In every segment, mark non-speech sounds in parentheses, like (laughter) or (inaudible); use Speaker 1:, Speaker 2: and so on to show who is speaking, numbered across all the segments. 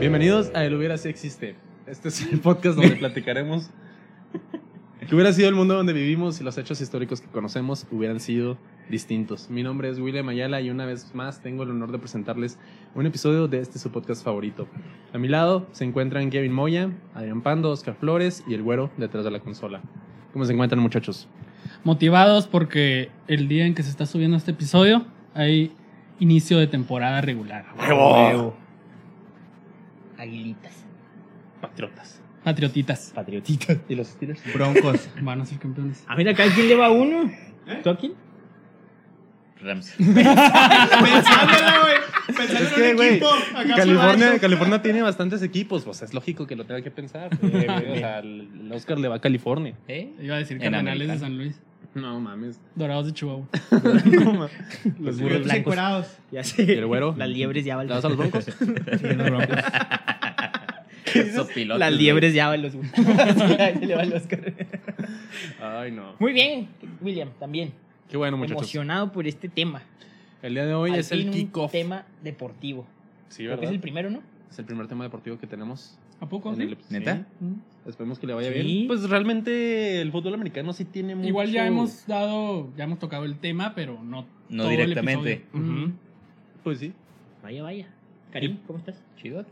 Speaker 1: Bienvenidos a El Hubiera Si Existe. Este es el podcast donde (laughs) platicaremos que hubiera sido el mundo donde vivimos y los hechos históricos que conocemos hubieran sido distintos. Mi nombre es William Ayala y una vez más tengo el honor de presentarles un episodio de este su podcast favorito. A mi lado se encuentran Kevin Moya, Adrián Pando, Oscar Flores y el güero detrás de la consola. ¿Cómo se encuentran muchachos?
Speaker 2: motivados porque el día en que se está subiendo este episodio hay inicio de temporada regular.
Speaker 3: ¡Huevo! Aguilitas.
Speaker 1: Patriotas.
Speaker 2: Patriotitas
Speaker 3: Patriotitas.
Speaker 1: ¿Y los Steelers?
Speaker 4: Broncos.
Speaker 2: (laughs) van a ser campeones.
Speaker 3: Ah, mira, cada quien lleva uno. ¿Tú a quién?
Speaker 4: Rams.
Speaker 2: (laughs)
Speaker 5: Pensándola, güey. Pensando
Speaker 1: Es
Speaker 5: en
Speaker 1: que,
Speaker 5: un
Speaker 1: güey,
Speaker 5: equipo. acá
Speaker 1: California,
Speaker 5: sudacho.
Speaker 1: California tiene bastantes equipos, o sea, es lógico que lo tenga que pensar. (laughs) güey. o sea, el Oscar le va a California.
Speaker 4: ¿Eh?
Speaker 2: Iba a decir
Speaker 4: En
Speaker 2: Cardenales de
Speaker 4: Americano.
Speaker 2: San Luis,
Speaker 1: No mames.
Speaker 2: Dorados de Chihuahua.
Speaker 1: Los
Speaker 3: burros
Speaker 1: burros
Speaker 5: Los
Speaker 1: blancos.
Speaker 5: encuerados.
Speaker 3: Ya sé.
Speaker 1: el güero?
Speaker 3: Las liebres ya
Speaker 1: ¿Le
Speaker 3: valen.
Speaker 1: vas a los broncos?
Speaker 3: (laughs)
Speaker 4: Esos pilotos.
Speaker 3: Las liebres ya valen los güey. Sí, le va el Oscar.
Speaker 1: Ay, no.
Speaker 3: Muy bien, William, también.
Speaker 1: Qué bueno, muchachos.
Speaker 3: Emocionado por este tema.
Speaker 1: El día de hoy
Speaker 3: Al
Speaker 1: es el
Speaker 3: fin un
Speaker 1: kickoff.
Speaker 3: tema deportivo.
Speaker 1: Sí,
Speaker 3: Creo que
Speaker 1: ¿verdad?
Speaker 3: es el primero, ¿no?
Speaker 1: primer tema deportivo que tenemos.
Speaker 2: ¿A poco?
Speaker 1: en el-
Speaker 2: Sí.
Speaker 4: ¿Neta?
Speaker 1: Sí. Esperemos que le vaya
Speaker 3: Sí.
Speaker 1: bien. Pues realmente el fútbol americano sí tiene mucho...
Speaker 2: Igual ya hemos dado, ya hemos tocado el tema, pero no,
Speaker 4: No
Speaker 2: todo el
Speaker 4: directamente.
Speaker 2: episodio. Mm. Ujú.
Speaker 1: Ujú. Pues sí.
Speaker 3: Vaya, vaya. Karim, ¿cómo estás?
Speaker 4: Chido.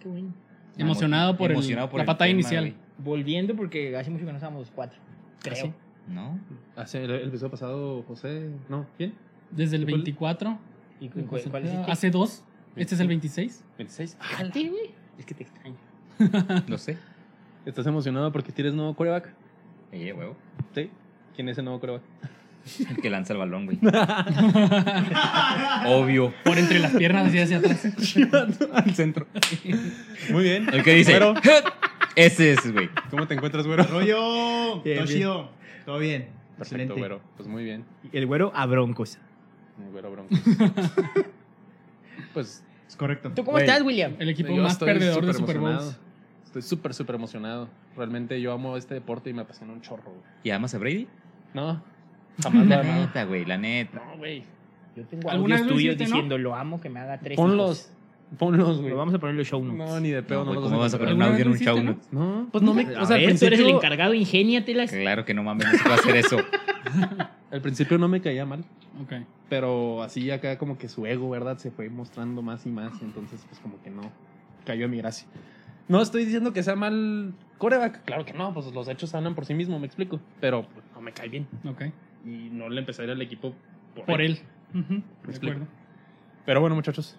Speaker 3: Qué bueno.
Speaker 2: Emocionado por el- la patada
Speaker 4: tema,
Speaker 2: inicial.
Speaker 4: güey.
Speaker 3: Volviendo porque hace mucho que no estábamos los cuatro. Creo.
Speaker 1: sí?
Speaker 2: (laughs)
Speaker 4: No.
Speaker 1: Hace el, el episodio pasado, José... No, ¿quién?
Speaker 2: Desde el
Speaker 1: ¿Cuál?
Speaker 2: 24.
Speaker 3: ¿Y cu- cu- cuál es
Speaker 2: Ah,
Speaker 3: este?
Speaker 2: Hace dos. Este es el 26.
Speaker 1: 26.
Speaker 3: Fíjate, güey. Es que te extraño.
Speaker 4: No sé.
Speaker 1: ¿Estás emocionado porque tienes nuevo coreback?
Speaker 4: Oye, Eh, huevo.
Speaker 1: Sí. ¿Quién es el nuevo coreback?
Speaker 4: El que lanza el
Speaker 2: (laughs)
Speaker 4: balón, güey. Obvio.
Speaker 2: Por entre las piernas así hacia atrás.
Speaker 1: Al centro. Muy bien.
Speaker 4: El que dice.
Speaker 1: Pero-
Speaker 4: Ese es, güey.
Speaker 1: ¿Cómo te encuentras, güero?
Speaker 5: Rollo.
Speaker 3: Bien, bien.
Speaker 5: Todo chido. Todo bien.
Speaker 1: Perfecto, güero. Pues muy bien.
Speaker 3: El güero a broncos.
Speaker 1: Muy güero
Speaker 3: (laughs)
Speaker 1: broncos. pues
Speaker 5: Es correcto.
Speaker 3: ¿Tú cómo
Speaker 1: Güey.
Speaker 3: estás, William?
Speaker 2: El equipo
Speaker 1: yo
Speaker 2: más
Speaker 1: estoy
Speaker 2: perdedor
Speaker 1: súper
Speaker 2: de Super Bowls.
Speaker 1: emocionado. Estoy súper, súper emocionado. Realmente yo amo este deporte y me apasiona un chorro. güey.
Speaker 4: ¿Y amas a Brady?
Speaker 1: No, jamás lo
Speaker 4: La
Speaker 1: he amado.
Speaker 4: neta, güey. La neta.
Speaker 1: No, güey.
Speaker 3: Yo tengo
Speaker 2: ¿Alguna
Speaker 3: audios
Speaker 2: vez lo
Speaker 3: tuyos
Speaker 2: hiciste, no?
Speaker 3: diciendo lo amo, que me haga tres.
Speaker 1: Ponlos, ponlos,
Speaker 3: hijos".
Speaker 1: güey.
Speaker 3: Lo vamos a poner en los show notes.
Speaker 1: No, ni de pedo.
Speaker 4: No,
Speaker 1: pues. No, los
Speaker 4: güey, ¿Cómo
Speaker 1: voy
Speaker 4: vas a poner un
Speaker 2: ¿Alguna
Speaker 4: audio en un
Speaker 2: vez lo
Speaker 4: show?
Speaker 2: hiciste,
Speaker 1: No, pues no me...
Speaker 3: A
Speaker 1: O sea, al
Speaker 3: ver, tú eres
Speaker 1: principio,
Speaker 3: el
Speaker 1: el,
Speaker 3: encargado, ingéniatelas.
Speaker 4: Claro que no mames, no se puede hacer eso.
Speaker 1: principio no me caía mal.
Speaker 2: Ok.
Speaker 1: Pero así acá como que su ego, ¿verdad? Se fue mostrando más y más. Entonces, pues como que no cayó a mi gracia. No estoy diciendo que sea mal coreback. Claro que no, pues los hechos hablan por sí mismo, me explico. Pero pues, no me cae bien.
Speaker 2: Ok.
Speaker 1: Y no le empecé a ir al equipo por,
Speaker 2: Por
Speaker 1: él.
Speaker 2: él. Ujú, De
Speaker 1: explico.
Speaker 2: acuerdo.
Speaker 1: Pero bueno, muchachos.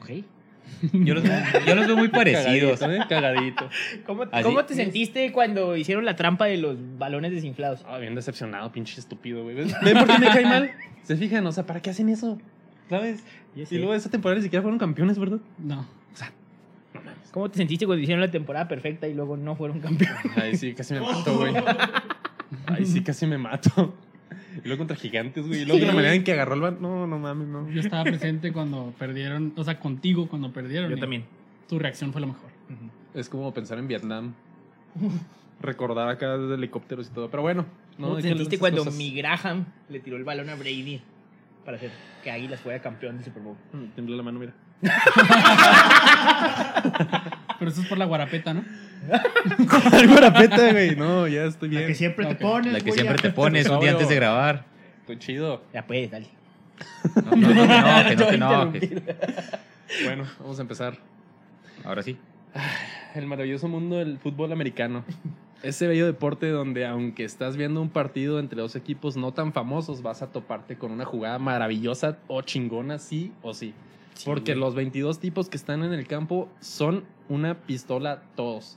Speaker 3: Ok.
Speaker 4: Yo los veo, yo los veo muy parecidos.
Speaker 1: (laughs) Cagadito, ¿eh? Cagadito.
Speaker 3: ¿Cómo,
Speaker 4: Así-
Speaker 3: cómo te sentiste cuando hicieron la trampa de los balones desinflados?
Speaker 1: Ah, bien decepcionado, pinche estúpido, güey. ¿Ves? ¿Ven por qué me (laughs) cae mal? ¿Se fijan? O sea, ¿para qué hacen eso? ¿Sabes? Y luego esa temporada ni siquiera fueron campeones, ¿verdad?
Speaker 2: No.
Speaker 3: ¿Cómo te sentiste cuando hicieron la temporada perfecta y luego no fueron (laughs) campeones?
Speaker 1: Ay, sí, casi me mato, güey. (laughs) Ay, sí, casi me mato. Y luego contra gigantes, güey. Y luego de la
Speaker 3: Sí.
Speaker 1: manera en que agarró el balón. No, no mames, no.
Speaker 2: Yo estaba presente cuando perdieron, o sea, contigo cuando perdieron. y Tu reacción fue la mejor.
Speaker 1: Es como pensar en Vietnam. Recordar acá desde helicópteros y todo. Pero bueno.
Speaker 3: ¿Cómo te
Speaker 1: déjenlo
Speaker 3: sentiste
Speaker 1: esas
Speaker 3: cuando
Speaker 1: cosas.
Speaker 3: mi Graham le tiró el balón a Brady para hacer que Águilas fuera campeón del Super Bowl?
Speaker 1: Mm, Tembló la mano, mira. (laughs)
Speaker 2: Pero eso es por la guarapeta, ¿no?
Speaker 1: Algo la peta, güey. No, ya estoy
Speaker 3: Ah,
Speaker 5: La
Speaker 1: bien.
Speaker 5: que siempre
Speaker 2: Ok.
Speaker 5: te pones.
Speaker 4: La que
Speaker 5: güey,
Speaker 4: siempre
Speaker 2: (laughs)
Speaker 5: ya.
Speaker 4: te pones un día antes de grabar.
Speaker 1: Estoy chido.
Speaker 3: Ya puedes, dale.
Speaker 2: (laughs)
Speaker 4: No, no, no, que no, que no. que-
Speaker 1: Bueno, vamos a empezar.
Speaker 4: Ahora sí.
Speaker 1: El maravilloso mundo del fútbol americano. Ese bello deporte donde aunque estás viendo un partido entre dos equipos no tan famosos, vas a toparte con una jugada maravillosa o chingona, sí o sí. Porque los 22 tipos que están en el campo son una pistola todos.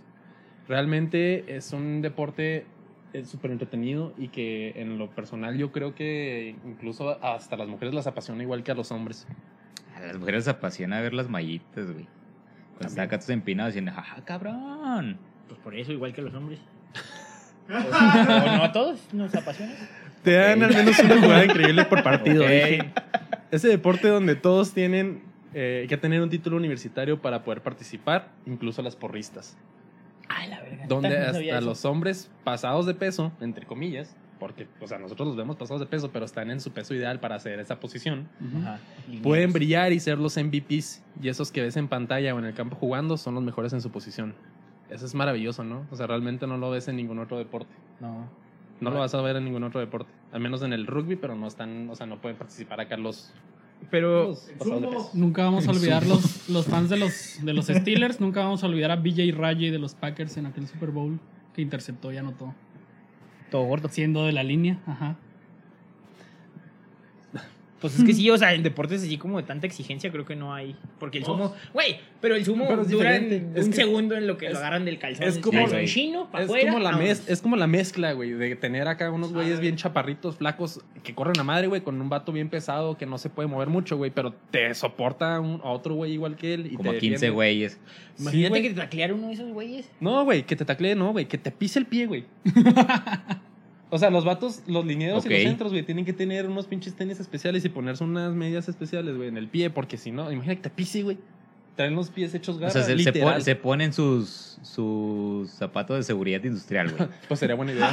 Speaker 1: Realmente es un deporte eh, súper entretenido y que en lo personal yo creo que incluso hasta las mujeres las apasiona igual que a los hombres.
Speaker 4: A las mujeres les apasiona ver las mallitas, güey. Cuando están acá todos empinados diciendo, ¡ah, cabrón!
Speaker 3: Pues por eso, igual que los hombres. (laughs) ¿O no a todos nos apasiona?
Speaker 1: Te dan al menos una jugada increíble por partido.
Speaker 4: Ok.
Speaker 1: dije. Ese deporte donde todos tienen eh, que tener un título universitario para poder participar, incluso las porristas.
Speaker 3: Ay, Ah, la verdad.
Speaker 1: Donde hasta los hombres pasados de peso, entre comillas, porque, o sea, nosotros los vemos pasados de peso, pero están en su peso ideal para hacer esa posición.
Speaker 2: Ujú.
Speaker 3: pues,
Speaker 1: Pueden brillar y ser los MVPs. Y esos que ves en pantalla o en el campo jugando son los mejores en su posición. Eso es maravilloso, ¿no? O sea, realmente no lo ves en ningún otro deporte.
Speaker 2: No.
Speaker 1: No lo vas a ver en ningún otro deporte. Al menos en el rugby, pero no están, o sea, no pueden participar acá los,
Speaker 5: Pero.
Speaker 1: los pasados de peso.
Speaker 2: Nunca vamos a olvidar los, los fans de los, de los Steelers. Nunca vamos a olvidar a BJ Raye de los Packers en aquel Super Bowl que interceptó y anotó.
Speaker 3: Todo gordo.
Speaker 2: Siendo de la línea, ajá.
Speaker 3: Pues es que (laughs) sí, o sea, en deportes así como de tanta exigencia creo que no hay. Porque el sumo, güey, pero el sumo
Speaker 1: Pero es
Speaker 3: dura en
Speaker 1: diferente. Es
Speaker 3: un
Speaker 1: que-
Speaker 3: segundo en lo que
Speaker 1: es-
Speaker 3: lo agarran del calzón.
Speaker 1: es como-
Speaker 3: calzón
Speaker 4: Sí, güey.
Speaker 3: chino, para
Speaker 1: Es
Speaker 3: afuera.
Speaker 1: como, la
Speaker 3: vámonos.
Speaker 1: mez- es como la mezcla, güey, de tener acá unos güeyes
Speaker 3: Ah.
Speaker 1: bien chaparritos, flacos, que corren a madre, güey, con un vato bien pesado que no se puede mover mucho, güey, pero te soporta un- a otro güey igual que él. Y
Speaker 4: Como
Speaker 1: te
Speaker 4: 15
Speaker 1: defiende.
Speaker 4: güeyes.
Speaker 1: Sí,
Speaker 3: Imagínate
Speaker 1: güey.
Speaker 3: que te taclearon uno de esos güeyes.
Speaker 1: No, güey, que te taclee, no, güey, que te pise el pie,
Speaker 4: (laughs)
Speaker 1: güey. o sea, los vatos, los linieros y
Speaker 4: Ok.
Speaker 1: los centros, güey, tienen que tener unos pinches tenis especiales y ponerse unas medias especiales, güey, en el pie, porque si no, imagínate que te pise, güey. Traen los pies hechos
Speaker 4: O
Speaker 1: garra,
Speaker 4: sea, se, se
Speaker 1: literal.
Speaker 4: pon- se ponen sus, sus zapatos de seguridad industrial,
Speaker 1: (laughs)
Speaker 4: güey.
Speaker 1: Pues sería buena idea.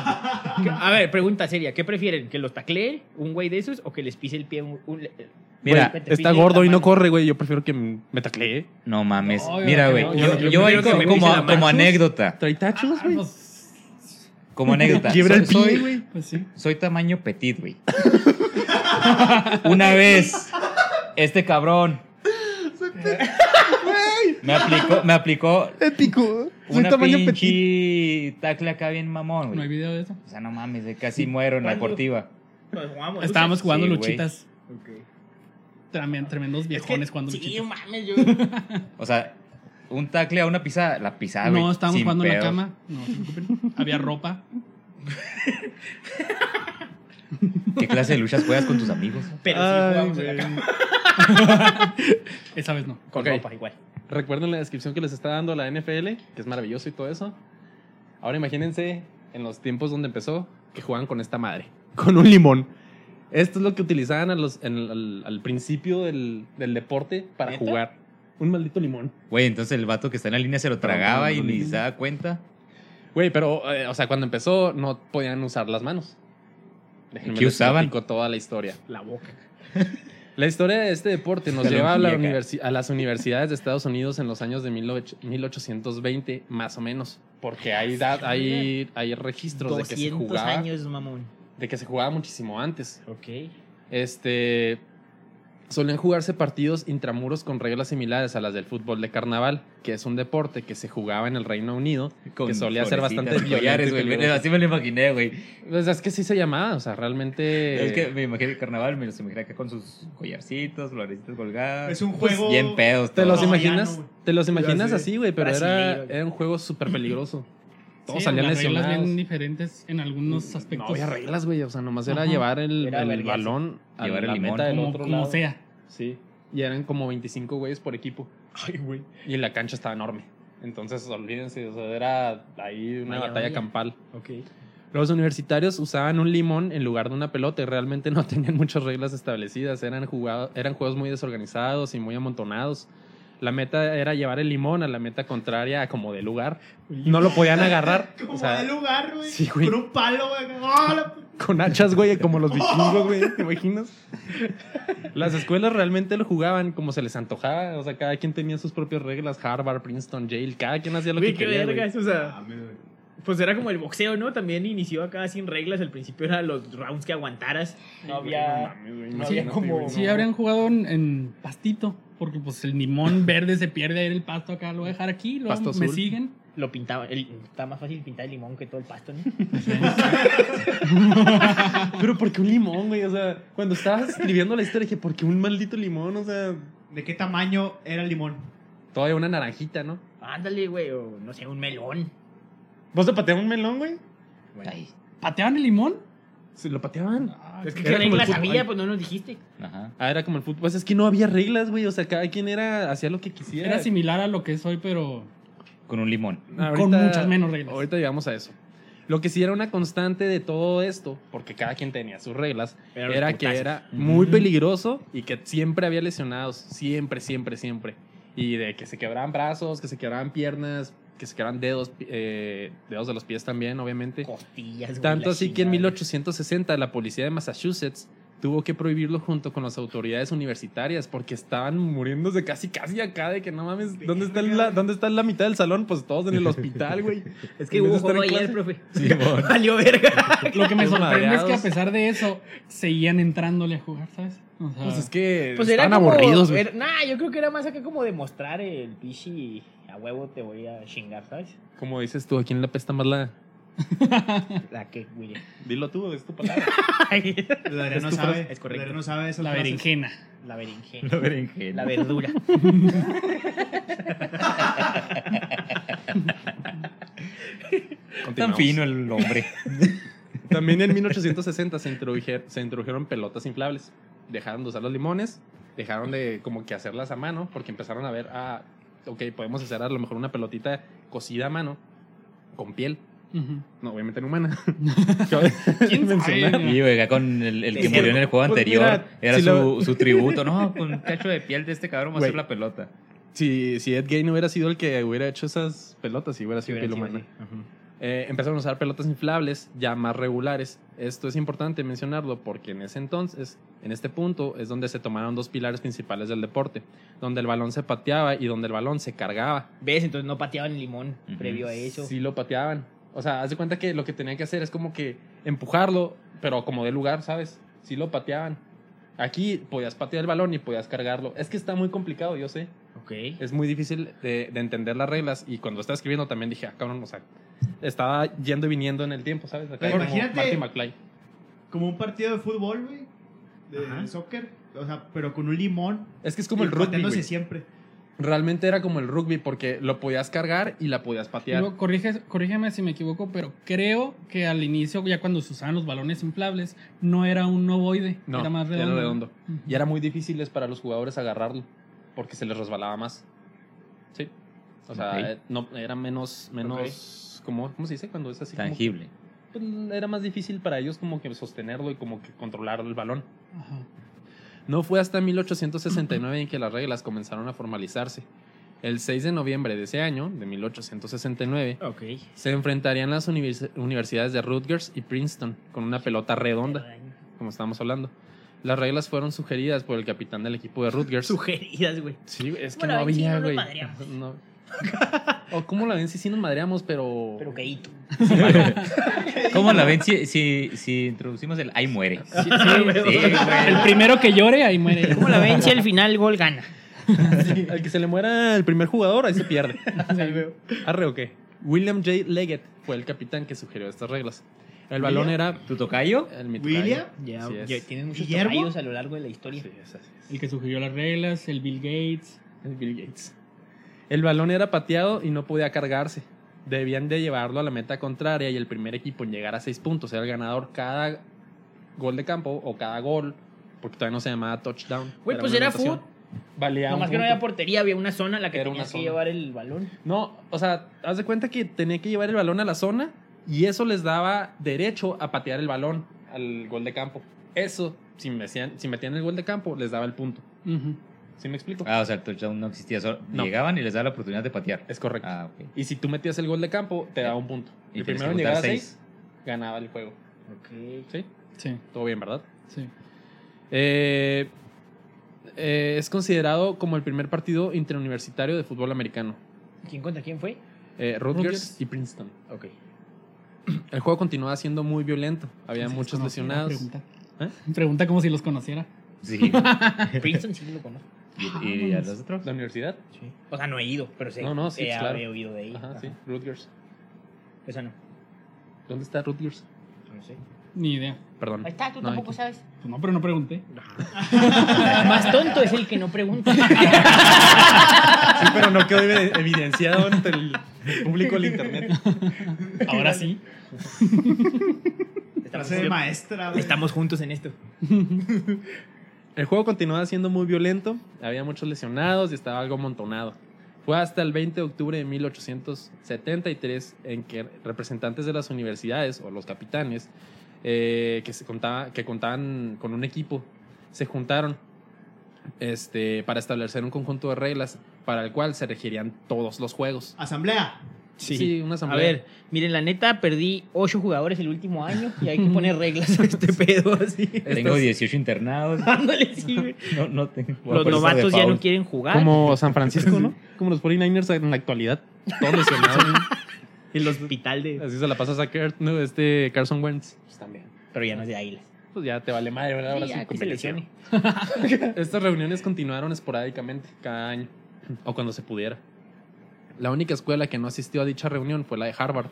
Speaker 3: A ver, pregunta seria, ¿qué prefieren? ¿Que los tacleen un güey de esos o que les pise el pie un... un-
Speaker 4: Mira,
Speaker 3: que te pise
Speaker 1: Está
Speaker 3: la
Speaker 1: gordo y no
Speaker 3: mano?
Speaker 1: corre, güey, yo prefiero que me taclee.
Speaker 4: No mames.
Speaker 2: No, yo
Speaker 4: Mira,
Speaker 2: no,
Speaker 4: güey.
Speaker 2: yo
Speaker 4: Yo,
Speaker 2: no,
Speaker 4: yo,
Speaker 2: yo
Speaker 4: ahí
Speaker 3: creo que
Speaker 4: como,
Speaker 3: me
Speaker 4: como-
Speaker 3: dicen a
Speaker 4: como
Speaker 3: Marcos.
Speaker 4: anécdota.
Speaker 1: Trae tachos,
Speaker 2: Ah,
Speaker 1: güey.
Speaker 2: pues,
Speaker 4: Como anécdota.
Speaker 1: (laughs) Quiebra el
Speaker 4: Soy- soy-
Speaker 1: pie, güey.
Speaker 2: pues sí.
Speaker 4: Soy tamaño petit, güey. Una vez, este cabrón. Me aplicó, me aplicó
Speaker 1: (laughs) Épico.
Speaker 4: una pinche tacle acá bien mamón,
Speaker 2: No hay
Speaker 4: güey.
Speaker 2: video de eso.
Speaker 4: O sea, no mames, de casi muero en la
Speaker 3: ¿Cuándo?
Speaker 4: deportiva.
Speaker 3: Pues jugamos,
Speaker 2: Estábamos jugando
Speaker 4: Sí, güey.
Speaker 2: luchitas. También tremendos
Speaker 3: Es que-
Speaker 2: viejones cuando
Speaker 3: Sí,
Speaker 2: luchitas.
Speaker 3: mames, yo...
Speaker 4: O sea, un tacle a una pisada, la pisada, güey.
Speaker 2: No, estábamos
Speaker 4: sin
Speaker 2: jugando en la
Speaker 4: pedos.
Speaker 2: cama. No, se preocupen. Había ropa.
Speaker 4: ¿Qué clase de luchas juegas con
Speaker 2: (laughs)
Speaker 4: tus amigos?
Speaker 3: Pero
Speaker 1: Ay,
Speaker 3: sí jugamos en la
Speaker 1: güey.
Speaker 3: cama.
Speaker 2: Esa vez no.
Speaker 3: Con
Speaker 1: Ok.
Speaker 3: ropa igual.
Speaker 1: Recuerden la descripción que les está dando la NFL, que es maravilloso y todo eso. Ahora imagínense en los tiempos donde empezó, que jugaban con esta madre, con un limón. Esto es lo que utilizaban a los, en el- al, al principio del, del deporte para
Speaker 3: ¿Neta?
Speaker 1: jugar. Un maldito limón.
Speaker 4: Güey, entonces el vato que está en la línea se lo tragaba y ni se daba cuenta.
Speaker 1: Güey, pero, eh, o sea, cuando empezó no podían usar las manos.
Speaker 4: ¿Qué
Speaker 1: les
Speaker 4: usaban?
Speaker 1: platico toda la historia.
Speaker 3: La boca.
Speaker 1: La historia de este deporte nos
Speaker 4: Se lo
Speaker 1: lleva a, la
Speaker 4: enfiega.
Speaker 1: universi- a las universidades de Estados Unidos en los años de 18- 1820, más o menos. Porque
Speaker 4: Ah,
Speaker 1: hay, da- hay, hay registros de que, se
Speaker 3: 200
Speaker 1: jugaba,
Speaker 3: años, mamón.
Speaker 1: de que se jugaba muchísimo antes.
Speaker 3: Ok.
Speaker 1: Este, solían jugarse partidos intramuros con reglas similares a las del fútbol de carnaval, que es un deporte que se jugaba en el Reino Unido.
Speaker 4: Con
Speaker 1: Que solía ser
Speaker 4: florecitas
Speaker 1: bastante
Speaker 4: y
Speaker 1: violento
Speaker 4: collares,
Speaker 1: y
Speaker 4: güey.
Speaker 1: peligroso.
Speaker 4: Así me lo imaginé, güey.
Speaker 1: Pues es que sí se llamaba, o sea, realmente...
Speaker 4: Es que me imaginé el carnaval, me los imaginé acá con sus collarcitos, florecitas colgadas. Pues,
Speaker 5: Es un juego.
Speaker 4: Bien pedos.
Speaker 1: ¿Te los
Speaker 5: No, ya
Speaker 1: imaginas?
Speaker 5: no, güey.
Speaker 1: ¿Te los
Speaker 5: Ya
Speaker 1: imaginas
Speaker 5: sé.
Speaker 1: así, güey? Pero era,
Speaker 3: Brasileiro, güey.
Speaker 1: era un juego súper peligroso. Todos
Speaker 2: Sí,
Speaker 1: salían
Speaker 2: las reglas
Speaker 1: lesionados.
Speaker 2: bien diferentes en algunos
Speaker 1: No
Speaker 2: aspectos.
Speaker 1: había reglas, güey. O sea, nomás era
Speaker 2: Ajá.
Speaker 1: llevar el,
Speaker 3: Era
Speaker 1: el
Speaker 3: verguearse.
Speaker 1: balón a
Speaker 4: Llevar el
Speaker 1: la
Speaker 4: limón.
Speaker 1: meta del
Speaker 2: Como,
Speaker 1: otro
Speaker 2: como
Speaker 1: lado.
Speaker 2: sea.
Speaker 1: Sí. Y eran como 25 güeyes por equipo. Ay, güey. Y la cancha estaba enorme. Entonces, olvídense, o sea, era ahí una
Speaker 3: Vaya,
Speaker 1: batalla
Speaker 3: vaya.
Speaker 1: campal.
Speaker 3: Ok.
Speaker 1: Los universitarios usaban un limón en lugar de una pelota y realmente no (laughs) tenían muchas reglas establecidas. Eran, jugado- eran juegos muy desorganizados y muy amontonados. La meta era llevar el limón a la meta contraria a como de lugar. No lo podían agarrar.
Speaker 5: (laughs) Como
Speaker 1: o sea,
Speaker 5: de lugar, güey.
Speaker 1: sí, güey.
Speaker 5: Con un palo, güey. ¡Ah, la puta!
Speaker 1: con hachas, güey, como
Speaker 5: (laughs)
Speaker 1: los vikingos, güey. ¿Te imaginas? Las escuelas realmente lo jugaban como se les antojaba. O sea, cada quien tenía sus propias reglas. Harvard, Princeton, Yale. Cada quien hacía lo
Speaker 3: Güey,
Speaker 1: que
Speaker 3: qué
Speaker 1: quería, güey.
Speaker 3: vergas, o sea,
Speaker 5: Mames, güey.
Speaker 3: pues era como el boxeo, ¿no? También inició acá sin reglas, al principio era los rounds que aguantaras. No había... no había
Speaker 1: Imagínate,
Speaker 3: como-
Speaker 1: güey,
Speaker 2: Sí,
Speaker 1: no.
Speaker 2: habrían jugado en, en pastito. Porque pues el limón verde se pierde ahí en el pasto acá. Lo voy a dejar aquí. Luego
Speaker 1: Pasto
Speaker 2: me
Speaker 1: azul.
Speaker 2: siguen.
Speaker 3: Lo pintaba, el- está más fácil pintar el limón que todo el
Speaker 1: (laughs)
Speaker 3: pasto, ¿no?
Speaker 1: Pero ¿por qué un limón, güey? O sea, cuando estabas escribiendo la historia dije, ¿por qué un maldito limón? O sea,
Speaker 5: ¿De qué tamaño era el limón?
Speaker 1: todavía una naranjita, ¿no?
Speaker 3: Ándale, güey, o no sé, un melón.
Speaker 1: ¿Vos te pateaban un melón, güey?
Speaker 4: Ay,
Speaker 2: ¿Pateaban el limón?
Speaker 1: Sí, lo pateaban.
Speaker 3: Es que
Speaker 1: Era
Speaker 3: qué
Speaker 1: como el
Speaker 3: reglas
Speaker 1: fútbol.
Speaker 3: había, pues no nos dijiste.
Speaker 4: ajá.
Speaker 1: Ah, era como el fútbol. Pues es que no había reglas, güey. O sea, cada quien era hacía lo que quisiera.
Speaker 2: Era similar a lo que es hoy, pero
Speaker 4: Con
Speaker 1: (laughs)
Speaker 4: un limón.
Speaker 2: con muchas menos reglas.
Speaker 1: Ahorita llegamos a eso. Lo que sí era una constante de todo esto, porque cada quien tenía sus reglas,
Speaker 3: Eran los
Speaker 1: era que
Speaker 3: putazos.
Speaker 1: era muy peligroso y que siempre había lesionados. Siempre, siempre, siempre. Y de que se quebraban brazos, que se quebraban piernas, que se quedaban dedos, eh, dedos de los pies también, obviamente.
Speaker 3: Costillas, güey,
Speaker 1: Tanto
Speaker 3: la
Speaker 1: así que en
Speaker 3: chingada.
Speaker 1: 1860 la policía de Massachusetts tuvo que prohibirlo junto con las autoridades universitarias porque estaban muriéndose casi casi acá de que no mames, ¿dónde está la, dónde está la mitad del salón? Pues todos
Speaker 3: (laughs)
Speaker 1: en el hospital, güey.
Speaker 3: Es que
Speaker 1: en vez
Speaker 3: hubo
Speaker 1: de estar
Speaker 3: juego
Speaker 1: en clase.
Speaker 3: ayer,
Speaker 1: (laughs)
Speaker 3: profe. (laughs)
Speaker 4: Simón.
Speaker 3: Valió verga.
Speaker 2: Lo que me
Speaker 1: Los
Speaker 2: sorprende es que a
Speaker 1: madreados.
Speaker 2: pesar de eso, seguían entrándole a jugar, ¿sabes? O sea,
Speaker 1: Pues es que
Speaker 3: Pues era
Speaker 1: estaban
Speaker 3: como,
Speaker 1: aburridos, güey.
Speaker 3: era- nah, yo creo que era más acá como demostrar el pichi a huevo te voy a chingar, ¿sabes?
Speaker 1: Como dices tú, ¿a quién le apesta más la...?
Speaker 3: La que,
Speaker 1: (laughs)
Speaker 3: güey.
Speaker 1: Dilo tú, es tu (laughs) palabra.
Speaker 5: Adrián
Speaker 3: Es
Speaker 5: no
Speaker 3: tu
Speaker 5: sabe.
Speaker 3: frase, es correcto.
Speaker 5: Adrián no sabe esas
Speaker 2: la
Speaker 5: frases.
Speaker 2: berenjena.
Speaker 3: La berenjena.
Speaker 4: La berenjena.
Speaker 3: La verdura.
Speaker 4: Tan fino el hombre.
Speaker 1: También en 1860 se, introduje- se introdujeron pelotas inflables. Dejaron de usar los limones, dejaron de como que hacerlas a mano, porque empezaron a ver, ah, ok, podemos hacer a lo mejor una pelotita cocida a mano, con piel.
Speaker 2: Ujú.
Speaker 1: No, obviamente no
Speaker 3: (laughs)
Speaker 1: humana.
Speaker 2: (laughs)
Speaker 1: (laughs)
Speaker 2: ¿Quién sabe?
Speaker 4: Y güey, acá con el, el que
Speaker 3: Sí.
Speaker 4: murió en el juego
Speaker 1: Pues
Speaker 4: anterior.
Speaker 1: mira,
Speaker 4: era
Speaker 1: si
Speaker 4: su,
Speaker 1: lo-
Speaker 4: su
Speaker 1: (laughs)
Speaker 4: tributo. No, con un cacho de piel de este cabrón va a
Speaker 1: Güey.
Speaker 4: ser la pelota.
Speaker 1: si, si Ed Gain hubiera sido el que hubiera hecho esas pelotas, si hubiera
Speaker 3: Sí,
Speaker 1: sido
Speaker 3: hubiera
Speaker 1: piel
Speaker 3: sido
Speaker 1: humana.
Speaker 3: así.
Speaker 1: Eh, empezaron a usar pelotas inflables ya más regulares. Esto es importante mencionarlo porque en ese entonces, en este punto, es donde se tomaron dos pilares principales del deporte, donde el balón se pateaba y donde el balón se cargaba.
Speaker 3: ¿Ves? Entonces no pateaban el limón
Speaker 4: Ujú.
Speaker 3: previo a eso.
Speaker 1: Sí lo pateaban. O sea, haz de cuenta que lo que tenían que hacer es como que empujarlo, pero como de lugar, ¿sabes? Sí lo pateaban. Aquí podías patear el balón y podías cargarlo. Es que está muy complicado, yo sé.
Speaker 3: Ok.
Speaker 1: es muy difícil de, de entender las reglas. Y cuando estaba escribiendo también dije, ah, cabrón, o sea, estaba yendo y viniendo en el tiempo, ¿sabes? Acá
Speaker 5: Pero
Speaker 1: como
Speaker 5: imagínate-
Speaker 1: Marty McFly.
Speaker 5: Como un partido de fútbol, güey. De
Speaker 3: Ajá.
Speaker 5: soccer. O sea, pero con un limón.
Speaker 1: Es que es como
Speaker 5: y
Speaker 1: el rugby.
Speaker 5: pateándose
Speaker 1: güey.
Speaker 5: siempre.
Speaker 1: Realmente era como el rugby porque lo podías cargar y la podías patear.
Speaker 2: Luego, corrige- corrígeme si me equivoco, pero creo que al inicio, ya cuando se usaban los balones inflables, no era un ovoide,
Speaker 1: No,
Speaker 2: era más
Speaker 1: era
Speaker 2: redondo.
Speaker 1: redondo.
Speaker 2: Ujú.
Speaker 1: Y era muy difícil para los jugadores agarrarlo porque se les resbalaba más. Sí. O sea,
Speaker 4: Ok.
Speaker 1: eh, no, era menos. menos ¿cómo, cómo se dice? Cuando es así. como que,
Speaker 4: Tangible.
Speaker 1: pues, era más difícil para ellos como que sostenerlo y como que controlar el balón.
Speaker 2: Ajá.
Speaker 1: No fue hasta 1869 en que las reglas comenzaron a formalizarse. El 6 de noviembre de ese año, de 1869,
Speaker 3: Ok.
Speaker 1: se enfrentarían las univers- universidades de Rutgers y Princeton con una pelota redonda, como estábamos hablando. Las reglas fueron sugeridas por el capitán del equipo de Rutgers.
Speaker 3: Sugeridas, güey.
Speaker 1: Sí, es que
Speaker 3: Bueno,
Speaker 1: no
Speaker 3: en sí no
Speaker 1: había,
Speaker 3: nos
Speaker 1: güey. (laughs)
Speaker 3: madreamos.
Speaker 1: No. O cómo la ven si sí nos madreamos, pero...
Speaker 3: Pero caíto.
Speaker 4: ¿Cómo la ven si, si, si introducimos el ahí muere?
Speaker 3: Sí,
Speaker 4: Sí, güey.
Speaker 2: El primero que llore,
Speaker 1: (laughs)
Speaker 2: ahí muere.
Speaker 3: ¿Cómo la ven si al final gol gana?
Speaker 1: Al que se le muera el primer jugador, ahí se pierde. ¿Arre o qué? William J. Leggett fue el capitán que sugirió estas reglas. El balón era...
Speaker 4: ¿Tu tocayo?
Speaker 1: El mi tocayo.
Speaker 5: William.
Speaker 3: Ya,
Speaker 1: Así es.
Speaker 3: ya tienes muchos
Speaker 5: ¿Guillermo?
Speaker 3: tocayos a lo largo de la historia.
Speaker 1: Sí, es así.
Speaker 2: El que sugirió las reglas, el Bill Gates.
Speaker 1: El Bill Gates. El balón era pateado y no podía cargarse. Debían de llevarlo a la meta contraria y el primer equipo en llegar a seis puntos era el ganador cada gol de campo o cada gol, porque todavía no se llamaba touchdown.
Speaker 3: Güey, pues
Speaker 1: una
Speaker 3: era
Speaker 1: anotación.
Speaker 3: fut.
Speaker 1: Valía un
Speaker 3: Nomás que no
Speaker 1: punto.
Speaker 3: había portería, había una zona en la que
Speaker 1: Era una
Speaker 3: tenías que
Speaker 1: zona.
Speaker 3: llevar el balón.
Speaker 1: No, o sea, haz de cuenta que tenía que llevar el balón a la zona y eso les daba derecho a patear el balón al gol de campo. Eso, si, me hacían- si metían el gol de campo, les daba el punto.
Speaker 2: Ujú.
Speaker 1: ¿Sí me explico?
Speaker 4: Ah, o sea, el touchdown no existía. solo
Speaker 1: No.
Speaker 4: Llegaban y les daba la oportunidad de patear.
Speaker 1: Es correcto.
Speaker 4: Ah, ok.
Speaker 1: Y si tú metías el gol de campo, te daba un punto.
Speaker 4: Y
Speaker 1: el
Speaker 4: tienes
Speaker 1: primero en
Speaker 4: que
Speaker 1: llegar a
Speaker 4: juntar
Speaker 1: 6 ganaba el juego.
Speaker 3: Ok.
Speaker 1: ¿Sí?
Speaker 2: Sí,
Speaker 1: Todo bien, ¿verdad?
Speaker 2: sí.
Speaker 1: Eh, eh, es considerado como el primer partido interuniversitario de fútbol americano.
Speaker 3: ¿Quién contra quién fue?
Speaker 1: Eh, Rutgers,
Speaker 2: Rutgers.
Speaker 1: y Princeton.
Speaker 3: Ok.
Speaker 1: El juego continuaba siendo muy violento. Había
Speaker 2: Si los
Speaker 1: muchos
Speaker 2: conociera,
Speaker 1: lesionados.
Speaker 2: Pregunta.
Speaker 1: ¿Eh?
Speaker 2: Pregunta como si los conociera.
Speaker 1: (laughs)
Speaker 4: Sí.
Speaker 3: (laughs) Princeton sí lo conozco.
Speaker 4: ¿Y, y a los otros?
Speaker 1: ¿La universidad?
Speaker 3: O sea, no he ido, pero sé.
Speaker 1: No, no, sí,
Speaker 3: eh,
Speaker 1: claro.
Speaker 3: He oído de ahí.
Speaker 1: Ajá, sí. Rutgers.
Speaker 3: Esa no.
Speaker 1: ¿Dónde está Rutgers?
Speaker 3: No sé.
Speaker 2: Ni idea.
Speaker 1: Perdón.
Speaker 3: Ahí está, tú
Speaker 1: No,
Speaker 3: tampoco
Speaker 1: aquí.
Speaker 3: sabes.
Speaker 2: Pues no, pero no pregunté.
Speaker 3: Más tonto es el que no pregunta.
Speaker 1: Sí, pero no quedó evi- evidenciado ante el el público del internet.
Speaker 3: (laughs)
Speaker 2: Ahora sí.
Speaker 1: (laughs)
Speaker 3: Estamos,
Speaker 5: Frase de maestra, güey.
Speaker 3: estamos juntos en esto.
Speaker 1: El juego continuaba siendo muy violento, había muchos lesionados y estaba algo amontonado. Fue hasta el 20 de octubre de 1873 en que representantes de las universidades o los capitanes eh, que, se contaba, que contaban con un equipo se juntaron este, para establecer un conjunto de reglas para el cual se regirían todos los juegos.
Speaker 5: Asamblea.
Speaker 1: Sí, una
Speaker 3: A
Speaker 1: asamblea.
Speaker 3: ver, miren, la neta, perdí ocho jugadores el último año y (laughs) hay que poner reglas a este pedo así.
Speaker 4: (laughs)
Speaker 1: Este
Speaker 4: Tengo 18 internados.
Speaker 3: Dándole, sí, güey.
Speaker 4: No, no tengo.
Speaker 3: Los novatos ya no quieren jugar. (laughs)
Speaker 1: Como San Francisco, ¿no? Como los 49ers en la actualidad. Todos lesionados. ¿no?
Speaker 3: El hospital de.
Speaker 1: (laughs) Así se la pasas a Kurt, ¿no? este Carson Wentz. Pues también.
Speaker 3: Pero ya no es de águilas.
Speaker 1: Pues ya te vale madre, ¿verdad? Ahora
Speaker 3: Sí,
Speaker 1: sí,
Speaker 3: ya, que se
Speaker 1: convención.
Speaker 3: lesione. (laughs)
Speaker 1: Estas reuniones continuaron esporádicamente cada año o cuando se pudiera. La única escuela que no asistió a dicha reunión fue la de Harvard.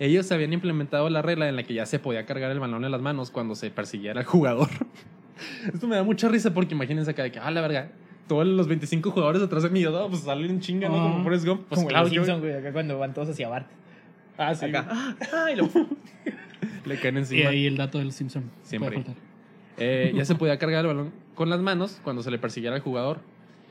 Speaker 1: Ellos habían implementado la regla en la que ya se podía cargar el balón en las manos cuando se persiguiera al jugador. (laughs) Esto me da mucha risa porque imagínense acá de que, ah, la verga, todos los 25 jugadores atrás de mí, yo, "No, pues salen chinga, ¿no?
Speaker 2: Ah.
Speaker 1: Como Forrest Gump. Pues
Speaker 3: Como
Speaker 1: claro,
Speaker 3: los
Speaker 1: yo-
Speaker 3: Simpson, güey, acá cuando van todos hacia Bart.
Speaker 1: Ah, sí,
Speaker 3: Acá.
Speaker 1: güey.
Speaker 3: Ay, lo-
Speaker 1: (laughs) le caen
Speaker 2: Y
Speaker 1: encima.
Speaker 2: ahí el dato del Simpson.
Speaker 1: Siempre.
Speaker 2: Puede faltar.
Speaker 1: Eh, ya se podía cargar el balón con las manos cuando se le persiguiera al jugador.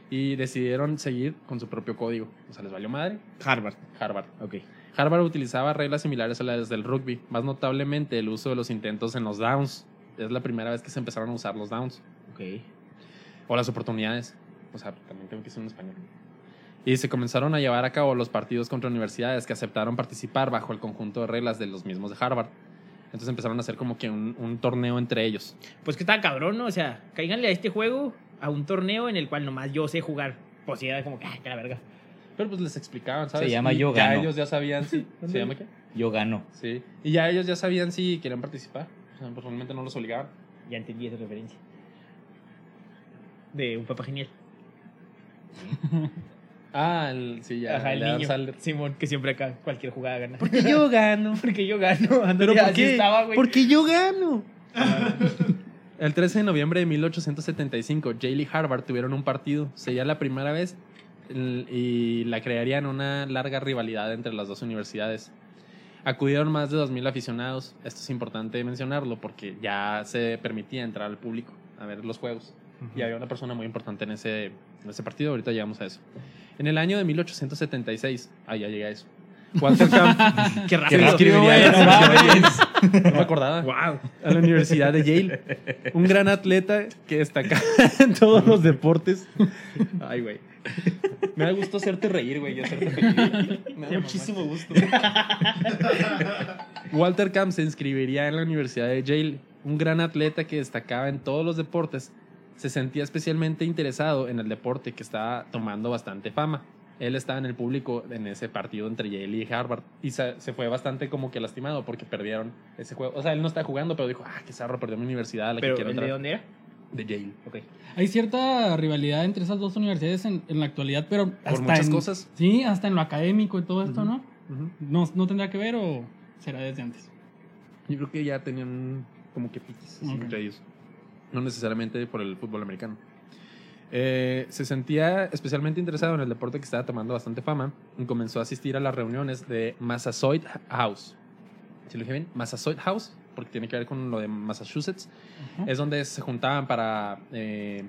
Speaker 1: Y decidieron seguir con su propio código. O sea, les valió madre.
Speaker 3: Harvard.
Speaker 1: Harvard.
Speaker 3: Ok.
Speaker 1: Harvard utilizaba reglas similares a las del rugby, más notablemente el uso de los intentos en los downs. Es la primera vez que se empezaron a usar los downs
Speaker 3: Ok.
Speaker 1: o las oportunidades. O sea, también tengo que decir en español. Y se comenzaron a llevar a cabo los partidos contra universidades que aceptaron participar bajo el conjunto de reglas de los mismos de Harvard. Entonces empezaron a hacer como que un, un torneo entre ellos.
Speaker 3: Pues que está cabrón, ¿no? O sea, cáiganle a este juego, a un torneo en el cual nomás yo sé jugar. Pues sí, era como que, ay, que la verga.
Speaker 1: Pero pues les explicaban, ¿sabes?
Speaker 4: Se llama
Speaker 1: Y
Speaker 4: yo
Speaker 1: Ya
Speaker 4: gano.
Speaker 1: ellos ya sabían si. ¿Se llama qué?
Speaker 4: Yo gano.
Speaker 1: Sí. Y ya ellos ya sabían si querían participar. O sea, pues realmente no los obligaban.
Speaker 3: Ya entendí esa referencia. De un papá genial.
Speaker 1: Ah, el- sí, ya.
Speaker 3: Ajá, el
Speaker 1: de Adam
Speaker 3: niño.
Speaker 1: Sandler.
Speaker 3: Simón, que siempre acá cualquier jugada gana. Porque yo gano. (laughs) Porque yo gano. Ándale, así estaba, güey.
Speaker 1: yo gano. (laughs) El 13 de noviembre de 1875, Yale y Harvard tuvieron un partido. Sería la primera vez l- y la crearían una larga rivalidad entre las dos universidades. Acudieron más de 2.000 aficionados. Esto es importante mencionarlo porque ya se permitía entrar al público a ver los juegos. Y había una persona muy importante en ese, en ese partido. Ahorita llegamos a eso. En el año de 1876, ah, ya llegué a eso. Walter Camp, (laughs)
Speaker 3: Qué
Speaker 1: que
Speaker 3: rápido.
Speaker 1: reescribiría
Speaker 3: güey.
Speaker 1: la sección de James. No me acordaba.
Speaker 3: Wow.
Speaker 1: A la Universidad de Yale. Un gran atleta que destaca (laughs) en todos los deportes. Ay, güey. Me da gusto hacerte reír, güey. y (laughs) hacerte feliz. Me da muchísimo gusto. (laughs) Walter Camp se inscribiría en la Universidad de Yale. Un gran atleta que destacaba en todos los deportes. Se sentía especialmente interesado en el deporte que estaba tomando bastante fama. Él estaba en el público en ese partido entre Yale y Harvard y se, se fue bastante como que lastimado porque perdieron ese juego. O sea, él no está jugando, pero dijo, ah, qué zarro, perdió mi universidad, a la
Speaker 3: Pero,
Speaker 1: que quiero
Speaker 3: ¿el
Speaker 1: entrar".
Speaker 3: ¿de dónde era?
Speaker 1: De Yale.
Speaker 3: Ok.
Speaker 2: Hay cierta rivalidad entre esas dos universidades en, en la actualidad, pero. Por
Speaker 1: muchas cosas.
Speaker 2: Sí, hasta en lo académico y todo esto, ¿no?
Speaker 1: Ujú.
Speaker 2: ¿no? ¿No tendrá que ver o será desde antes?
Speaker 1: Yo creo que ya tenían como que piques así
Speaker 2: Ok.
Speaker 1: entre ellos. No necesariamente por el fútbol americano. Eh, se sentía especialmente interesado en el deporte que estaba tomando bastante fama y comenzó a asistir a las reuniones de Massasoit House. ¿Sí lo dije bien? Massasoit House, porque tiene que ver con lo de Massachusetts.
Speaker 2: Ajá.
Speaker 1: Es donde se juntaban para eh,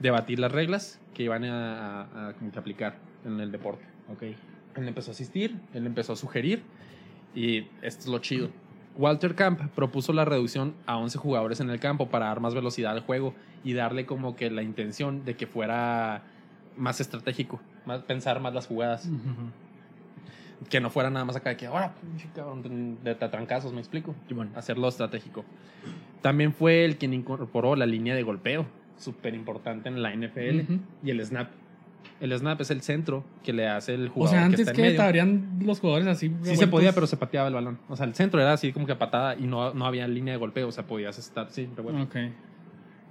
Speaker 1: debatir las reglas que iban a, a- a como que aplicar en el deporte.
Speaker 3: Ok.
Speaker 1: Él empezó a asistir, él empezó a sugerir y esto es lo chido. Walter Camp propuso la reducción a 11 jugadores en el campo para dar más velocidad al juego y darle como que la intención de que fuera más estratégico, más, pensar más las jugadas,
Speaker 2: Ujú.
Speaker 1: que no fuera nada más acá de que ahora, pinche cabrón, de tatrancazos, me explico,
Speaker 3: Simón.
Speaker 1: hacerlo estratégico. También fue el quien incorporó la línea de golpeo, súper importante en la NFL,
Speaker 2: Ujú.
Speaker 1: y el snap. El snap es el centro que le hace el
Speaker 2: O
Speaker 1: jugador.
Speaker 2: sea,
Speaker 1: que
Speaker 2: antes
Speaker 1: está en
Speaker 2: que pues.
Speaker 1: medio.
Speaker 2: estarían los jugadores así.
Speaker 1: Sí se podía, pero se pateaba el balón. O sea, el centro era así como que a patada y no, no había línea de golpeo. O sea, podías estar, sí, pero bueno.
Speaker 2: Ok.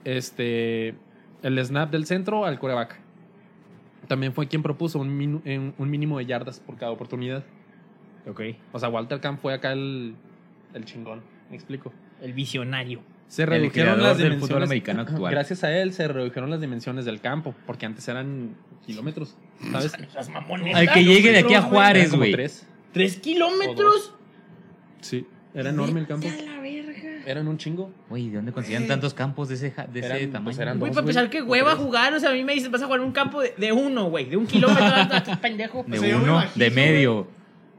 Speaker 1: Este, el snap del centro al coreback. También fue quien propuso un, minu- en- un mínimo de yardas por cada oportunidad.
Speaker 3: Ok.
Speaker 1: O sea, Walter Camp fue acá el, el chingón. Me explico.
Speaker 3: El visionario.
Speaker 1: Se
Speaker 4: El
Speaker 1: redujeron las
Speaker 4: creador del
Speaker 1: dimensiones.
Speaker 4: fútbol americano actual.
Speaker 1: Gracias a él se redujeron las dimensiones del campo, porque antes eran kilómetros, ¿sabes?
Speaker 3: Las mamones.
Speaker 4: Al que llegue de aquí a Juárez,
Speaker 1: Eran como
Speaker 4: güey.
Speaker 1: tres.
Speaker 3: ¿Tres kilómetros?
Speaker 1: Sí, era enorme el campo.
Speaker 3: Vete a la verga.
Speaker 1: Eran un chingo.
Speaker 4: Güey, ¿de dónde conseguían
Speaker 3: Güey.
Speaker 4: tantos campos de ese, ja- de ese
Speaker 1: Eran,
Speaker 4: tamaño?
Speaker 1: pues, eran
Speaker 3: Güey,
Speaker 1: dos.
Speaker 3: para empezar, qué hueva jugar. O sea, a mí me dices, vas a jugar en un campo de, de (laughs) uno, güey. De un kilómetro. estás pendejo.
Speaker 4: De
Speaker 5: O sea, Pues yo me
Speaker 4: uno,
Speaker 5: imagino,
Speaker 4: de medio.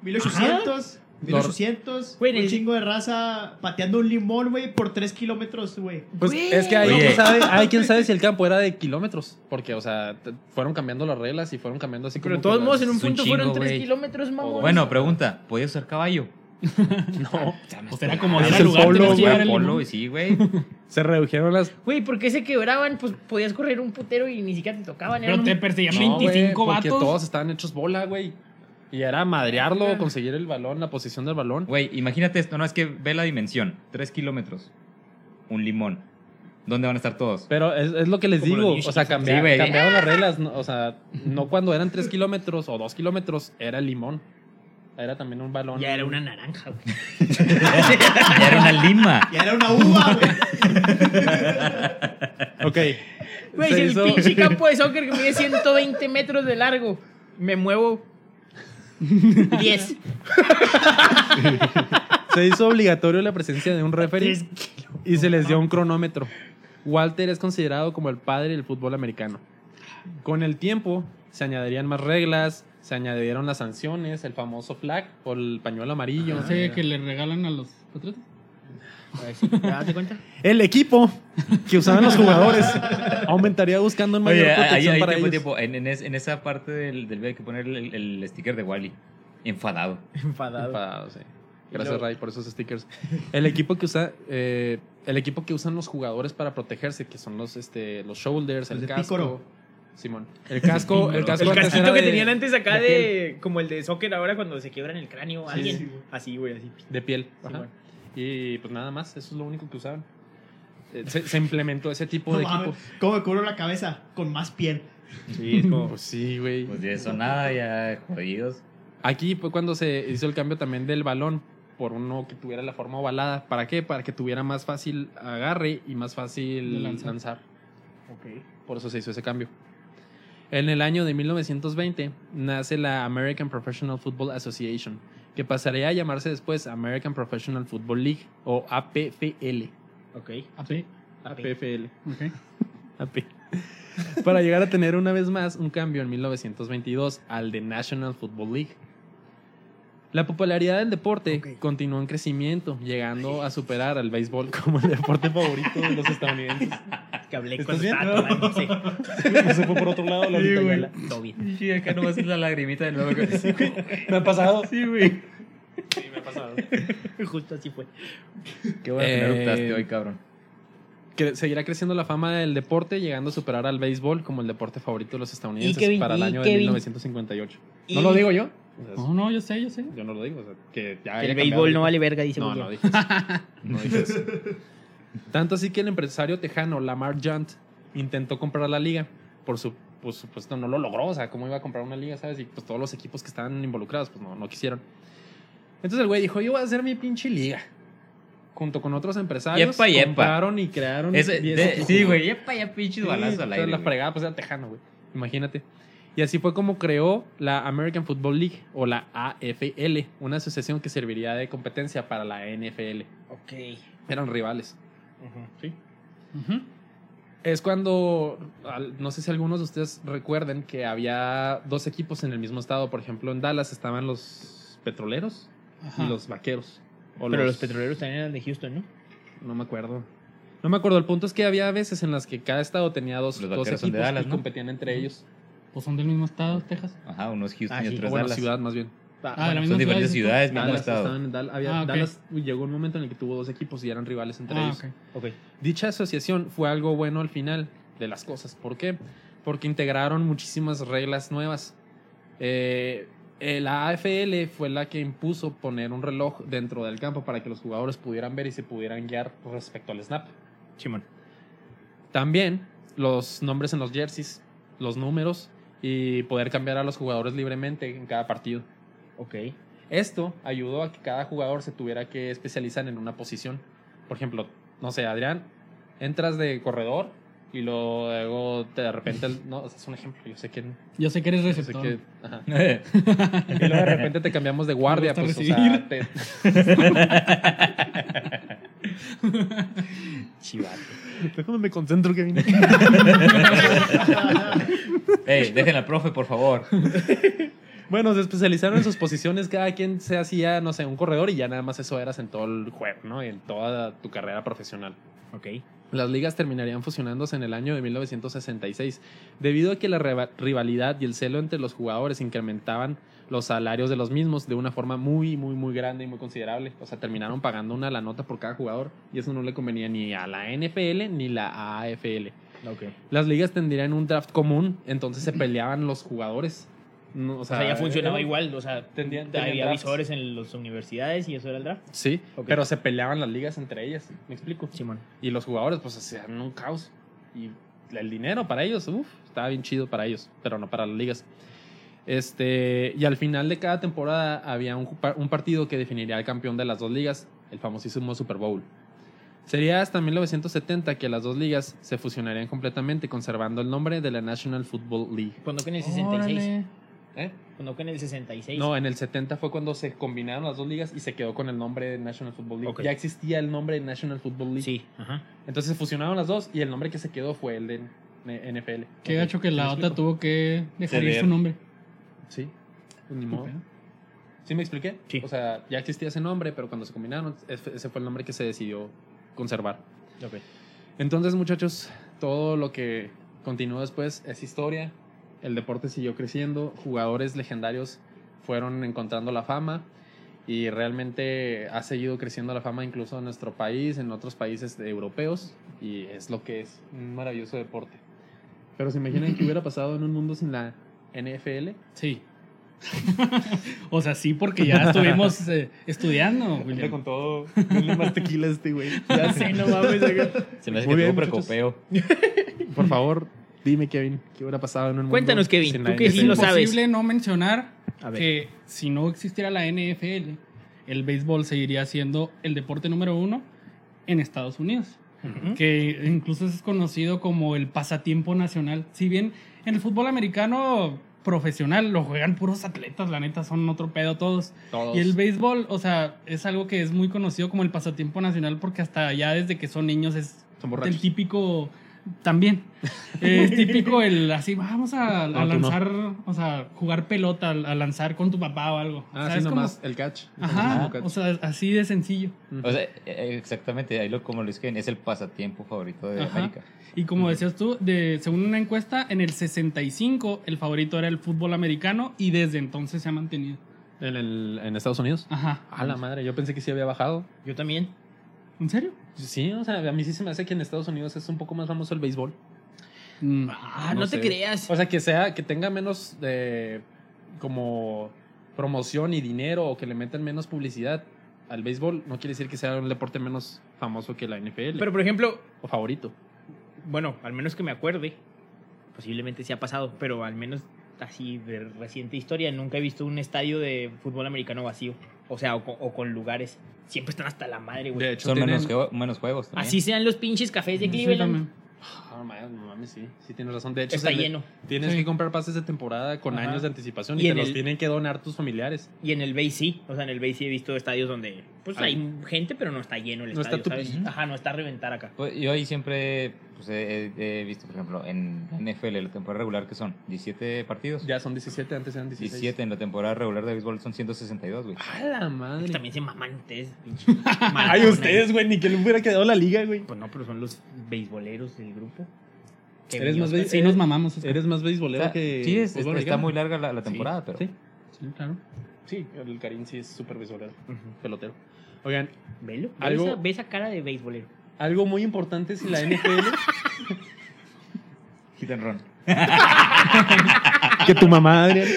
Speaker 5: 1800. 1800,
Speaker 3: Güey, en
Speaker 5: un
Speaker 3: el-
Speaker 5: chingo de raza pateando un limón, güey, por 3 kilómetros, güey.
Speaker 1: Pues
Speaker 3: Güey.
Speaker 1: es que hay
Speaker 4: Oye.
Speaker 1: quien, sabe, hay quien sabe si el campo era de kilómetros. Porque, o sea, te- fueron cambiando las reglas y fueron cambiando así
Speaker 3: Pero
Speaker 1: como.
Speaker 3: de todos
Speaker 1: que
Speaker 3: modos, en un
Speaker 4: es un
Speaker 3: punto
Speaker 4: chingo,
Speaker 3: fueron 3
Speaker 4: güey.
Speaker 3: kilómetros, mamón.
Speaker 4: Bueno, pregunta, ¿podías usar caballo?
Speaker 1: las- Ah, No.
Speaker 2: Pues era como ir
Speaker 1: Es
Speaker 2: al
Speaker 1: el
Speaker 2: lugar,
Speaker 1: polo,
Speaker 2: tenías que
Speaker 1: güey,
Speaker 2: llevar el
Speaker 4: polo,
Speaker 2: limón.
Speaker 4: y sí, güey.
Speaker 1: Se redujeron las.
Speaker 3: Güey, ¿por qué se quebraban? Pues podías correr un putero y ni siquiera te tocaban.
Speaker 2: Pero
Speaker 3: eran
Speaker 2: te
Speaker 3: un-
Speaker 2: perseguían
Speaker 1: No, güey,
Speaker 2: 25
Speaker 1: Porque
Speaker 2: vatos.
Speaker 1: todos estaban hechos bola, güey. Y era madrearlo, conseguir el balón, la posición del balón.
Speaker 4: Güey, imagínate esto, no, es que ve la dimensión. Tres kilómetros. Un limón. ¿Dónde van a estar
Speaker 1: (laughs)
Speaker 4: todos?
Speaker 1: Pero es, es lo que les
Speaker 3: Como los
Speaker 1: digo,
Speaker 3: niños
Speaker 1: o sea,
Speaker 4: chiquitos.
Speaker 1: cambia-
Speaker 4: Sí, güey.
Speaker 1: cambiaron las reglas, no- o sea, no cuando eran 3 kilómetros o 2 kilómetros, era el limón. Era también un balón.
Speaker 3: Ya era una naranja, güey.
Speaker 4: Ya era una lima.
Speaker 5: Y era
Speaker 1: (laughs)
Speaker 5: una uva, güey.
Speaker 1: Ok.
Speaker 3: Güey,
Speaker 1: Se
Speaker 3: si el
Speaker 1: hizo-
Speaker 3: pinche (laughs) campo de soccer que mide 120 metros de largo, me muevo 10.
Speaker 1: Se hizo obligatorio la presencia de un referee y se les dio un cronómetro. Walter es considerado como el padre del fútbol americano. Con el tiempo se añadirían más reglas, se añadieron las sanciones, el famoso flag o el pañuelo amarillo.
Speaker 2: No sé, Ah, que le regalan a los atletas.
Speaker 3: ¿Te das cuenta?
Speaker 1: El equipo que usaban los jugadores aumentaría buscando un mayor
Speaker 4: Oye,
Speaker 1: protección
Speaker 4: ahí, ahí
Speaker 1: para
Speaker 4: tiempo,
Speaker 1: ellos.
Speaker 4: tiempo. En, en es- en esa parte del, del video hay que poner el, el sticker de Wally. Enfadado.
Speaker 3: Enfadado.
Speaker 1: Enfadado, sí. Gracias,
Speaker 3: luego-
Speaker 1: Ray, por esos stickers. El equipo que usa, eh, el equipo que usan los jugadores para protegerse, que son los, este, los shoulders,
Speaker 5: Los
Speaker 1: el
Speaker 5: de
Speaker 1: casco.
Speaker 5: Pícoro.
Speaker 1: Simón. El casco, el casco
Speaker 3: El
Speaker 1: antes
Speaker 3: casquito
Speaker 1: era
Speaker 3: que
Speaker 1: de-
Speaker 3: tenían antes acá
Speaker 1: de
Speaker 3: de, como el de soccer ahora cuando se quiebran el cráneo a
Speaker 1: Sí,
Speaker 3: alguien.
Speaker 5: sí, güey.
Speaker 3: Así, güey, así.
Speaker 1: De piel. Ajá.
Speaker 3: bueno.
Speaker 1: Y pues nada más, eso es lo único que usaban. Eh, Se, se implementó ese tipo
Speaker 5: No
Speaker 1: de
Speaker 5: mames,
Speaker 1: equipo.
Speaker 5: ¿Cómo me cubro la cabeza? Con más piel.
Speaker 1: Sí, es como, pues sí, güey.
Speaker 4: Pues de eso nada, ya jodidos.
Speaker 1: Aquí fue cuando se hizo el cambio también del balón por uno que tuviera la forma ovalada. ¿Para qué? Para que tuviera más fácil agarre y más
Speaker 2: De
Speaker 1: fácil
Speaker 2: lanzar.
Speaker 1: lanzar. Por eso se hizo ese cambio. En el año de 1920 nace la American Professional Football Association, que pasaría a llamarse después American Professional Football League o APFL.
Speaker 3: Ok.
Speaker 1: Ah,
Speaker 2: AP.
Speaker 1: APFL.
Speaker 2: ok.
Speaker 1: AP. (laughs) Para llegar a tener una vez más un cambio en 1922 al de National Football League. La popularidad del deporte
Speaker 3: Ok.
Speaker 1: continuó en crecimiento, llegando a superar al béisbol como el deporte favorito de los estadounidenses.
Speaker 3: Que hablé
Speaker 1: ¿Estás
Speaker 3: cuando
Speaker 1: bien?
Speaker 3: estaba tomando, sí.
Speaker 1: Se fue por otro lado, la ahorita ya la-
Speaker 3: Todo bien.
Speaker 4: Sí, acá no va a ser la lagrimita de (laughs) nuevo.
Speaker 1: Me ha pasado. Sí, güey. Sí, me ha pasado.
Speaker 3: (laughs) Justo así fue.
Speaker 4: Qué bueno que
Speaker 1: Eh,
Speaker 4: no eructaste hoy, cabrón.
Speaker 1: Cre- seguirá creciendo la fama del deporte, llegando a superar al béisbol como el deporte favorito de los estadounidenses
Speaker 3: Kevin,
Speaker 1: para el
Speaker 3: y
Speaker 1: año de
Speaker 3: Kevin.
Speaker 1: 1958.
Speaker 3: Y-
Speaker 1: No lo digo yo.
Speaker 2: No, no, yo sé, yo sé.
Speaker 1: Yo no lo digo. o sea, que ya
Speaker 3: El
Speaker 1: haya
Speaker 3: béisbol
Speaker 1: cambiado.
Speaker 3: no vale pues verga, dice
Speaker 1: No,
Speaker 3: William.
Speaker 1: no dije
Speaker 3: (laughs)
Speaker 1: eso. No dije eso. Tanto así que el empresario tejano Lamar Junt intentó comprar la liga. Por su, por supuesto, no lo logró. O sea, ¿cómo iba a comprar una liga, sabes? Y pues todos los equipos que estaban involucrados, pues no, no quisieron. Entonces el güey dijo: Yo voy a hacer mi pinche liga. Junto con otros empresarios,
Speaker 4: Yepa, yepa.
Speaker 1: compraron y crearon.
Speaker 4: Ese-
Speaker 1: 10
Speaker 4: de-
Speaker 1: equipos.
Speaker 4: sí, güey, ya para allá pinches
Speaker 1: Sí,
Speaker 4: balazos al
Speaker 1: toda
Speaker 4: aire.
Speaker 1: La
Speaker 4: güey.
Speaker 1: fregada, pues era tejano, güey. Imagínate. Y así fue como creó la American Football League o la AFL, una asociación que serviría de competencia para la NFL.
Speaker 3: Ok.
Speaker 1: Eran rivales.
Speaker 2: Ujú.
Speaker 1: Es cuando, al- no sé si algunos de ustedes recuerden que había dos equipos en el mismo estado. Por ejemplo, en Dallas estaban los petroleros
Speaker 2: Ajá.
Speaker 1: y los vaqueros. O
Speaker 3: Pero los petroleros también eran de Houston, ¿no?
Speaker 1: No me acuerdo. No me acuerdo. El punto es que había veces en las que cada estado tenía dos,
Speaker 4: Los
Speaker 1: dos equipos
Speaker 4: vaqueros son de Dallas,
Speaker 1: y
Speaker 4: ¿no?
Speaker 1: competían entre ellos.
Speaker 2: Pues son del mismo estado, Texas.
Speaker 4: Ajá, unos Houston
Speaker 3: Ah,
Speaker 4: y
Speaker 3: sí,
Speaker 1: O
Speaker 4: otros
Speaker 1: bueno,
Speaker 4: Dallas.
Speaker 1: ciudad más bien.
Speaker 3: Ah,
Speaker 2: Ah, de la
Speaker 3: bueno.
Speaker 2: misma
Speaker 4: Son diferentes
Speaker 2: ciudad,
Speaker 4: ciudades, mismo
Speaker 1: Dallas
Speaker 4: estado.
Speaker 1: estaban en Dal- había-
Speaker 2: Ah, ok.
Speaker 1: Dallas llegó un momento en el que tuvo dos equipos y eran rivales entre
Speaker 2: Ah,
Speaker 1: ellos.
Speaker 2: ok.
Speaker 3: Ok.
Speaker 1: Dicha asociación fue algo bueno al final de las cosas. ¿Por qué? Porque integraron muchísimas reglas nuevas. Eh, eh, la AFL fue la que impuso poner un reloj dentro del campo para que los jugadores pudieran ver y se pudieran guiar respecto al snap.
Speaker 4: Simón.
Speaker 1: También los nombres en los jerseys, los números y poder cambiar a los jugadores libremente en cada partido.
Speaker 3: Ok.
Speaker 1: Esto ayudó a que cada jugador se tuviera que especializar en una posición. Por ejemplo, no sé, Adrián, entras de corredor y luego te- de repente, el- no, o sea, es un ejemplo, yo sé que, yo
Speaker 2: Yo sé que eres
Speaker 1: sé
Speaker 2: receptor.
Speaker 1: que ajá. y luego de repente te cambiamos de (laughs) guardia,
Speaker 2: Me gusta
Speaker 1: pues, o sea, te-
Speaker 3: Chivato.
Speaker 1: (laughs) Déjame me concentro, Kevin.
Speaker 4: (laughs) Ey, dejen al profe, por favor.
Speaker 1: (laughs) Bueno, se especializaron en sus posiciones, cada quien se hacía, no sé, un corredor y ya nada más eso eras en todo el juego, ¿no? En toda tu carrera profesional.
Speaker 3: Ok.
Speaker 1: Las ligas terminarían fusionándose en el año de 1966, debido a que la reva- rivalidad y el celo entre los jugadores incrementaban los salarios de los mismos de una forma muy, muy, muy grande y muy considerable. O sea, terminaron pagando una la nota por cada jugador y eso no le convenía ni a la NFL ni la AFL.
Speaker 3: Ok.
Speaker 1: Las ligas tendrían un draft común, entonces se peleaban los jugadores. No, o,
Speaker 3: O
Speaker 1: sea,
Speaker 3: sea, ya funcionaba
Speaker 1: era-
Speaker 3: igual, o sea,
Speaker 1: Tendrían-
Speaker 3: había
Speaker 1: tenían drafts.
Speaker 3: visores en las universidades y eso era el draft.
Speaker 1: Sí,
Speaker 3: Ok.
Speaker 1: pero se peleaban las ligas entre ellas, me explico.
Speaker 3: Simón.
Speaker 1: Y los jugadores, pues, hacían un caos. Y el dinero para ellos, uff, estaba bien chido para ellos, pero no para las ligas. Este, y al final de cada temporada había un, ju- pa- un partido que definiría al campeón de las dos ligas, el famosísimo Super Bowl. Sería hasta 1970 que las dos ligas se fusionarían completamente, conservando el nombre de la National Football League.
Speaker 3: Cuando que en el 66.
Speaker 1: ¿Eh?
Speaker 3: Cuando que en el 66.
Speaker 1: No, en el 70 fue cuando se combinaron las dos ligas y se quedó con el nombre de National Football League.
Speaker 3: Ok.
Speaker 1: Ya existía el nombre de National Football League.
Speaker 3: Sí, ajá.
Speaker 1: Entonces se fusionaron las dos y el nombre que se quedó fue el de N- NFL.
Speaker 2: Qué gacho que la
Speaker 1: ¿Sí me
Speaker 2: otra
Speaker 1: explico?
Speaker 2: tuvo que dejar ir
Speaker 1: Ceder.
Speaker 2: su nombre.
Speaker 1: Sí. Pues ni modo. ¿Sí me expliqué?
Speaker 3: Sí.
Speaker 1: O sea, ya existía ese nombre, pero cuando se combinaron, ese ese fue el nombre que se decidió conservar.
Speaker 3: Ok.
Speaker 1: Entonces, muchachos, todo lo que continuó después es historia. El deporte siguió creciendo, jugadores legendarios fueron encontrando la fama y realmente ha seguido creciendo la fama incluso en nuestro país, en otros países de europeos y es lo que es un maravilloso deporte. Pero se imaginan que hubiera pasado en un mundo sin la NFL.
Speaker 2: Sí. (laughs) o sea, sí, porque ya estuvimos eh, estudiando, William.
Speaker 1: todo, denle más tequila a este güey. (laughs)
Speaker 3: Ya sé, no mames. acá.
Speaker 4: (laughs) Se me hace
Speaker 1: Muy
Speaker 4: que
Speaker 1: bien,
Speaker 4: tuvo
Speaker 1: muchachos.
Speaker 4: precopeo.
Speaker 1: Por favor, dime Kevin, ¿qué hubiera pasado en un mundo
Speaker 3: Cuéntanos, Kevin,
Speaker 1: sin
Speaker 3: tú
Speaker 1: la
Speaker 3: que sí
Speaker 1: NFL?
Speaker 3: lo
Speaker 2: Es
Speaker 3: sabes.
Speaker 2: imposible no mencionar
Speaker 3: A ver.
Speaker 2: que si no existiera la NFL, el béisbol seguiría siendo el deporte número uno en Estados Unidos, que incluso es conocido como el pasatiempo nacional. Si bien en el fútbol americano profesional lo juegan puros atletas, la neta son otro pedo todos.
Speaker 1: Todos.
Speaker 2: Y el béisbol, o sea, es algo que es muy conocido como el pasatiempo nacional porque hasta ya desde que son niños es
Speaker 1: Son
Speaker 2: el
Speaker 1: borrachos.
Speaker 2: típico también. Es típico el así, vamos a, a
Speaker 1: No, tú no.
Speaker 2: lanzar, o sea, jugar pelota, a lanzar con tu papá o algo.
Speaker 1: Ah,
Speaker 2: ¿Sabes
Speaker 1: sí,
Speaker 2: cómo?
Speaker 1: nomás, el catch. El
Speaker 2: Ajá,
Speaker 1: famosísimo catch.
Speaker 2: o sea, así de sencillo.
Speaker 4: O sea, eh, exactamente, ahí lo, como lo dicen, es el pasatiempo favorito de
Speaker 2: Ajá.
Speaker 4: América.
Speaker 2: Y como decías tú, de, según una encuesta, en el 65 el favorito era el fútbol americano y desde entonces se ha mantenido.
Speaker 1: ¿En, el- en Estados Unidos?
Speaker 2: Ajá.
Speaker 1: Ah, A la madre, yo pensé que sí había bajado.
Speaker 3: Yo también.
Speaker 2: ¿En serio?
Speaker 1: Sí, o sea, a mí sí se me hace que en Estados Unidos es un poco más famoso el béisbol.
Speaker 2: Mm,
Speaker 3: Ah, no, te
Speaker 1: sé. Pues,
Speaker 3: creas.
Speaker 1: O sea, que sea, que tenga menos de como promoción y dinero o que le metan menos publicidad al béisbol, no quiere decir que sea un deporte menos famoso que la NFL
Speaker 3: Pero por ejemplo,
Speaker 1: o favorito.
Speaker 3: bueno, al menos que me acuerde, posiblemente se ha pasado, pero al menos así de reciente historia, nunca he visto un estadio de fútbol americano vacío. O sea, o, co- o con lugares. Siempre están hasta la madre, güey.
Speaker 1: hecho,
Speaker 4: Son menos, jue- menos juegos también.
Speaker 3: Así sean los pinches cafés de
Speaker 2: sí,
Speaker 3: Cleveland.
Speaker 2: también.
Speaker 1: Ah, mames, no mames, sí, sí tienes razón. De hecho,
Speaker 3: está
Speaker 1: se le-
Speaker 3: lleno.
Speaker 1: tienes
Speaker 2: Sí.
Speaker 1: que comprar pases de temporada con
Speaker 3: Ajá.
Speaker 1: años de anticipación
Speaker 3: Y
Speaker 1: y,
Speaker 3: en
Speaker 1: te los
Speaker 3: el-
Speaker 1: tienen que donar tus familiares.
Speaker 3: Y en el Bay sí. O sea, en el Bay sí he visto estadios donde pues
Speaker 1: Ay.
Speaker 3: hay gente, pero no está lleno el
Speaker 1: No está
Speaker 3: estadio,
Speaker 1: tu-
Speaker 3: ¿sabes?
Speaker 1: Ujú.
Speaker 3: Ajá, no está a reventar acá.
Speaker 4: Pues, yo ahí siempre pues, he, he- he visto, por ejemplo, en NFL, la temporada regular que son 17 partidos.
Speaker 1: Ya son 17, antes eran 16.
Speaker 4: 17 en la temporada regular de béisbol son 162, güey.
Speaker 1: A la madre.
Speaker 3: También se maman ustedes, pinche. malacones.
Speaker 1: Ay,
Speaker 4: eh.
Speaker 1: ustedes, güey, ni que le hubiera quedado la liga, güey.
Speaker 3: Pues no, pero son los beisboleros del grupo. Que
Speaker 1: Eres más
Speaker 3: Dios-
Speaker 1: béis-
Speaker 2: Sí, nos mamamos. Oscar.
Speaker 1: Eres más
Speaker 4: O
Speaker 1: beisbolero
Speaker 4: sea,
Speaker 1: que.
Speaker 4: sí, es-
Speaker 1: fútbol
Speaker 4: está, está
Speaker 1: americano.
Speaker 4: muy larga la, la temporada, pero
Speaker 1: Sí,
Speaker 2: Sí, claro.
Speaker 1: sí, el Karim sí es súper beisbolero,
Speaker 3: Ujú.
Speaker 1: pelotero. Oigan,
Speaker 3: Velo. ve
Speaker 1: Algo-
Speaker 3: esa- Ve esa cara de beisbolero.
Speaker 1: algo muy importante si la NFL.
Speaker 4: hit and run.
Speaker 1: que tu mamá, Adrián.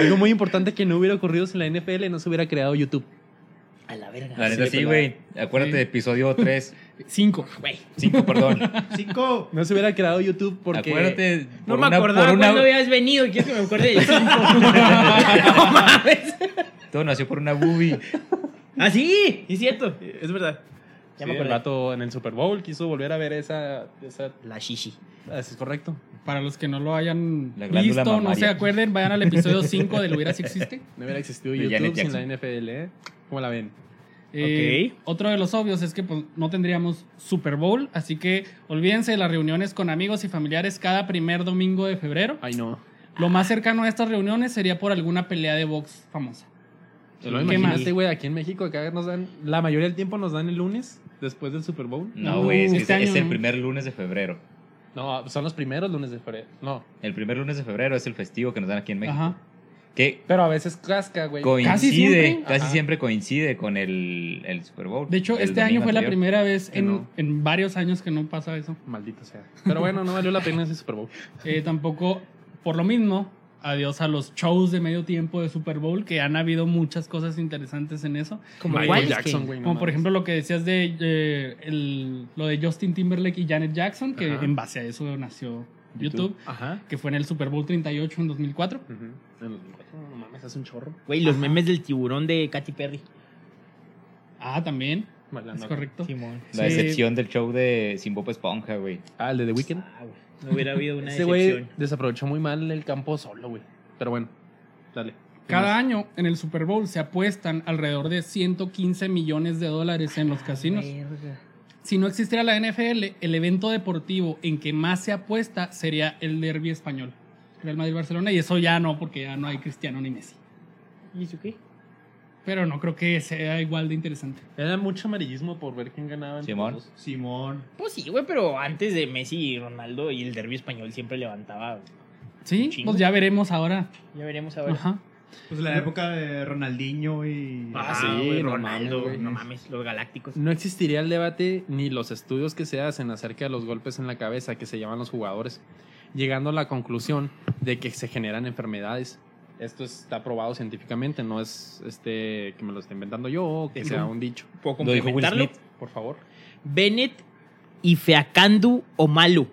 Speaker 1: algo muy importante que no hubiera ocurrido si la NFL no se hubiera creado YouTube.
Speaker 3: A la verga.
Speaker 4: La
Speaker 3: Sí,
Speaker 4: neta Ah,
Speaker 3: pues,
Speaker 4: sí, güey. Acuérdate
Speaker 2: Sí.
Speaker 4: de episodio 3,
Speaker 2: Cinco.
Speaker 3: Güey.
Speaker 1: (laughs)
Speaker 4: 5, perdón.
Speaker 5: Cinco.
Speaker 1: No se hubiera creado YouTube porque.
Speaker 4: Acuérdate.
Speaker 3: No
Speaker 4: por
Speaker 3: me
Speaker 4: una-
Speaker 3: acordaba
Speaker 4: por una-
Speaker 3: cuando habías venido. Quiero que me acuerde de cinco. no mames.
Speaker 4: Todo nació por una boobie.
Speaker 3: Ah, sí. Es cierto. Es verdad. Ya
Speaker 1: Sí,
Speaker 3: me
Speaker 1: el
Speaker 3: acordé.
Speaker 1: vato en el Super Bowl quiso volver a ver esa. esa
Speaker 3: La shishi.
Speaker 1: así es correcto.
Speaker 2: Para los que no lo hayan
Speaker 4: La glándula
Speaker 2: visto, no se
Speaker 4: mamaria.
Speaker 2: acuerden, vayan al episodio 5 del Hubiera si existe.
Speaker 1: No hubiera existido
Speaker 4: De
Speaker 1: YouTube
Speaker 4: Janet
Speaker 1: sin la
Speaker 4: Jackson.
Speaker 1: NFL, ¿eh? ¿Cómo la ven?
Speaker 2: Eh,
Speaker 3: Ok.
Speaker 2: Otro de los obvios es que pues, no tendríamos Super Bowl, así que olvídense de las reuniones con amigos y familiares cada primer domingo de febrero.
Speaker 1: Ay, no.
Speaker 2: Lo más cercano a estas reuniones sería por alguna pelea de box famosa.
Speaker 1: Te lo
Speaker 2: ¿Qué
Speaker 1: imaginaste,
Speaker 2: más?
Speaker 1: güey, aquí en México, acá nos dan, la mayoría del tiempo nos dan el lunes después del Super Bowl.
Speaker 4: No, güey, es, que
Speaker 2: Este
Speaker 4: es-
Speaker 2: año
Speaker 4: es el
Speaker 2: no.
Speaker 4: primer lunes de febrero.
Speaker 1: No, son los primeros lunes de febrero. No,
Speaker 4: El primer lunes de febrero es el festivo que nos dan aquí en México.
Speaker 2: Ajá.
Speaker 4: Que
Speaker 1: pero a veces casca, güey.
Speaker 4: coincide,
Speaker 2: ¿Casi
Speaker 4: casi
Speaker 2: siempre?
Speaker 4: siempre,
Speaker 1: Ajá.
Speaker 4: coincide con el, el Super Bowl.
Speaker 2: De hecho,
Speaker 4: el
Speaker 2: este
Speaker 4: domingo
Speaker 2: año fue la
Speaker 4: anterior.
Speaker 2: primera vez
Speaker 1: Que
Speaker 2: en,
Speaker 1: no.
Speaker 2: en varios años que no pasa eso.
Speaker 1: Maldito sea. Pero bueno, no valió la pena ese Super Bowl.
Speaker 2: Eh, tampoco, por lo mismo, adiós a los shows de medio tiempo de Super Bowl, que han habido muchas cosas interesantes en eso.
Speaker 1: Como
Speaker 3: Michael
Speaker 1: Michael
Speaker 3: Jackson,
Speaker 1: Jackson, güey. no
Speaker 2: Como por
Speaker 1: mames.
Speaker 2: ejemplo lo que decías de eh, el- lo de Justin Timberlake y Janet Jackson, que
Speaker 1: Ajá.
Speaker 2: en base a eso nació YouTube,
Speaker 1: Ajá.
Speaker 2: que fue en el Super Bowl 38 en 2004.
Speaker 1: Ujú. En los cuatro, No mames, hace un chorro.
Speaker 3: Güey, los memes del tiburón de Katy Perry.
Speaker 2: Ah, también,
Speaker 1: Bailando
Speaker 2: es
Speaker 1: acá.
Speaker 2: correcto.
Speaker 3: Simón.
Speaker 4: La
Speaker 2: Sí.
Speaker 4: excepción del show de Sin Bob Esponja, güey.
Speaker 1: Ah, el de The Weeknd.
Speaker 3: Ah, güey. No hubiera habido (laughs) una
Speaker 1: Ese Este güey
Speaker 3: excepción.
Speaker 1: desaprovechó muy mal el campo solo, güey. Pero bueno, dale. ¿Qué
Speaker 2: Cada
Speaker 1: más?
Speaker 2: año en el Super Bowl se apuestan alrededor de 115 millones de dólares en los casinos.
Speaker 3: Verga.
Speaker 2: Si no existiera la NFL, el evento deportivo en que más se apuesta sería el derby español. Real Madrid-Barcelona, y eso ya no, porque ya no hay Cristiano ni Messi.
Speaker 3: ¿Y eso qué?
Speaker 2: Pero no creo que sea igual de interesante.
Speaker 1: Era mucho amarillismo por ver quién ganaba. entre
Speaker 4: Simón.
Speaker 1: los dos.
Speaker 5: Simón.
Speaker 3: Pues sí, güey, pero antes de Messi y Ronaldo y el derbi español siempre levantaba.
Speaker 2: Sí,
Speaker 3: Chingo.
Speaker 2: pues ya veremos ahora.
Speaker 3: Ya veremos a ver.
Speaker 2: Ajá.
Speaker 5: Pues la época de Ronaldinho y.
Speaker 1: Ah, sí,
Speaker 3: güey,
Speaker 1: no mames,
Speaker 3: Ronaldo,
Speaker 1: güey.
Speaker 3: no mames, los galácticos.
Speaker 1: No existiría el debate ni los estudios que se hacen acerca de los golpes en la cabeza que se llevan los jugadores, llegando a la conclusión de que se generan enfermedades. Esto está probado científicamente, no es este que me lo esté inventando yo o que
Speaker 3: Ujú.
Speaker 1: sea un dicho.
Speaker 3: ¿Puedo
Speaker 4: Lo dijo Will
Speaker 3: complementarlo?
Speaker 4: Smith.
Speaker 1: Por favor.
Speaker 3: Bennett Ifeakandu Omalu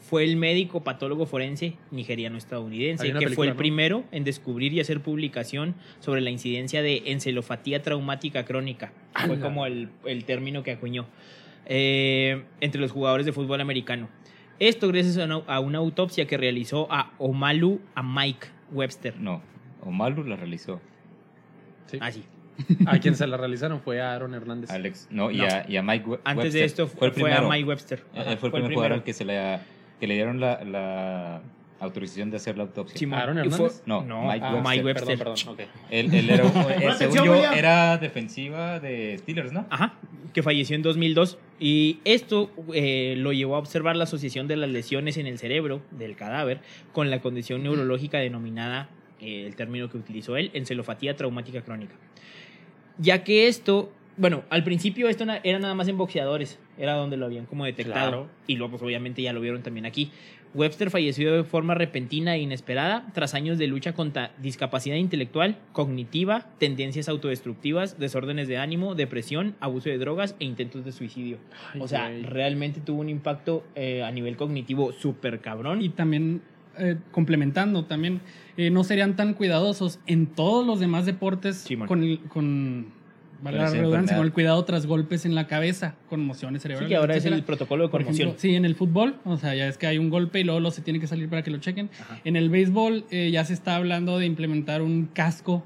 Speaker 3: fue el médico patólogo forense nigeriano-estadounidense
Speaker 1: Hay
Speaker 3: que
Speaker 1: una
Speaker 3: fue
Speaker 1: película,
Speaker 3: el
Speaker 1: ¿no?
Speaker 3: primero en descubrir y hacer publicación sobre la incidencia de encelofatía traumática crónica. Fue
Speaker 1: ¡Ala!
Speaker 3: como el, el término que acuñó eh, entre los jugadores de fútbol americano. Esto gracias a una, a una autopsia que realizó a Omalu a Mike Webster.
Speaker 4: No, Omalu la realizó.
Speaker 1: Sí.
Speaker 3: Así.
Speaker 1: A quien se la realizaron fue a Aaron Hernández.
Speaker 4: Alex, no, y,
Speaker 3: No.
Speaker 4: A, y a Mike We-
Speaker 3: Antes
Speaker 4: Webster.
Speaker 3: de esto fue, a
Speaker 4: primero.
Speaker 3: Mike Webster.
Speaker 4: Eh,
Speaker 3: Ajá,
Speaker 4: fue el primer jugador al que, se le, que le dieron la, la autorización de hacer la autopsia.
Speaker 3: Simón.
Speaker 1: ¿Aaron
Speaker 3: Y fue-
Speaker 1: Hernández?
Speaker 4: No,
Speaker 3: no,
Speaker 4: Mike
Speaker 3: ah,
Speaker 4: Webster.
Speaker 3: Mike Webster.
Speaker 1: Perdón, perdón. ok.
Speaker 4: Él, él era, eh, según
Speaker 5: Atención,
Speaker 4: yo,
Speaker 5: William.
Speaker 4: era defensiva de Steelers, ¿no?
Speaker 3: Ajá, que falleció en 2002. Y esto eh, lo llevó a observar la asociación de las lesiones en el cerebro del cadáver con la condición neurológica denominada, eh, el término que utilizó él, encelofatía traumática crónica. Ya que esto, bueno, al principio esto na- era nada más en boxeadores, era donde lo habían como detectado.
Speaker 1: Claro.
Speaker 3: Y luego, pues obviamente ya lo vieron también aquí. Webster falleció de forma repentina e inesperada tras años de lucha contra discapacidad intelectual, cognitiva, tendencias autodestructivas, desórdenes de ánimo, depresión, abuso de drogas e intentos de suicidio.
Speaker 1: Ay,
Speaker 3: o sea,
Speaker 1: güey.
Speaker 3: realmente tuvo un impacto eh, a nivel cognitivo súper cabrón.
Speaker 2: Y también eh, complementando, también eh, no serían tan cuidadosos en todos los demás deportes
Speaker 3: Simón.
Speaker 2: con, el- con, valga
Speaker 4: Con
Speaker 2: la
Speaker 4: esa
Speaker 2: redundancia,
Speaker 4: enfermedad.
Speaker 2: con el cuidado tras golpes en la cabeza, conmociones
Speaker 3: Sí,
Speaker 2: cerebrales.
Speaker 3: que ahora es
Speaker 2: etcétera.
Speaker 3: el protocolo de
Speaker 2: Por ejemplo,
Speaker 3: conmoción.
Speaker 2: sí, en el fútbol, o sea, ya es que hay un golpe y luego lo se tiene que salir para que lo chequen.
Speaker 3: Ajá.
Speaker 2: En el béisbol eh, ya se está hablando de implementar un casco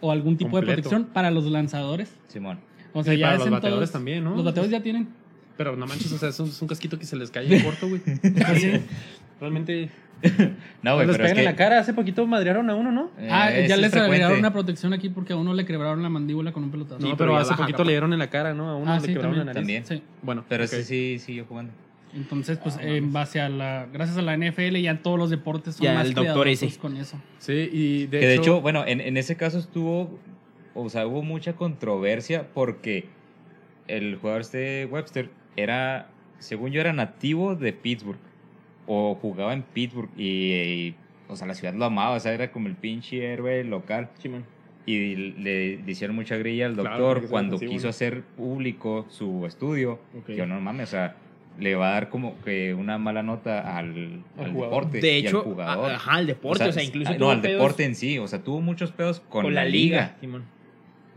Speaker 2: o algún tipo de
Speaker 1: Completo.
Speaker 2: protección para los lanzadores.
Speaker 4: Simón.
Speaker 2: O sea,
Speaker 1: Y
Speaker 2: ya
Speaker 1: para
Speaker 2: es
Speaker 1: los
Speaker 2: en
Speaker 1: bateadores
Speaker 2: todos-
Speaker 1: también, ¿no?
Speaker 2: Los bateadores ya tienen.
Speaker 1: Pero no manches, o sea, es un, es un casquito que se les cae en corto, (laughs) güey. Realmente.
Speaker 4: No, güey,
Speaker 1: les Pues
Speaker 4: pero
Speaker 1: pegan
Speaker 4: es
Speaker 1: en
Speaker 4: que...
Speaker 1: la cara. Hace poquito madrearon a uno, ¿no?
Speaker 4: eh,
Speaker 2: ah,
Speaker 4: eso
Speaker 2: ya
Speaker 4: es
Speaker 2: les agregaron
Speaker 4: frecuente.
Speaker 2: una protección aquí porque a uno le quebraron la mandíbula con un pelotazo.
Speaker 1: No,
Speaker 3: Sí,
Speaker 1: pero,
Speaker 3: pero ya
Speaker 1: hace
Speaker 3: baja
Speaker 1: poquito
Speaker 3: capa.
Speaker 1: le dieron en la cara, ¿no? A uno
Speaker 2: Ah,
Speaker 1: le
Speaker 2: sí,
Speaker 1: quebraron la
Speaker 2: también.
Speaker 1: nariz.
Speaker 4: También.
Speaker 2: Sí.
Speaker 1: Bueno,
Speaker 4: Pero
Speaker 1: ok.
Speaker 4: sí, sí, sí, yo jugando.
Speaker 2: Entonces, pues
Speaker 1: Ah,
Speaker 2: en
Speaker 1: mames.
Speaker 2: base a la. Gracias a la NFL y a todos los deportes son
Speaker 3: Ya,
Speaker 2: más
Speaker 3: el doctor
Speaker 2: cuidadosos
Speaker 3: ese.
Speaker 2: con eso.
Speaker 1: Sí, y de
Speaker 4: que de
Speaker 1: hecho,
Speaker 4: hecho, bueno, en, en ese caso estuvo, o sea, hubo mucha controversia porque el jugador este Webster era, según yo, era nativo de Pittsburgh o jugaba en Pittsburgh y, y, o sea, la ciudad lo amaba, o sea, era como el pinche héroe local
Speaker 3: Simón.
Speaker 4: y le, le hicieron mucha grilla al
Speaker 1: Claro,
Speaker 4: doctor
Speaker 1: porque es
Speaker 4: cuando
Speaker 1: ofensivo,
Speaker 4: quiso
Speaker 1: ¿no?
Speaker 4: hacer público su estudio.
Speaker 3: Ok.
Speaker 4: Que no mames, o sea, le va a dar como que una mala nota al,
Speaker 1: Al
Speaker 4: al
Speaker 1: jugador.
Speaker 4: deporte
Speaker 3: De
Speaker 4: y
Speaker 3: hecho,
Speaker 4: al jugador. ah,
Speaker 3: a- ajá, al deporte, o sea, incluso
Speaker 4: No,
Speaker 3: tuvo
Speaker 4: al
Speaker 3: pedos
Speaker 4: deporte en sí. O sea, tuvo muchos pedos con, la, liga.
Speaker 3: Simón.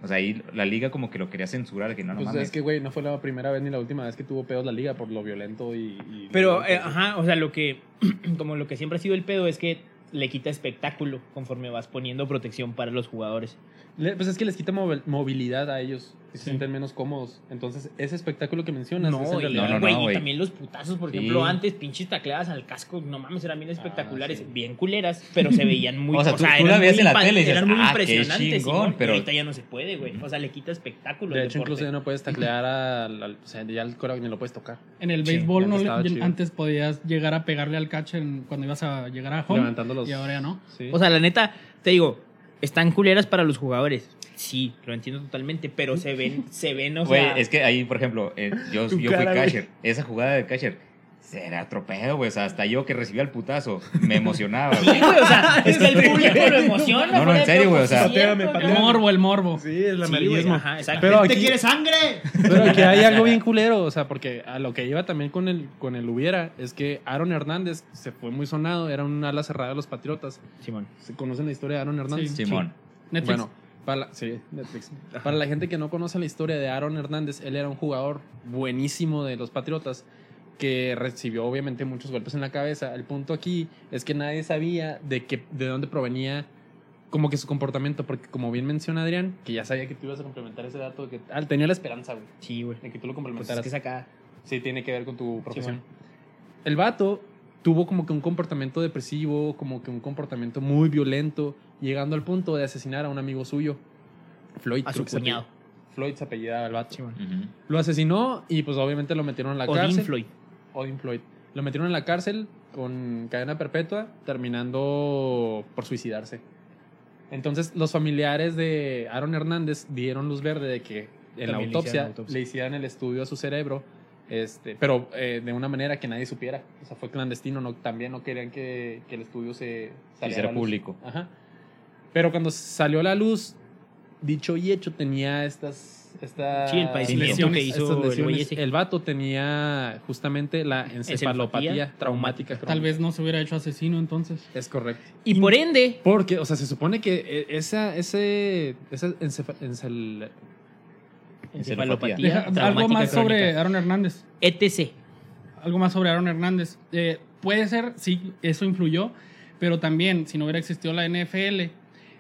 Speaker 4: O sea, ahí la liga como que lo quería censurar, que no, no
Speaker 1: pues
Speaker 4: mames.
Speaker 1: es que, güey, no fue la primera vez ni la última vez que tuvo pedos la liga por lo violento y. y-
Speaker 3: Pero,
Speaker 1: y-
Speaker 3: eh, ajá, o sea, lo que, (clears throat) como lo que siempre ha sido el pedo es que le quita espectáculo conforme vas poniendo protección para los jugadores.
Speaker 1: Le- Pues es que les quita movel- movilidad a ellos. y se
Speaker 2: Sí.
Speaker 1: sienten menos cómodos. Entonces, ese espectáculo que mencionas es en
Speaker 3: No, y,
Speaker 1: realidad-
Speaker 4: no, no,
Speaker 3: güey, y
Speaker 4: güey.
Speaker 3: también los putazos, por
Speaker 4: Sí. Ah,
Speaker 3: ejemplo, antes, pinches tacleadas al casco, no mames, eran bien espectaculares,
Speaker 1: sí.
Speaker 3: bien culeras, pero se veían muy
Speaker 4: (laughs) O sea, tú- tú
Speaker 3: eran
Speaker 4: la
Speaker 3: muy
Speaker 4: veías en la
Speaker 3: impa-
Speaker 4: tele y dices,
Speaker 3: eran muy
Speaker 4: "Ah, qué
Speaker 3: impresionantes,
Speaker 4: chingón",
Speaker 3: Simón, y
Speaker 4: pero-
Speaker 3: ahorita ya no se puede, güey. O sea, le quita espectáculo.
Speaker 1: De
Speaker 3: al
Speaker 1: hecho,
Speaker 3: deporte.
Speaker 1: incluso ya no puedes taclear al, al- O sea, ya el coreback ni lo puedes tocar.
Speaker 2: En el
Speaker 1: Sí,
Speaker 2: béisbol
Speaker 1: ya
Speaker 2: no
Speaker 1: no
Speaker 2: le-
Speaker 1: estaba
Speaker 2: ya-
Speaker 1: chido.
Speaker 2: antes podías llegar a pegarle al catch en- cuando ibas a llegar a home
Speaker 1: Levantando los.
Speaker 2: y ahora ya no.
Speaker 1: Sí.
Speaker 3: O sea, la neta, te digo, están culeras para los jugadores. Sí, lo entiendo totalmente, pero se ven, se ven, o
Speaker 4: Güey,
Speaker 3: sea,
Speaker 4: es que ahí, por ejemplo, eh, yo,
Speaker 1: (laughs) Tu
Speaker 4: yo
Speaker 1: cara,
Speaker 4: fui
Speaker 1: güey.
Speaker 4: catcher. Esa jugada de catcher será atropello, güey. O sea, hasta yo que recibía el putazo me emocionaba,
Speaker 1: (laughs)
Speaker 4: güey.
Speaker 3: güey, o sea, es que el público lo emociona.
Speaker 4: No, no,
Speaker 3: fuera
Speaker 4: en
Speaker 3: de
Speaker 4: serio, güey,
Speaker 3: pedo,
Speaker 4: o sea-
Speaker 3: sí, cierto,
Speaker 5: Pateame,
Speaker 2: El
Speaker 5: Claro.
Speaker 3: cabrón.
Speaker 2: morbo, el morbo.
Speaker 1: sí, el
Speaker 3: Sí, güey,
Speaker 1: amarillismo.
Speaker 3: ajá, exacto.
Speaker 1: Pero
Speaker 5: ¿Te
Speaker 1: aquí-
Speaker 5: quieres sangre?
Speaker 1: Pero que
Speaker 2: (laughs)
Speaker 1: hay algo bien culero, o sea, porque a lo que iba también con el, con el hubiera es que Aaron Hernández se fue muy sonado, era un ala cerrada de los Patriotas.
Speaker 3: Simón.
Speaker 1: ¿Se conocen la historia de Aaron Hernández?
Speaker 2: Sí.
Speaker 4: Simón.
Speaker 2: Netflix.
Speaker 1: Bueno, para la, sí, Netflix. Para la gente que no conoce la historia de Aaron Hernández, él era un jugador buenísimo de los Patriotas que recibió obviamente muchos golpes en la cabeza. El punto aquí es que nadie sabía de qué, de dónde provenía como que su comportamiento, porque como bien menciona Adrián, que ya sabía que tú ibas a complementar ese dato, que ah, tenía la esperanza, güey,
Speaker 3: Sí, güey.
Speaker 1: de que tú lo
Speaker 3: Pues es
Speaker 1: complementaras.
Speaker 3: que es acá.
Speaker 1: Sí, tiene que ver con tu profesión.
Speaker 3: bueno.
Speaker 1: El vato tuvo como que un comportamiento depresivo, como que un comportamiento muy violento, llegando al punto de asesinar a un amigo suyo, Floyd.
Speaker 3: A su
Speaker 1: creo que se
Speaker 3: cuñado.
Speaker 1: apellida- Floyd se apellidaba el vato.
Speaker 3: Simón.
Speaker 4: Ujú.
Speaker 1: Lo asesinó y pues obviamente lo metieron en la
Speaker 3: Odín
Speaker 1: cárcel.
Speaker 3: Floyd.
Speaker 1: Odin Floyd. Lo metieron en la cárcel con cadena perpetua, terminando por suicidarse. Entonces, los familiares de Aaron Hernández dieron luz verde de que en la
Speaker 3: También le
Speaker 1: autopsia,
Speaker 3: hicieron autopsia.
Speaker 1: le hicieran el estudio a su cerebro, este, pero eh, de una manera que nadie supiera. O sea, fue clandestino, no, también no querían que, que el estudio se saliera
Speaker 4: Hiciera
Speaker 1: a la luz.
Speaker 4: público.
Speaker 1: Ajá. Pero cuando salió a la luz, dicho y hecho, tenía estas. estas
Speaker 3: Sí, el padecimiento
Speaker 1: lesiones,
Speaker 3: que hizo
Speaker 1: estas
Speaker 3: el güey
Speaker 1: lesiones.
Speaker 3: ese.
Speaker 1: El vato tenía justamente la encefalopatía
Speaker 3: Encefalopatía
Speaker 1: traumática.
Speaker 2: Tal vez no se hubiera hecho asesino entonces.
Speaker 1: Es correcto.
Speaker 3: Y por ende,
Speaker 1: Porque, o sea, se supone que e- esa, ese, esa encefa- encel-
Speaker 4: Encefalopatía.
Speaker 3: encefalopatía
Speaker 2: Deja- algo
Speaker 3: traumática
Speaker 2: más sobre
Speaker 3: crónica.
Speaker 2: Aaron Hernández.
Speaker 3: ETC.
Speaker 2: Algo más sobre Aaron Hernández. Eh, puede ser, sí, eso influyó, pero también, si no hubiera existido la NFL,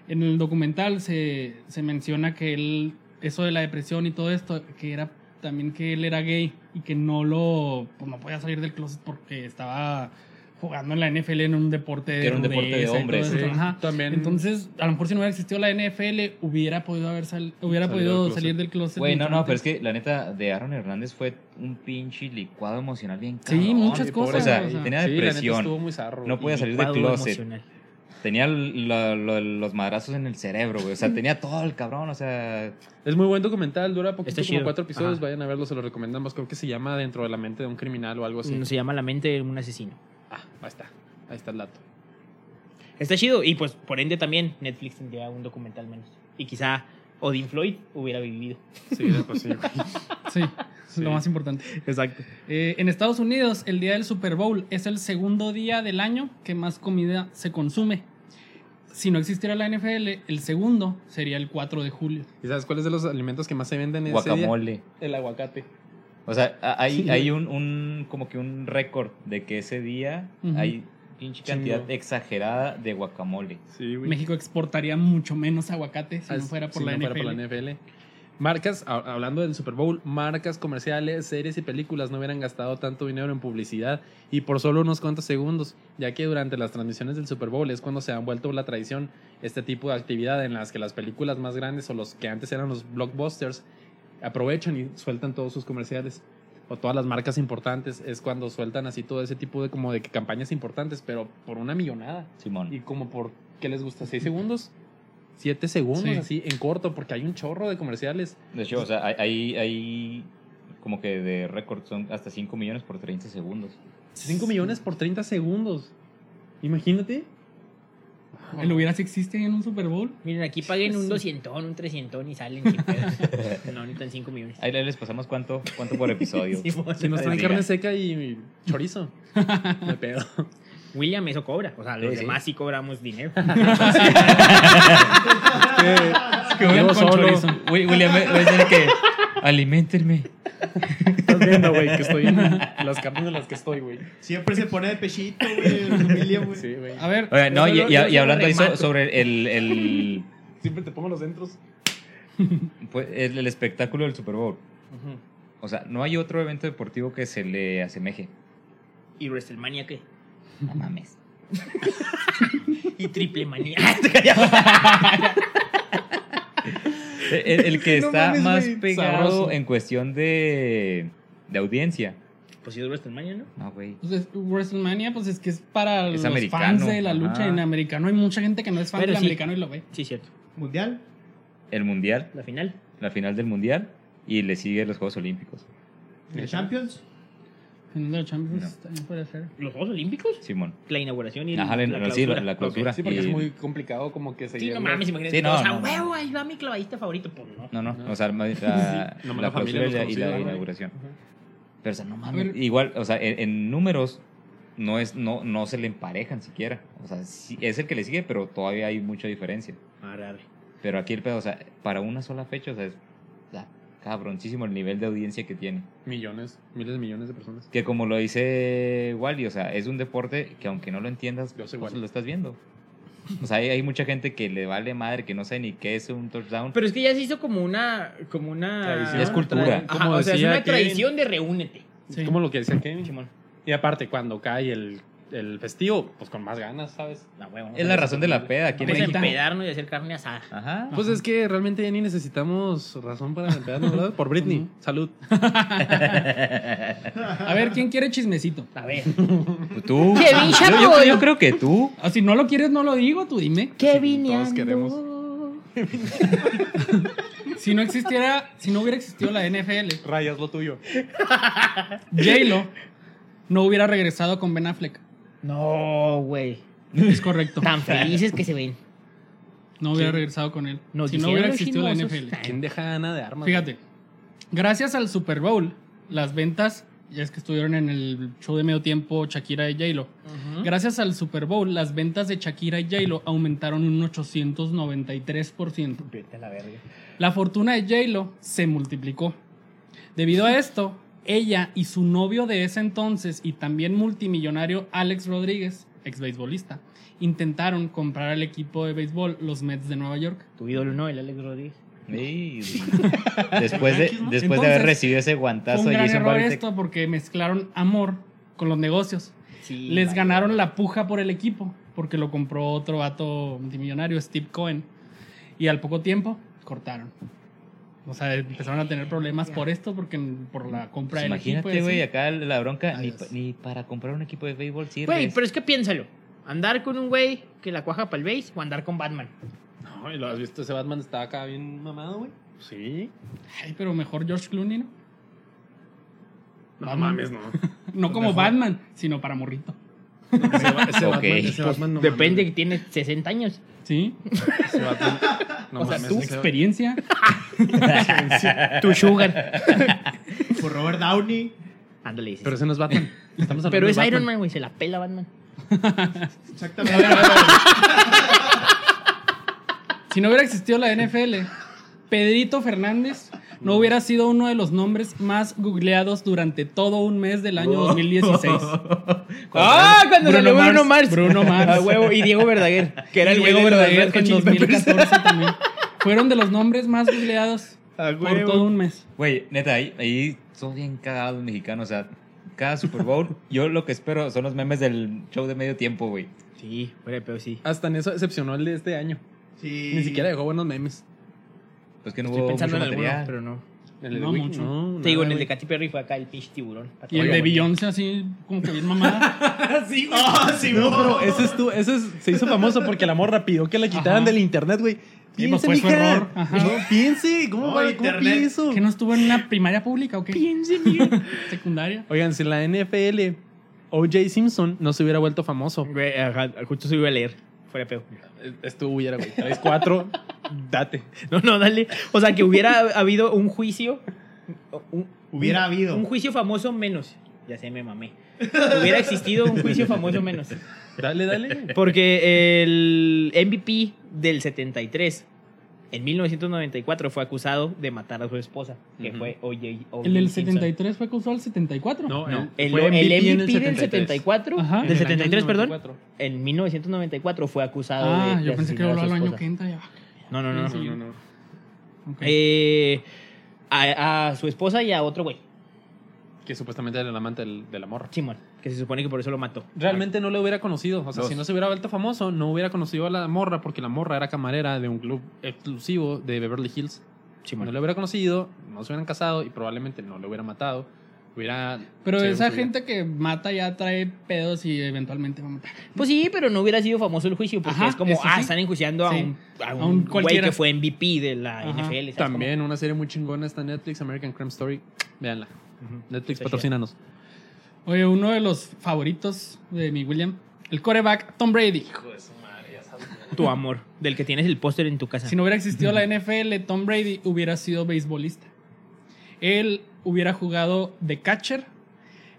Speaker 2: en el documental se, se menciona que él, eso de la depresión y todo esto, que era también que él era gay y que no lo, pues no podía salir del closet porque estaba jugando en la NFL en un deporte de
Speaker 4: Que era un deporte de
Speaker 2: rudeza y todo
Speaker 4: hombres,
Speaker 2: esto,
Speaker 1: sí.
Speaker 2: ajá.
Speaker 1: También-
Speaker 2: Entonces, a lo mejor si no hubiera existido la NFL, hubiera podido haber sal- hubiera
Speaker 1: Salido
Speaker 2: podido
Speaker 1: del closet.
Speaker 2: salir del closet.
Speaker 4: Güey, no,
Speaker 2: mucho
Speaker 4: no,
Speaker 2: antes.
Speaker 4: pero es que la neta de Aaron Hernández fue un pinche licuado emocional bien
Speaker 2: Sí,
Speaker 4: cabrón.
Speaker 2: muchas
Speaker 1: Sí,
Speaker 2: cosas,
Speaker 1: pobre-
Speaker 4: O sea,
Speaker 2: o sea.
Speaker 4: tenía
Speaker 1: Sí, la neta
Speaker 4: depresión.
Speaker 1: estuvo muy zarro.
Speaker 4: No podía salir de
Speaker 3: Licuado
Speaker 4: closet.
Speaker 3: emocional.
Speaker 4: Tenía lo- lo- los madrazos en el cerebro, güey. O sea, tenía todo el cabrón, o sea...
Speaker 1: Es muy buen documental, dura poquito,
Speaker 3: Está
Speaker 1: como
Speaker 3: chido.
Speaker 1: cuatro episodios.
Speaker 3: Ajá.
Speaker 1: Vayan a verlo, se lo recomendamos. Creo que se llama Dentro de la mente de un criminal o algo así.
Speaker 3: Mm, Se llama la mente de un asesino.
Speaker 1: Ah, ahí está. Ahí está el dato.
Speaker 3: Está chido. Y pues por ende también Netflix tendría un documental menos. Y quizá Odin Floyd hubiera vivido.
Speaker 1: Sí, pues sí.
Speaker 2: Sí, es lo más importante.
Speaker 3: Exacto.
Speaker 2: Eh, en Estados Unidos, el día del Super Bowl es el segundo día del año que más comida se consume. Si no existiera la NFL, el segundo sería el 4 de julio.
Speaker 1: ¿Y sabes cuáles de los alimentos que más se venden ese día?
Speaker 4: Guacamole.
Speaker 1: El aguacate.
Speaker 4: O sea, a- hay,
Speaker 2: Sí,
Speaker 4: hay
Speaker 2: güey.
Speaker 4: un, un- como que un récord de que ese día
Speaker 2: Ujú.
Speaker 4: hay pinche cantidad
Speaker 1: Chingo.
Speaker 4: exagerada de guacamole.
Speaker 1: Sí, güey.
Speaker 2: México exportaría mucho menos aguacate si
Speaker 1: Ah,
Speaker 2: no fuera por,
Speaker 1: si
Speaker 2: la,
Speaker 1: no
Speaker 2: NFL.
Speaker 1: fuera por la NFL. Marcas, a- hablando del Super Bowl, marcas comerciales, series y películas no hubieran gastado tanto dinero en publicidad y por solo unos cuantos segundos, ya que durante las transmisiones del Super Bowl es cuando se han vuelto la tradición este tipo de actividad en las que las películas más grandes o los que antes eran los blockbusters aprovechan y sueltan todos sus comerciales o todas las marcas importantes es cuando sueltan así todo ese tipo de como de que campañas importantes, pero por una millonada.
Speaker 4: Simón.
Speaker 1: Y como por, ¿qué les gusta? ¿6 segundos? ¿7 segundos?
Speaker 2: Sí.
Speaker 1: Así, en corto, porque hay un chorro de comerciales.
Speaker 4: De hecho, o sea, hay, hay, hay como que de récord son hasta 5 millones por 30 segundos.
Speaker 1: 5 millones por 30 segundos. Imagínate.
Speaker 2: ¿El hubiera si existe en un Super Bowl?
Speaker 3: Miren, aquí paguen
Speaker 4: (laughs)
Speaker 3: un 200, un 300 y salen. sin pedos. no, necesitan 5 millones. pues.
Speaker 4: Ahí les pasamos cuánto, cuánto por episodio.
Speaker 3: Simón.
Speaker 1: Si nos traen
Speaker 4: Diga.
Speaker 1: carne seca y, y chorizo. Me pedo.
Speaker 3: William eso cobra. O sea, los
Speaker 4: Sí, sí.
Speaker 3: demás sí cobramos dinero.
Speaker 1: que voy
Speaker 2: Llevo
Speaker 1: con
Speaker 2: solo.
Speaker 1: chorizo.
Speaker 4: Wi- William, me- me dicen que alimentenme.
Speaker 1: (laughs) Estás viendo, güey, que estoy (laughs) en las carnes en las que estoy, güey.
Speaker 5: Siempre se pone de pechito, güey. el William, güey.
Speaker 1: Sí, güey.
Speaker 2: A ver,
Speaker 4: Oye, no,
Speaker 1: Yo
Speaker 4: y,
Speaker 1: solo-
Speaker 4: y-
Speaker 1: yo
Speaker 4: y
Speaker 1: solo
Speaker 4: hablando ahí so-
Speaker 1: remato.
Speaker 4: sobre el, el-
Speaker 1: Siempre te pongo los centros.
Speaker 4: pues, el, el espectáculo del Super Bowl.
Speaker 1: Ujú.
Speaker 4: O sea, no hay otro evento deportivo que se le asemeje.
Speaker 3: ¿Y WrestleMania qué?
Speaker 4: No mames.
Speaker 3: (laughs) ¿Y Triple Manía? (laughs)
Speaker 4: El, E, el
Speaker 1: (laughs)
Speaker 4: que
Speaker 1: No
Speaker 4: está
Speaker 1: mames,
Speaker 4: más
Speaker 1: güey.
Speaker 4: pegado
Speaker 1: Sabroso.
Speaker 4: en cuestión de, de audiencia.
Speaker 3: pues sí es WrestleMania, ¿no?
Speaker 4: No, güey.
Speaker 2: Entonces, WrestleMania, pues es que es para
Speaker 4: Es
Speaker 2: los
Speaker 4: americano,
Speaker 2: fans de la lucha
Speaker 4: ajá.
Speaker 2: en americano. Hay mucha gente que no es fan
Speaker 3: Pero
Speaker 2: del
Speaker 3: sí.
Speaker 2: americano y lo ve.
Speaker 3: Sí, cierto.
Speaker 5: Mundial.
Speaker 4: El mundial,
Speaker 3: La final.
Speaker 4: la final del mundial y le sigue los Juegos Olímpicos.
Speaker 5: El Champions.
Speaker 2: Final de los Champions
Speaker 4: No.
Speaker 2: también puede ser.
Speaker 3: ¿Los Juegos Olímpicos?
Speaker 4: Simón.
Speaker 3: La inauguración y
Speaker 4: Ajá, la-
Speaker 3: la,
Speaker 4: sí,
Speaker 3: clausura.
Speaker 4: la- la clausura.
Speaker 3: Ok.
Speaker 1: Sí, porque
Speaker 4: Y-
Speaker 1: es muy complicado como que
Speaker 3: Sí,
Speaker 1: seguir.
Speaker 3: no mames, imagínate.
Speaker 4: Sí, no,
Speaker 3: todos, a
Speaker 4: no, no.
Speaker 3: huevo, ahí va mi clavadista favorito. Pues no.
Speaker 4: No, no,
Speaker 1: No.
Speaker 4: o
Speaker 1: (laughs)
Speaker 4: sea, más la,
Speaker 1: Sí, nomás
Speaker 4: la
Speaker 1: la familia
Speaker 4: clausura
Speaker 1: los
Speaker 4: y la- y
Speaker 1: conocía,
Speaker 4: la
Speaker 1: güey.
Speaker 4: inauguración. Pero, o sea, no
Speaker 2: A
Speaker 4: mames.
Speaker 2: ver.
Speaker 4: Igual, o sea, en, en números no, es, no, no se le emparejan siquiera. O sea, sí, es el que le sigue, pero todavía hay mucha diferencia.
Speaker 1: Ah,
Speaker 3: Arre.
Speaker 4: Pero aquí el pedo, o sea, para una sola fecha, o sea, es está cabroncísimo el nivel de audiencia que tiene.
Speaker 1: Millones, miles de millones de personas.
Speaker 4: Que como lo dice Wally, o sea, es un deporte que aunque no lo entiendas,
Speaker 1: Yo soy
Speaker 4: pues,
Speaker 1: Wally.
Speaker 4: lo estás viendo. O sea, hay, hay mucha gente que le vale madre, que no sabe ni qué es un touchdown.
Speaker 3: Pero es que ya se hizo como una. Como una
Speaker 1: Tradición.
Speaker 4: Es cultura.
Speaker 3: Tra- Ajá,
Speaker 1: Como
Speaker 3: o sea, es
Speaker 1: decía
Speaker 3: una
Speaker 1: Kevin.
Speaker 3: tradición de reúnete.
Speaker 2: Sí.
Speaker 1: Es como lo que decía Kevin.
Speaker 3: Simón.
Speaker 1: Y aparte, cuando cae el, el festivo, pues con más ganas, ¿sabes?
Speaker 3: La huevo.
Speaker 4: es la razón de la peda. Aquí en
Speaker 2: Pues
Speaker 3: Vamos a
Speaker 4: México.
Speaker 3: empedarnos y hacer carne asada.
Speaker 4: Ajá.
Speaker 1: Pues es que realmente ya ni necesitamos razón para empezarnos, ¿verdad? Por Britney. Salud.
Speaker 2: A ver, ¿quién quiere chismecito?
Speaker 3: A ver.
Speaker 4: Pues Tú.
Speaker 3: Kevin
Speaker 4: (laughs) Yo- yo-
Speaker 3: Chapoy.
Speaker 4: yo creo que tú.
Speaker 2: Ah, si no lo quieres, no lo digo, tú dime.
Speaker 3: Kevin
Speaker 1: todos queremos.
Speaker 2: Si no existiera, si no hubiera existido la NFL,
Speaker 1: Rayas lo tuyo.
Speaker 2: J-Lo no hubiera regresado con Ben Affleck.
Speaker 3: No, güey.
Speaker 2: Es correcto.
Speaker 3: (laughs) Tan felices que se ven.
Speaker 2: No hubiera regresado con él.
Speaker 3: Nos
Speaker 2: si no
Speaker 3: dijeron
Speaker 2: hubiera
Speaker 3: los
Speaker 2: existido la
Speaker 3: chismosos.
Speaker 2: NFL.
Speaker 1: ¿Quién deja a Ana de armas?
Speaker 2: Fíjate, gracias al Super Bowl, las ventas, ya es que estuvieron en el show de medio tiempo Shakira y J-Lo. Gracias al Super Bowl, las ventas de Shakira y J-Lo aumentaron un 893%.
Speaker 3: Vete a la verga.
Speaker 2: La fortuna de J-Lo se multiplicó. Debido a esto, ella y su novio de ese entonces y también multimillonario Alex Rodríguez, ex beisbolista, intentaron comprar al equipo de béisbol, los Mets de Nueva York.
Speaker 3: Tu ídolo no, el Alex Rodríguez.
Speaker 4: Sí. Después de, después de
Speaker 2: Entonces,
Speaker 4: haber recibido ese
Speaker 2: Fue
Speaker 4: guantazo
Speaker 2: un gran
Speaker 4: Jason
Speaker 2: error
Speaker 4: Barrett,
Speaker 2: esto porque mezclaron amor con los negocios.
Speaker 3: Sí.
Speaker 2: Les
Speaker 3: vale.
Speaker 2: ganaron la puja por el equipo porque lo compró otro vato multimillonario, Steve Cohen. Y al poco tiempo cortaron. O sea, empezaron a tener problemas por esto, porque por la compra
Speaker 4: pues
Speaker 2: del equipo. y
Speaker 4: imagínate,
Speaker 2: así.
Speaker 4: güey, acá la bronca, ni,
Speaker 2: Adiós.
Speaker 4: pa- ni para comprar un equipo de béisbol sirve.
Speaker 3: Güey, pero es que piénsalo. Andar con un güey que la cuaja para el base o andar con Batman.
Speaker 1: No, ¿y lo has visto? Ese Batman estaba acá bien mamado, güey. Sí.
Speaker 2: Ay, pero mejor George Clooney, ¿no?
Speaker 1: No
Speaker 2: Batman.
Speaker 1: mames, no.
Speaker 2: No como
Speaker 1: Mejor.
Speaker 2: Batman, sino para morrito.
Speaker 1: Ese, ba- ese
Speaker 4: Ok.
Speaker 1: Batman, ese Batman no
Speaker 3: Depende que
Speaker 1: mames,
Speaker 3: tiene 60 años.
Speaker 2: ¿Sí?
Speaker 1: güey. Ese
Speaker 3: (laughs)
Speaker 1: Batman. No
Speaker 3: O sea,
Speaker 1: mames,
Speaker 3: tú
Speaker 1: ese-
Speaker 2: Experiencia.
Speaker 3: Tu (laughs) sugar.
Speaker 5: Por Robert Downey.
Speaker 3: Ándale, dices.
Speaker 1: Pero ese no es Batman. Estamos hablando
Speaker 3: Pero
Speaker 1: de
Speaker 3: es
Speaker 1: Batman.
Speaker 3: Iron Man, güey. Se la pela Batman.
Speaker 1: (laughs)
Speaker 5: Exactamente.
Speaker 2: Si no hubiera existido la NFL, Pedrito Fernández no hubiera sido uno de los nombres más googleados durante todo un mes del año 2016.
Speaker 3: ¡Ah! Cuando
Speaker 2: Bruno
Speaker 3: salió Bruno
Speaker 2: Mars.
Speaker 3: Mars.
Speaker 2: Bruno Mars.
Speaker 3: A huevo. Y Diego Verdaguer. Que era el
Speaker 2: Y
Speaker 3: güey
Speaker 2: Diego
Speaker 3: de los
Speaker 2: Verdaguer
Speaker 3: Red
Speaker 2: en
Speaker 3: Hot Chili Peppers.
Speaker 2: 2014 también. Fueron de los nombres más googleados
Speaker 3: A
Speaker 2: por
Speaker 3: huevo.
Speaker 2: todo un mes.
Speaker 4: Güey, neta, ahí, ahí son bien cagados los mexicanos, o sea, cada
Speaker 2: (laughs)
Speaker 4: Super Bowl, yo lo que espero son los memes del show de medio tiempo, güey.
Speaker 3: (laughs) Sí, fuera de pedo, sí.
Speaker 1: Hasta en eso decepcionó el de este año.
Speaker 5: Sí.
Speaker 1: Ni siquiera dejó buenos memes.
Speaker 4: Pues que no
Speaker 3: Estoy
Speaker 4: hubo mucho
Speaker 3: pensando en alguno,
Speaker 4: material.
Speaker 3: pero no.
Speaker 1: El de
Speaker 2: No,
Speaker 1: The Weeknd,
Speaker 2: mucho.
Speaker 1: no,
Speaker 3: Te digo, en
Speaker 1: nada,
Speaker 3: el de
Speaker 1: güey.
Speaker 3: Katy Perry fue acá el pinche tiburón.
Speaker 2: Y el
Speaker 1: Oiga,
Speaker 2: de
Speaker 1: güey.
Speaker 2: Beyoncé así, como que bien mamada.
Speaker 5: Sí, Ah, sí, bro.
Speaker 1: No, ese es tú, ese es- se hizo famoso porque la morra pidió que la quitaran
Speaker 2: Ajá.
Speaker 1: del internet, güey.
Speaker 2: Sí, pues
Speaker 1: Piense,
Speaker 2: fue su
Speaker 1: mija.
Speaker 2: error. Ajá.
Speaker 1: No, piense, ¿cómo
Speaker 5: No,
Speaker 1: va? ¿Cómo
Speaker 5: internet.
Speaker 1: pide eso?
Speaker 2: ¿Que no estuvo en una primaria pública o qué? Piense, (laughs) Secundaria.
Speaker 1: Oigan, si la NFL OJ Simpson no se hubiera vuelto famoso,
Speaker 3: Güey, ajá, justo se iba a leer. Fuera de pedo.
Speaker 1: esto hubiera, güey. 3-4, date.
Speaker 3: No, no, dale. O sea, que hubiera habido un juicio. un-
Speaker 5: Hubiera habido.
Speaker 3: Un juicio famoso menos. Ya sé, me mamé. Hubiera existido un juicio famoso menos.
Speaker 1: Dale, dale.
Speaker 3: Porque el MVP del 73 en 1994 fue acusado de matar a su esposa, que
Speaker 1: Ujú.
Speaker 3: fue OJ. O.J.
Speaker 2: El del
Speaker 3: Simpson.
Speaker 2: 73 fue acusado al 74.
Speaker 3: Oh, No, el,
Speaker 1: fue
Speaker 3: el MVP,
Speaker 1: en
Speaker 3: del 74,
Speaker 2: Ajá. En
Speaker 3: del
Speaker 2: el
Speaker 3: 73, perdón, en 1994 fue acusado de.
Speaker 2: Ah,
Speaker 3: de
Speaker 2: yo pensé que
Speaker 3: asesinar a
Speaker 2: voló
Speaker 3: su
Speaker 2: al año
Speaker 3: esposa.
Speaker 2: que entra ya.
Speaker 3: No, no, no.
Speaker 2: Sí.
Speaker 1: No, no, no.
Speaker 2: Ok.
Speaker 3: Eh, a, a su esposa y a otro güey,
Speaker 1: Que supuestamente era el amante del, del amor.
Speaker 3: Simón, que se supone que por eso lo mató.
Speaker 1: Realmente no lo hubiera conocido. O sea,
Speaker 4: Los-
Speaker 1: si no se hubiera vuelto famoso, no hubiera conocido a la morra porque la morra era camarera de un club exclusivo de Beverly Hills.
Speaker 3: Simón.
Speaker 1: No lo hubiera conocido, no se hubieran casado y probablemente no lo hubiera matado. Hubiera.
Speaker 2: Pero
Speaker 1: se-
Speaker 2: esa
Speaker 1: se-
Speaker 2: gente que mata ya trae pedos y eventualmente va a matar.
Speaker 3: Pues sí, pero no hubiera sido famoso el juicio porque
Speaker 2: Ajá,
Speaker 3: es como,
Speaker 2: eso
Speaker 3: ah,
Speaker 2: sí.
Speaker 3: están enjuiciando a
Speaker 2: Sí.
Speaker 3: un, a un
Speaker 2: A un
Speaker 3: güey
Speaker 2: cualquiera.
Speaker 3: que fue MVP de la
Speaker 2: Ajá.
Speaker 3: NFL. ¿sabes cómo?
Speaker 1: También una serie muy chingona está en Netflix, American Crime Story. Veanla.
Speaker 3: Ujú.
Speaker 1: Netflix,
Speaker 3: Está
Speaker 1: patrocínanos.
Speaker 2: Oye, uno de los favoritos de mi William, el coreback Tom Brady.
Speaker 3: Tu amor, del que tienes el póster en tu casa.
Speaker 2: Si no hubiera existido la NFL, Tom Brady hubiera sido beisbolista. Él hubiera jugado de catcher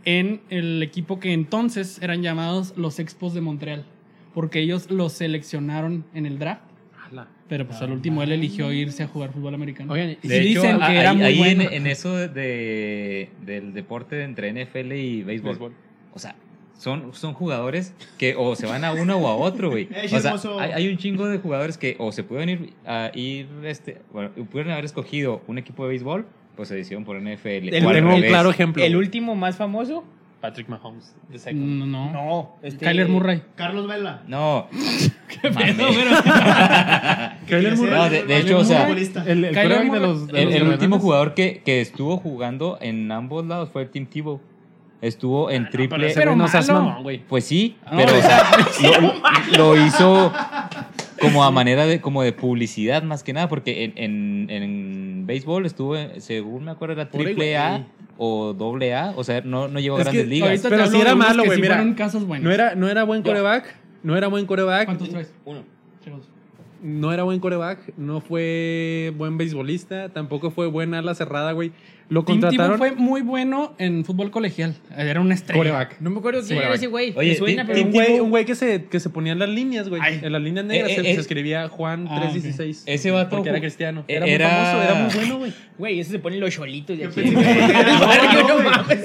Speaker 2: en el equipo que entonces eran llamados los Expos de Montreal, porque ellos lo seleccionaron en el draft,
Speaker 1: Ala.
Speaker 2: pero pues al último él eligió irse a jugar fútbol americano.
Speaker 1: Oigan,
Speaker 2: Y
Speaker 1: y
Speaker 4: De
Speaker 2: sí
Speaker 4: hecho,
Speaker 2: dicen que
Speaker 4: ahí-
Speaker 2: era muy
Speaker 4: ahí en-
Speaker 2: bueno.
Speaker 4: en, eso de, del deporte entre NFL y béisbol.
Speaker 1: béisbol.
Speaker 4: O sea, son, son jugadores que o se van a uno o a
Speaker 1: (laughs)
Speaker 4: otro, güey.
Speaker 5: Eh,
Speaker 4: O sea,
Speaker 5: chismoso.
Speaker 4: hay, hay un chingo de jugadores que o se pueden ir a ir, este, bueno, pudieron haber escogido un equipo de béisbol, pues se decidieron por NFL.
Speaker 3: El
Speaker 4: o al
Speaker 1: Tengo un
Speaker 4: revés.
Speaker 1: claro ejemplo.
Speaker 3: El último más famoso.
Speaker 1: Patrick Mahomes. the second.
Speaker 2: No, no.
Speaker 3: No, este-
Speaker 2: Kyler Murray.
Speaker 5: Carlos Vela.
Speaker 4: No. Mame.
Speaker 1: Kyler Murray.
Speaker 4: No, de- de hecho, o sea,
Speaker 1: El, el
Speaker 2: Kyler
Speaker 1: quarterback de
Speaker 2: Murray.
Speaker 1: los. de
Speaker 4: El,
Speaker 1: los
Speaker 4: el último
Speaker 1: Cardenales.
Speaker 4: jugador que, que estuvo jugando en ambos lados fue el Team Tebow. Estuvo en
Speaker 1: Pero,
Speaker 4: triple.
Speaker 1: ese güey
Speaker 2: Pero
Speaker 1: Ah, no seas
Speaker 2: malo.
Speaker 1: mamón, güey.
Speaker 4: Pues sí,
Speaker 2: Ah,
Speaker 4: pero
Speaker 2: no,
Speaker 1: (laughs)
Speaker 4: o sea,
Speaker 1: pues
Speaker 4: lo, lo hizo como a manera de como de publicidad más que nada, porque en, en, en béisbol estuvo, en- según me acuerdo, era
Speaker 1: Pobre
Speaker 4: triple
Speaker 1: güey.
Speaker 4: A o doble A, o sea, no, no llegó a
Speaker 1: Es que
Speaker 4: grandes ligas.
Speaker 2: Ahorita te
Speaker 1: Pero
Speaker 2: hablo
Speaker 1: sí era
Speaker 2: de unos
Speaker 1: malo,
Speaker 2: que
Speaker 1: güey,
Speaker 2: sí
Speaker 1: mira.
Speaker 2: fueron casos buenos.
Speaker 1: No era, no era buen
Speaker 3: Yo.
Speaker 1: coreback. No era buen coreback.
Speaker 2: ¿Cuántos traes?
Speaker 3: Uno.
Speaker 2: Chavos.
Speaker 1: No era buen coreback. No fue buen beisbolista. Tampoco fue buena ala cerrada, güey. Lo
Speaker 2: Tim Tebow
Speaker 1: contrataron.
Speaker 2: fue muy bueno en fútbol colegial. Era una estrella.
Speaker 1: coreback.
Speaker 3: No me acuerdo quién
Speaker 1: Sí.
Speaker 3: era ese güey.
Speaker 4: Oye,
Speaker 3: Me suena,
Speaker 4: di-
Speaker 3: pero
Speaker 1: un
Speaker 4: Tim
Speaker 1: güey,
Speaker 4: Tebow-
Speaker 1: un güey que se, que se ponía en las líneas, güey.
Speaker 3: Ay.
Speaker 1: En las líneas negras
Speaker 4: Eh,
Speaker 1: se,
Speaker 4: eh,
Speaker 1: se
Speaker 4: eh.
Speaker 1: escribía Juan
Speaker 2: Ah,
Speaker 1: 316.
Speaker 4: ok. Ese vato
Speaker 1: Porque era
Speaker 4: ju-
Speaker 1: cristiano.
Speaker 4: eh,
Speaker 1: Era, muy
Speaker 4: era-
Speaker 1: famoso, era muy bueno, güey.
Speaker 3: Güey, ese se ponen los cholitos de aquí.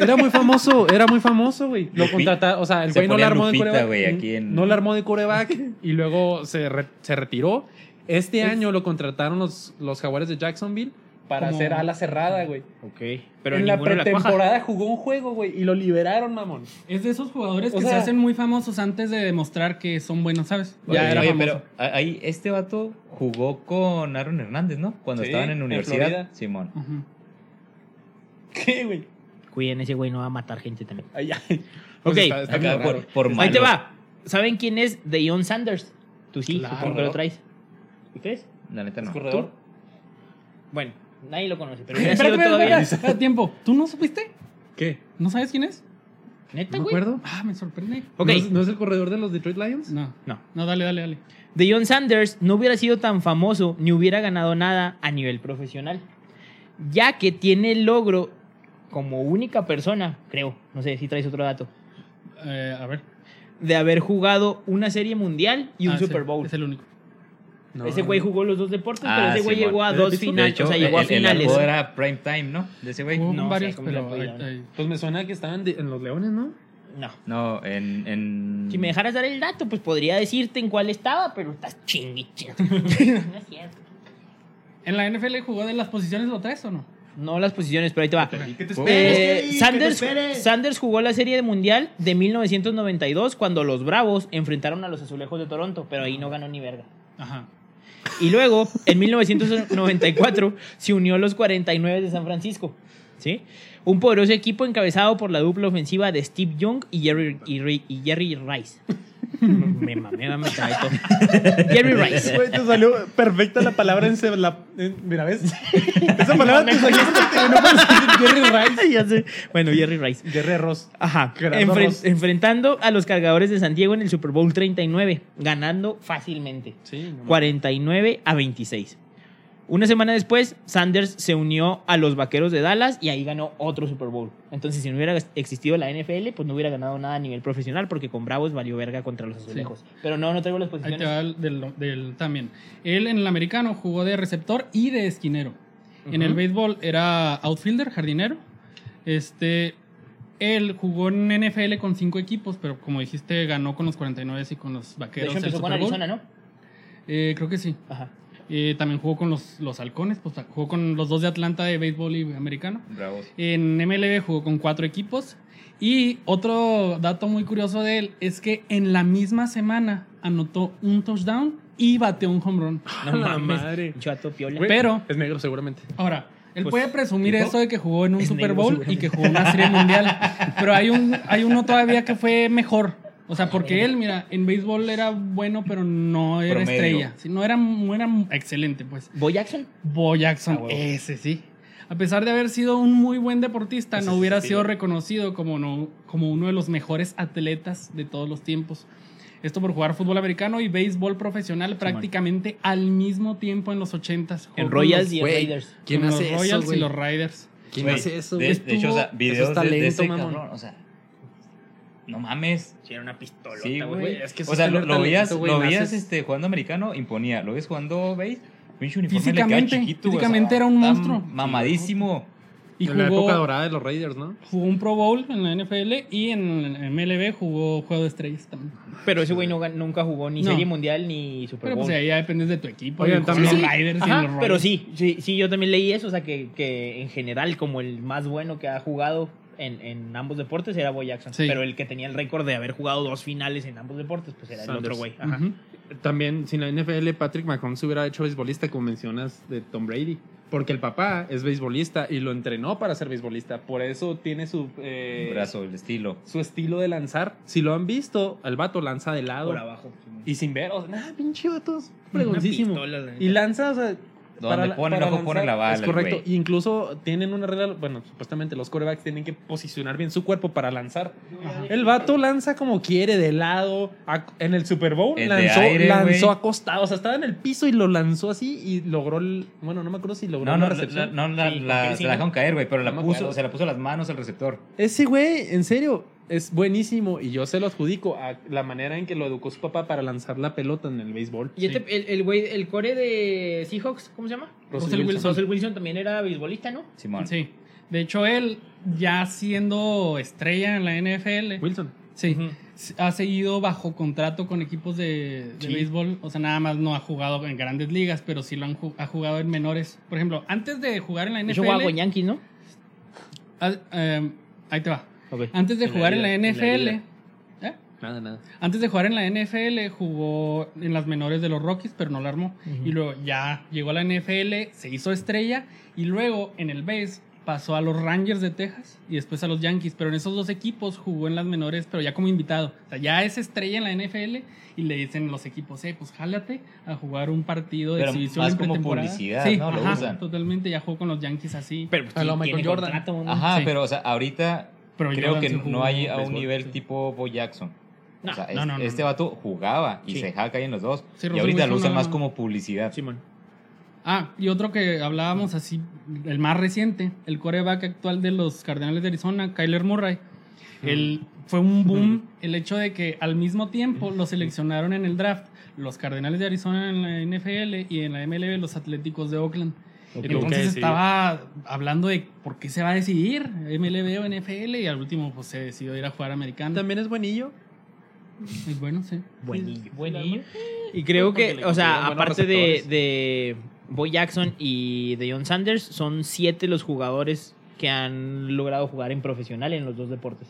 Speaker 1: Era muy famoso, era muy famoso, güey. Lo
Speaker 4: Lupi-
Speaker 1: contrataron, o sea, el
Speaker 4: se
Speaker 1: güey no
Speaker 4: ponía
Speaker 1: la armó de
Speaker 4: Lupita,
Speaker 1: coreback.
Speaker 4: güey, aquí en-
Speaker 1: No la armó de coreback y luego se, re- se retiró. Este año lo contrataron los, los jaguares de Jacksonville para
Speaker 2: Como-
Speaker 1: hacer ala cerrada, güey.
Speaker 3: Ok, pero
Speaker 1: en la
Speaker 3: ninguno la cuaja.
Speaker 1: pretemporada jugó un juego, güey, y lo liberaron, mamón.
Speaker 2: Es de esos jugadores
Speaker 1: O
Speaker 2: que se
Speaker 1: sea-
Speaker 2: hacen muy famosos antes de demostrar que son buenos, ¿sabes?
Speaker 1: Ya
Speaker 4: Oye,
Speaker 1: era
Speaker 4: oye,
Speaker 1: famoso.
Speaker 4: pero a- ahí este vato jugó con Aaron Hernández, ¿no? Cuando
Speaker 1: Sí,
Speaker 4: estaban en
Speaker 1: en
Speaker 4: la universidad.
Speaker 1: Florida.
Speaker 4: Simón.
Speaker 2: Ajá.
Speaker 1: (laughs) ¿Qué, güey?
Speaker 3: Cuiden, ese güey no va a matar gente también.
Speaker 1: Ay, ay. Pues
Speaker 3: Ok,
Speaker 4: Acá
Speaker 1: muy
Speaker 4: por,
Speaker 1: raro.
Speaker 4: por malo.
Speaker 3: Ahí te va. ¿Saben quién es Deion Sanders? Tú sí,
Speaker 1: Claro.
Speaker 3: supongo que lo traes. ¿Ustedes?
Speaker 4: La neta no.
Speaker 1: corredor.
Speaker 3: Bueno, nadie lo conoce,
Speaker 4: (laughs)
Speaker 3: pero hubiera
Speaker 2: Espera,
Speaker 3: sido
Speaker 2: espera, espera,
Speaker 3: todavía.
Speaker 2: espera, tiempo. ¿Tú no supiste?
Speaker 1: ¿Qué?
Speaker 2: ¿No sabes quién es?
Speaker 3: ¿Neta,
Speaker 1: ¿No me
Speaker 3: güey?
Speaker 1: acuerdo?
Speaker 2: Ah, me sorprende.
Speaker 3: Ok,
Speaker 1: ¿No es- ¿No es el corredor de los Detroit Lions?
Speaker 2: No,
Speaker 3: no.
Speaker 2: no, dale, dale, dale.
Speaker 3: Deion Sanders no hubiera sido tan famoso ni hubiera ganado nada a nivel profesional, ya que tiene el logro como única persona, creo, no sé si traes otro dato,
Speaker 2: Eh, a ver.
Speaker 3: de haber jugado una serie mundial y un
Speaker 2: Ah, es el-
Speaker 3: Super Bowl.
Speaker 2: Es el único.
Speaker 1: No,
Speaker 3: ese
Speaker 1: no,
Speaker 3: güey
Speaker 1: no.
Speaker 3: jugó los dos deportes,
Speaker 4: Ah,
Speaker 3: pero ese güey
Speaker 4: Simón.
Speaker 3: llegó a
Speaker 1: De
Speaker 3: dos
Speaker 1: hecho,
Speaker 3: finales, o sea, llegó a
Speaker 4: el, el
Speaker 3: finales.
Speaker 4: apodo era prime time, ¿no? De ese güey.
Speaker 2: Hubo
Speaker 3: no,
Speaker 2: varios,
Speaker 3: sé cómo
Speaker 2: pero.
Speaker 3: se apellida,
Speaker 2: ay,
Speaker 3: ¿no?
Speaker 2: ay.
Speaker 1: Pues me suena que estaban de- en los Leones, ¿no?
Speaker 3: No.
Speaker 4: No, en, en...
Speaker 3: Si me dejaras dar el dato, pues podría decirte en cuál estaba, pero estás chingui, chingue. no es cierto.
Speaker 2: ¿En la NFL jugó de las posiciones lo tres o no?
Speaker 3: No las posiciones, pero ahí te va.
Speaker 5: ¿Qué te
Speaker 3: Eh,
Speaker 5: esperes,
Speaker 3: Sanders,
Speaker 5: Sanders.
Speaker 3: Sanders jugó la Serie Mundial de 1992 cuando los Bravos enfrentaron a los Azulejos de Toronto, pero ahí no ganó ni verga.
Speaker 2: Ajá.
Speaker 3: Y luego, en 1994, se unió a los 49 de San Francisco. ¿sí? Un poderoso equipo encabezado por la dupla ofensiva de Steve Young y Jerry, y Ri- y Jerry Rice. (laughs) me mamé, me trae todo. Jerry Rice.
Speaker 1: Güey, te salió perfecta la palabra en, se- la- en- Mira, ¿ves? Esa palabra te salió Jerry Rice.
Speaker 3: Ya sé. Bueno, Jerry Rice.
Speaker 1: Jerry Ross.
Speaker 3: Ajá.
Speaker 1: Gerardo
Speaker 3: Enfren-
Speaker 1: Ross.
Speaker 3: enfrentando a los cargadores de San Diego en el Super Bowl 39, ganando fácilmente.
Speaker 1: Sí. no
Speaker 3: 49 a 26. Una semana después, Sanders se unió a los Vaqueros de Dallas y ahí ganó otro Super Bowl. Entonces, si no hubiera existido la NFL, pues no hubiera ganado nada a nivel profesional porque con Bravos valió verga contra los Azulejos. Pero no, no traigo las
Speaker 2: Ahí te
Speaker 3: posiciones.
Speaker 2: va el del, del- también. Él en el americano jugó de receptor y de esquinero. En el béisbol era outfielder, jardinero. Este, él jugó en NFL con cinco equipos, pero como dijiste, ganó con los 49 y con los
Speaker 3: De
Speaker 2: vaqueros.
Speaker 3: hecho,
Speaker 2: el
Speaker 3: empezó con
Speaker 2: Super Bowl.
Speaker 3: Arizona, ¿no?
Speaker 2: Eh, creo que sí.
Speaker 3: Ajá.
Speaker 2: Eh, también jugó con los, los halcones, pues jugó con los dos de Atlanta de béisbol y americano.
Speaker 4: Bravos.
Speaker 2: En MLB jugó con cuatro equipos. Y otro dato muy curioso de él es que en la misma semana anotó un touchdown y bateó un home run.
Speaker 1: No mames. madre.
Speaker 3: Chato piola.
Speaker 1: Güey,
Speaker 2: Pero-
Speaker 1: Es negro, seguramente.
Speaker 2: Ahora, él
Speaker 1: Pues,
Speaker 2: puede presumir
Speaker 1: ¿no?
Speaker 2: eso de que jugó en un
Speaker 1: Es
Speaker 2: Super
Speaker 1: negro,
Speaker 2: Bowl y que jugó una serie mundial. Pero hay, un, hay uno todavía que fue mejor. O sea, porque él, mira, en béisbol era bueno, pero no era
Speaker 4: Promedio.
Speaker 2: estrella. Sí, No era, no era excelente, pues.
Speaker 3: Bo Jackson.
Speaker 2: Bo Jackson,
Speaker 3: Ah, huevo.
Speaker 2: ese sí. A pesar de haber sido un muy buen deportista,
Speaker 3: Ese
Speaker 2: no
Speaker 3: sí,
Speaker 2: hubiera
Speaker 3: sí.
Speaker 2: sido reconocido como, no, como uno de los mejores atletas de todos los tiempos. Esto por jugar fútbol americano y béisbol profesional prácticamente al mismo tiempo en los 80s. Jugó
Speaker 3: En
Speaker 2: con
Speaker 3: Royals
Speaker 2: los-
Speaker 3: y en
Speaker 1: Güey,
Speaker 3: Raiders.
Speaker 1: ¿Quién
Speaker 2: con
Speaker 1: hace
Speaker 2: los Royals
Speaker 1: eso, güey?
Speaker 2: y los Riders.
Speaker 1: ¿Quién
Speaker 4: Güey,
Speaker 1: hace eso,
Speaker 4: de,
Speaker 1: güey?
Speaker 4: de hecho, o sea,
Speaker 1: Estuvo-
Speaker 4: videos
Speaker 1: eso es
Speaker 4: de, de
Speaker 1: talento,
Speaker 4: ese
Speaker 1: mamón.
Speaker 4: cabrón, o sea, no mames.
Speaker 3: Sí, era una pistola.
Speaker 4: Sí, güey.
Speaker 1: es que eso
Speaker 4: o sea,
Speaker 1: es
Speaker 4: lo,
Speaker 1: tener
Speaker 4: lo veías,
Speaker 1: talento, güey,
Speaker 4: lo veías
Speaker 1: naces-
Speaker 4: este, jugando americano, imponía. Lo veías jugando veis, pinche uniforme le queda
Speaker 2: Físicamente,
Speaker 4: chiquito, güey, o sea,
Speaker 2: físicamente era un
Speaker 4: está
Speaker 2: monstruo.
Speaker 4: Mamadísimo.
Speaker 2: Y
Speaker 1: en la época
Speaker 2: jugó,
Speaker 1: dorada de los Raiders, ¿no?
Speaker 2: jugó un Pro Bowl en la NFL y en MLB jugó Juego de Estrellas también.
Speaker 3: Pero ese güey no gan- nunca jugó ni
Speaker 2: No.
Speaker 3: Serie Mundial ni Super
Speaker 2: Pero
Speaker 3: Bowl.
Speaker 2: pues ahí ya dependes de tu equipo.
Speaker 1: Oigan,
Speaker 2: y con
Speaker 1: también-
Speaker 2: los Riders y en
Speaker 3: Ajá,
Speaker 2: los Royals.
Speaker 3: pero sí, sí, sí, yo también leí eso, o sea, que, que en general, como el más bueno que ha jugado en, en ambos deportes era Bo Jackson,
Speaker 2: Sí.
Speaker 3: pero el que tenía el récord de haber jugado dos finales en ambos deportes, pues era el
Speaker 1: Sanders.
Speaker 3: otro güey. Ajá.
Speaker 2: Ujú.
Speaker 1: También, sin la NFL, Patrick Mahomes se hubiera hecho beisbolista, como mencionas, de Tom Brady. Porque el papá es beisbolista y lo entrenó para ser beisbolista. Por eso tiene su... eh,
Speaker 4: brazo, el estilo.
Speaker 1: Su estilo de lanzar. Si lo han visto, el vato lanza de lado.
Speaker 3: Por abajo.
Speaker 1: Y sin ver, o sea, nada, pinche vatos,
Speaker 3: Una
Speaker 1: pregoncísimo.
Speaker 3: pistola, la neta.
Speaker 1: Y lanza, o sea.
Speaker 4: Donde pone el ojo, pone la bala,
Speaker 1: Es correcto.
Speaker 4: güey.
Speaker 1: Y incluso tienen una regla, bueno, supuestamente los corebacks tienen que posicionar bien su cuerpo para lanzar.
Speaker 2: Ajá.
Speaker 1: El vato lanza como quiere, de lado. a- en el Super Bowl
Speaker 4: El de
Speaker 1: lanzó,
Speaker 4: aire,
Speaker 1: lanzó
Speaker 4: güey.
Speaker 1: acostado. O sea, estaba en el piso y lo lanzó así y logró el. Bueno, no me acuerdo si logró
Speaker 4: No,
Speaker 1: la
Speaker 4: no, la,
Speaker 1: recepción.
Speaker 4: no, la,
Speaker 3: Sí,
Speaker 4: la-
Speaker 3: porque sí,
Speaker 4: se la
Speaker 3: ¿no?
Speaker 4: dejaron caer, güey, pero la
Speaker 1: No me
Speaker 4: puso,
Speaker 1: acuerdo.
Speaker 4: se la puso las manos al receptor.
Speaker 1: Ese güey, en serio, es buenísimo. Y yo se lo adjudico a la manera en que lo educó su papá para lanzar la pelota en el béisbol.
Speaker 3: Y este, el, el güey, el core de Seahawks, ¿cómo se llama?
Speaker 1: Russell
Speaker 3: Russell Wilson.
Speaker 1: Wilson.
Speaker 3: Russell Wilson también era beisbolista, ¿no?
Speaker 4: Simón.
Speaker 2: Sí. De hecho, él, ya siendo estrella en la NFL,
Speaker 1: Wilson.
Speaker 2: sí, ha seguido bajo contrato con equipos de, de
Speaker 3: Sí.
Speaker 2: béisbol. O sea, nada más no ha jugado en grandes ligas, pero sí lo han ju- ha jugado en menores. Por ejemplo, antes de jugar en la
Speaker 3: Yo jugaba con
Speaker 2: NFL.
Speaker 3: Yankees, ¿no?
Speaker 2: ah, eh, ahí te va.
Speaker 3: Okay.
Speaker 2: Antes de
Speaker 1: En la
Speaker 2: jugar
Speaker 1: liga,
Speaker 2: en
Speaker 1: en
Speaker 2: la
Speaker 1: la
Speaker 2: NFL.
Speaker 1: liga.
Speaker 2: ¿eh?
Speaker 1: Nada, nada.
Speaker 2: Antes de jugar en la NFL jugó en las menores de los Rockies, pero no la armó.
Speaker 3: Ujú.
Speaker 2: Y luego ya llegó a la NFL, se hizo estrella y luego en el base pasó a los Rangers de Texas y después a los Yankees, pero en esos dos equipos jugó en las menores, pero ya como invitado. O sea, ya es estrella en la NFL y le dicen los equipos, "Eh, pues jálate a jugar un partido de
Speaker 4: Pero
Speaker 2: exhibición
Speaker 4: más
Speaker 2: en
Speaker 4: como
Speaker 2: pretemporada".
Speaker 4: publicidad,
Speaker 2: sí,
Speaker 4: ¿no? Lo
Speaker 2: ajá,
Speaker 4: usan.
Speaker 2: totalmente, ya jugó con los Yankees así.
Speaker 3: Pero pues,
Speaker 1: A lo
Speaker 3: tiene
Speaker 1: Michael Jordan.
Speaker 3: contrato, ¿no?
Speaker 4: Ajá,
Speaker 2: Sí.
Speaker 4: pero, o sea, ahorita
Speaker 2: Pero
Speaker 4: creo
Speaker 2: Jordan
Speaker 4: que
Speaker 2: sí jugó
Speaker 4: no hay a un
Speaker 2: béisbol,
Speaker 4: nivel
Speaker 2: sí.
Speaker 4: tipo Bo Jackson.
Speaker 3: No,
Speaker 4: o sea,
Speaker 2: no,
Speaker 4: es-
Speaker 2: no, no,
Speaker 4: este
Speaker 2: no.
Speaker 4: vato jugaba y
Speaker 3: Sí.
Speaker 4: se jaca ahí en los dos.
Speaker 2: Sí,
Speaker 4: y
Speaker 2: Russell
Speaker 4: ahorita lo
Speaker 2: Wilson
Speaker 4: usan
Speaker 2: no-
Speaker 4: más como publicidad.
Speaker 3: Simón.
Speaker 2: Ah, y otro que
Speaker 4: Ah.
Speaker 2: hablábamos así, el más reciente, el coreback actual de los Cardenales de Arizona, Kyler Murray.
Speaker 4: Ah.
Speaker 2: Él, fue un boom el hecho de que al mismo tiempo lo seleccionaron en el draft los Cardenales de Arizona en la NFL y en la MLB los Atléticos de Oakland. Entonces estaba hablando de por qué se va a decidir MLB o NFL y al último pues se decidió ir a jugar americano.
Speaker 1: También es buenillo.
Speaker 2: Y bueno, sí.
Speaker 3: Buenillo.
Speaker 1: Buenillo.
Speaker 3: Y creo
Speaker 1: Porque
Speaker 3: que,
Speaker 1: le
Speaker 3: o sea,
Speaker 1: consiguieron buenos
Speaker 3: aparte de,
Speaker 1: receptores.
Speaker 3: de Boy Jackson y de John Sanders, son siete los jugadores que han logrado jugar en profesional en los dos deportes.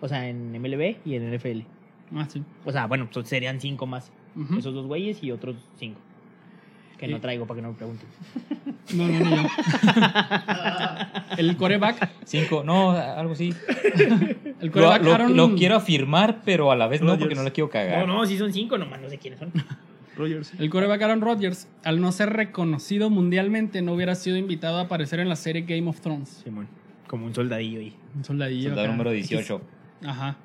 Speaker 3: O sea, en MLB y en NFL.
Speaker 2: Ah, sí.
Speaker 3: O sea, bueno, pues serían cinco más.
Speaker 2: Ujú.
Speaker 3: Esos dos güeyes y otros cinco. Que no
Speaker 2: Sí.
Speaker 3: traigo para que no me pregunten.
Speaker 2: No, no,
Speaker 4: (laughs)
Speaker 2: no, no. el coreback,
Speaker 4: Cinco, no, algo así.
Speaker 2: el
Speaker 4: Lo,
Speaker 2: coreback
Speaker 4: lo-
Speaker 2: Aaron-
Speaker 4: lo quiero afirmar, pero a la vez no,
Speaker 1: Rodgers.
Speaker 4: porque no le quiero cagar.
Speaker 3: No, Oh, no, sí son cinco, nomás no sé quiénes son.
Speaker 1: Rogers.
Speaker 2: El coreback Aaron Rodgers, al no ser reconocido mundialmente, no hubiera sido invitado a aparecer en la serie Game of Thrones.
Speaker 3: Simón, como un soldadillo ahí.
Speaker 2: Un soldadillo.
Speaker 4: Soldado
Speaker 2: acá.
Speaker 4: número 18.
Speaker 2: Ajá.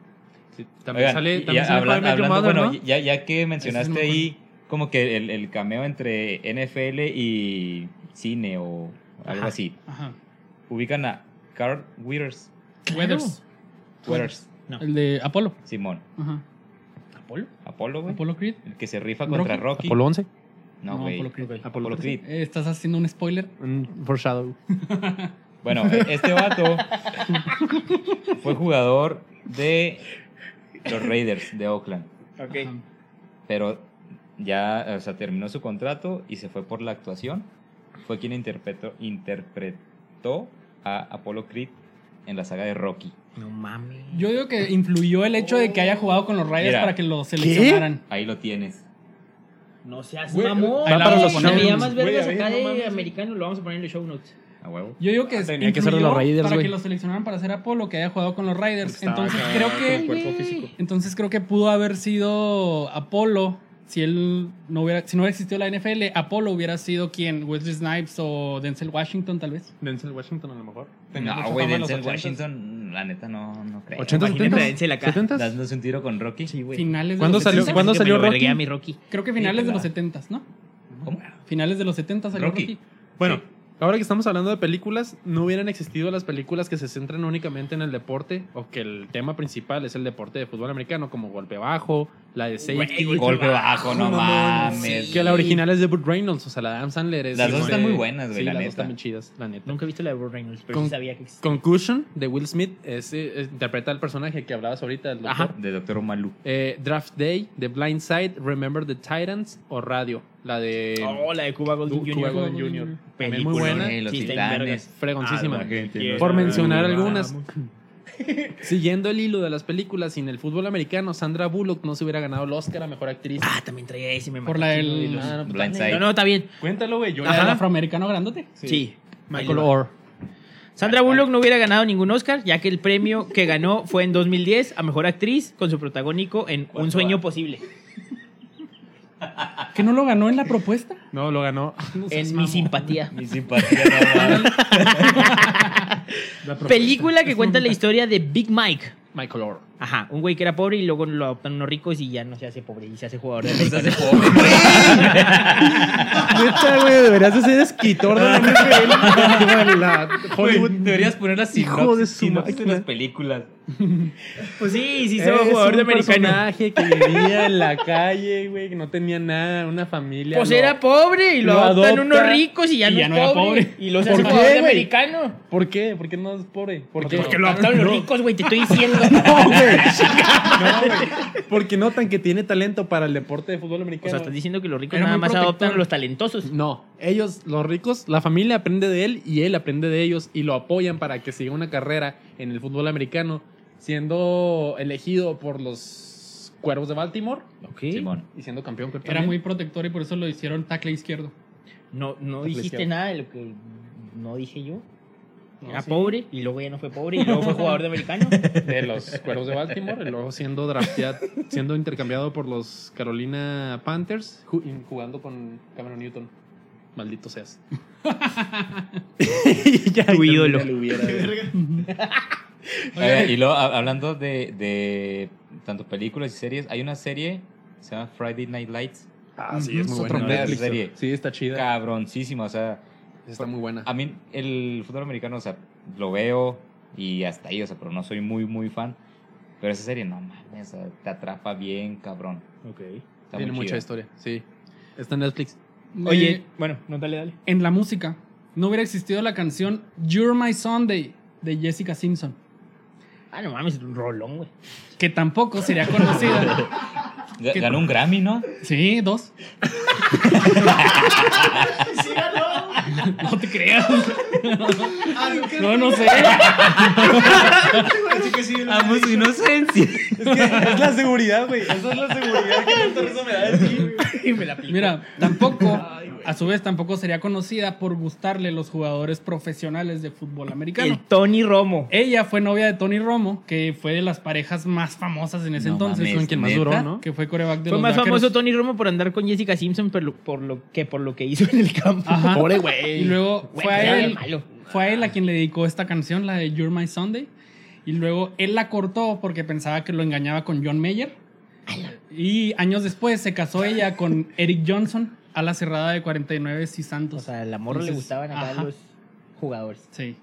Speaker 1: Sí, también
Speaker 4: Oigan,
Speaker 1: sale,
Speaker 4: y-
Speaker 1: también
Speaker 4: y
Speaker 1: sale
Speaker 4: hablan-
Speaker 1: How I Met Your
Speaker 4: hablando-
Speaker 1: Mother,
Speaker 4: bueno,
Speaker 1: ¿no?
Speaker 4: ya, ya que mencionaste
Speaker 2: me acuerdo.
Speaker 4: ahí como que el, el cameo entre NFL y cine o algo
Speaker 3: Ajá.
Speaker 4: así,
Speaker 2: Ajá.
Speaker 4: ubican a Carl Weathers,
Speaker 2: Weathers.
Speaker 4: Weathers,
Speaker 3: No.
Speaker 2: El de Apolo.
Speaker 4: Simón,
Speaker 2: Ajá.
Speaker 3: ¿Apolo?
Speaker 4: Apolo, güey,
Speaker 2: Apolo Creed.
Speaker 4: el que se rifa contra Rocky.
Speaker 1: Apolo 11.
Speaker 4: No, güey.
Speaker 2: Apolo Creed.
Speaker 4: Apolo Creed.
Speaker 2: Eh, ¿Estás haciendo un spoiler?
Speaker 1: Un foreshadow.
Speaker 4: Bueno, e- este vato fue jugador de los Raiders de Oakland,
Speaker 3: Ok.
Speaker 2: Ajá.
Speaker 4: pero ya, o sea, terminó su contrato y se fue por la actuación. Fue quien interpretó, interpretó a Apollo Creed en la saga de Rocky.
Speaker 3: No mames.
Speaker 2: Yo digo que influyó el hecho de que haya jugado con los Raiders
Speaker 4: Mira.
Speaker 2: para que lo seleccionaran.
Speaker 4: Ahí lo tienes.
Speaker 3: No seas
Speaker 1: Güey,
Speaker 3: mamón.
Speaker 2: va para los
Speaker 3: Una
Speaker 2: show
Speaker 3: medida
Speaker 2: notes,
Speaker 3: más
Speaker 1: güey,
Speaker 3: vergas
Speaker 1: a ver,
Speaker 3: acá
Speaker 1: no
Speaker 3: de
Speaker 1: mames.
Speaker 3: americano lo vamos a poner en los show notes.
Speaker 4: A huevo.
Speaker 2: Yo digo que
Speaker 6: Ah, Tenía que ser de los
Speaker 2: influyó
Speaker 6: Raiders,
Speaker 2: para
Speaker 6: güey.
Speaker 2: que lo seleccionaran para ser Apolo, que haya jugado con los Raiders.
Speaker 1: Estaba
Speaker 2: Entonces
Speaker 1: acá
Speaker 2: creo
Speaker 1: con el
Speaker 2: que
Speaker 1: cuerpo físico.
Speaker 2: entonces creo que pudo haber sido Apolo si él no hubiera si no hubiera existido la NFL, Apolo hubiera sido quien Wesley Snipes o Denzel Washington tal vez.
Speaker 1: (laughs) Denzel Washington a lo mejor. Tenía
Speaker 4: No,
Speaker 1: mucha
Speaker 4: güey,
Speaker 1: fama en los
Speaker 4: Denzel
Speaker 1: 80s.
Speaker 4: Washington, la neta, no, no creo.
Speaker 1: 80s,
Speaker 3: Imagínate
Speaker 1: 70s.
Speaker 3: a Denzel acá.
Speaker 1: 70s.
Speaker 4: Dándose un tiro con Rocky.
Speaker 2: Finales de
Speaker 1: ¿Cuándo
Speaker 2: los
Speaker 1: salió-
Speaker 2: 70s.
Speaker 1: cuándo
Speaker 3: Es que me
Speaker 1: salió
Speaker 3: lo
Speaker 1: Rocky?
Speaker 3: vergué a mi Rocky.
Speaker 2: Creo que finales de
Speaker 4: claro.
Speaker 2: los 70, ¿no?
Speaker 4: ¿Cómo?
Speaker 2: Finales de los 70 salió
Speaker 4: Rocky.
Speaker 2: Rocky.
Speaker 1: Bueno, ahora que estamos hablando de películas, no hubieran existido las películas que se centran únicamente en el deporte o que el tema principal es el deporte de fútbol americano, como Golpe Bajo, la de Safety.
Speaker 3: Güey,
Speaker 4: Golpe bajo, no
Speaker 1: mamón.
Speaker 4: mames.
Speaker 1: Que la original es de Burt Reynolds, o sea, la de Adam Sandler es...
Speaker 4: Las dos
Speaker 1: de-
Speaker 4: están muy buenas, güey,
Speaker 1: Sí,
Speaker 4: la
Speaker 1: las dos
Speaker 4: neta.
Speaker 1: están muy chidas, la neta.
Speaker 3: Nunca he visto la de Burt Reynolds, pero
Speaker 1: Con-
Speaker 3: sí sabía que existía.
Speaker 1: Concussion, de Will Smith, ese, eh, interpreta al personaje que hablabas ahorita, el doctor.
Speaker 4: Ajá. De Doctor Malú.
Speaker 1: Eh, Draft Day, The Blind Side, Remember the Titans o Radio, la de...
Speaker 3: Oh, la de Cuba Golding
Speaker 1: Du-
Speaker 3: Jr.
Speaker 1: Cuba
Speaker 2: Gooding
Speaker 1: Gooding
Speaker 2: Jr.
Speaker 1: Jr. También muy
Speaker 3: Peliculón.
Speaker 1: buena.
Speaker 4: Eh, los
Speaker 3: Sí, está en
Speaker 4: titanes.
Speaker 3: vergas.
Speaker 1: Fregoncísima.
Speaker 4: Ah, la gente
Speaker 3: Quiero
Speaker 4: no
Speaker 1: Por
Speaker 4: sabe.
Speaker 1: mencionar
Speaker 4: Ah,
Speaker 1: algunas. (laughs) Siguiendo el hilo de las películas, sin el fútbol americano, Sandra Bullock no se hubiera ganado el Oscar a Mejor Actriz.
Speaker 3: Ah, también traía ese. Me
Speaker 2: Por
Speaker 3: mató
Speaker 2: la
Speaker 3: el
Speaker 2: del-
Speaker 3: chino de los-
Speaker 1: Ah, no, pues,
Speaker 4: Blindside.
Speaker 3: No, no, está bien.
Speaker 1: Cuéntalo, güey. Yo
Speaker 2: La del afroamericano grandote.
Speaker 3: Sí.
Speaker 1: Michael Orr.
Speaker 3: Sandra Bullock no hubiera ganado ningún Oscar, ya que el premio que ganó fue en 2010 a Mejor Actriz con su protagónico en Un Sueño Posible.
Speaker 2: Que no lo ganó en la propuesta.
Speaker 1: No, lo ganó.
Speaker 3: En Mi Simpatía.
Speaker 4: (laughs) Mi simpatía, no mames.
Speaker 3: Película que cuenta la historia de Big Mike.
Speaker 1: Michael Orr.
Speaker 3: Ajá, un güey que era pobre y luego lo adoptan unos ricos y ya no se hace pobre y se hace jugador de
Speaker 4: Se hace pobre, güey.
Speaker 1: (laughs) Neta, güey, deberías de ser escritor
Speaker 2: (laughs)
Speaker 1: de la NFL. Como en (laughs) la Hollywood.
Speaker 4: Deberías poner las
Speaker 1: Hijo
Speaker 4: sinopsis,
Speaker 1: de su
Speaker 4: sinopsis en
Speaker 1: máquina.
Speaker 4: las películas.
Speaker 3: Pues sí, sí,
Speaker 1: Es
Speaker 3: se va jugador
Speaker 1: un
Speaker 3: de americano.
Speaker 1: personaje que vivía en la calle, güey, que no tenía nada, una familia.
Speaker 3: Pues
Speaker 1: no.
Speaker 3: era pobre y lo,
Speaker 1: Lo
Speaker 3: adoptan
Speaker 1: adopta
Speaker 3: unos ricos y ya
Speaker 2: y
Speaker 3: no,
Speaker 2: ya
Speaker 3: es
Speaker 2: no era
Speaker 3: pobre,
Speaker 2: pobre.
Speaker 3: Y lo hace
Speaker 1: ¿Por
Speaker 3: jugador
Speaker 1: qué,
Speaker 3: de
Speaker 1: güey?
Speaker 3: americano.
Speaker 1: ¿Por qué? ¿Por qué no es pobre? ¿Por qué?
Speaker 3: Porque lo adoptaron los ricos, güey, te estoy diciendo.
Speaker 1: (laughs) No, (laughs) güey. No, güey. Porque notan que tiene talento para el deporte de fútbol
Speaker 3: O
Speaker 1: americano.
Speaker 3: sea, estás diciendo que los ricos
Speaker 2: Era
Speaker 3: nada
Speaker 2: muy
Speaker 3: más adoptan a
Speaker 2: protector.
Speaker 3: los talentosos.
Speaker 1: No, ellos, los ricos, la familia aprende de él y él aprende de ellos y lo apoyan para que siga una carrera en el fútbol americano, siendo elegido por los Cuervos de Baltimore
Speaker 4: Simón.
Speaker 1: y siendo campeón. creo,
Speaker 2: Era
Speaker 1: también.
Speaker 2: muy protector y por eso lo hicieron tackle izquierdo.
Speaker 3: No, no
Speaker 1: Te
Speaker 3: dijiste
Speaker 1: flexión.
Speaker 3: nada de lo que no dije yo.
Speaker 1: No,
Speaker 3: Era
Speaker 1: sí.
Speaker 3: pobre y luego ya no fue pobre y luego fue jugador de americano.
Speaker 1: de los Cuervos de Baltimore, y luego siendo drafteado, siendo intercambiado por los Carolina Panthers, ju- y jugando con Cameron Newton. Maldito seas. Y ya, y
Speaker 3: Tu
Speaker 1: también
Speaker 3: ídolo.
Speaker 1: ya le hubiera-
Speaker 4: Oye,
Speaker 1: Eh,
Speaker 4: y luego, ha- hablando de, de tanto películas y series, hay una serie que se llama Friday Night Lights.
Speaker 1: Ah, sí, es muy
Speaker 4: Mm, Otro
Speaker 1: buena.
Speaker 4: Netflix. Serie.
Speaker 1: Sí, está chida.
Speaker 4: Cabroncísima, o sea,
Speaker 1: Está muy buena.
Speaker 4: a mí el fútbol americano, o sea, lo veo y hasta ahí, o sea, pero no soy muy, muy fan. Pero esa serie, no mames, o sea, te atrapa bien, cabrón. Está
Speaker 1: Tiene
Speaker 4: muy
Speaker 1: mucha
Speaker 4: chida.
Speaker 1: historia, sí. Está en Netflix.
Speaker 2: Eh,
Speaker 3: Oye, bueno, no dale, dale.
Speaker 2: en la música no hubiera existido la canción You're My Sunday de Jessica Simpson,
Speaker 3: Ah, no mames, un rolón, güey.
Speaker 2: que tampoco sería conocida.
Speaker 3: (laughs)
Speaker 4: Ga- Ganó un Grammy, ¿no?
Speaker 2: Sí, dos.
Speaker 5: Sí, ganó.
Speaker 2: No te creas.
Speaker 5: Ah, ¿no crees?
Speaker 2: No, no sé.
Speaker 5: Así que sí, lo
Speaker 4: Amo
Speaker 5: he
Speaker 4: su
Speaker 5: dicho.
Speaker 4: inocencia.
Speaker 1: es la seguridad, güey. Esa es la seguridad que tanto me da
Speaker 3: Y me la aplicó.
Speaker 2: Mira, tampoco, a su vez, tampoco sería conocida por gustarle los jugadores profesionales de fútbol americano.
Speaker 3: el Tony Romo.
Speaker 2: Ella fue novia de Tony Romo, que fue de las parejas más famosas en ese
Speaker 4: No
Speaker 2: entonces.
Speaker 4: mames,
Speaker 2: con quien más
Speaker 4: ¿neta?
Speaker 2: duró, ¿no? Que fue coreback de
Speaker 3: Fue
Speaker 2: los
Speaker 3: más
Speaker 2: Vaqueros.
Speaker 3: famoso Tony Romo por andar con Jessica Simpson por lo, por lo que por lo que hizo en el campo.
Speaker 2: Ajá.
Speaker 1: Pobre güey.
Speaker 2: Y luego
Speaker 3: Güey,
Speaker 2: fue
Speaker 3: era
Speaker 2: a
Speaker 3: de
Speaker 2: él.
Speaker 3: malo.
Speaker 2: Fue a él a quien le dedicó esta canción, la de You're My Sunday. Y luego él la cortó porque pensaba que lo engañaba con John Mayer. Y años después se casó ella con Eric Johnson, a la cerrada de 49 y
Speaker 3: O
Speaker 2: Santos.
Speaker 3: sea, el amor le
Speaker 2: Entonces,
Speaker 3: gustaban acá
Speaker 2: ajá.
Speaker 3: los jugadores.
Speaker 2: sí.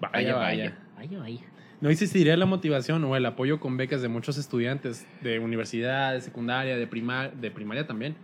Speaker 1: Vaya, vaya.
Speaker 3: Vaya, vaya.
Speaker 1: No existiría la motivación o el apoyo con becas de muchos estudiantes de universidad, de secundaria, de, prima- de primaria también,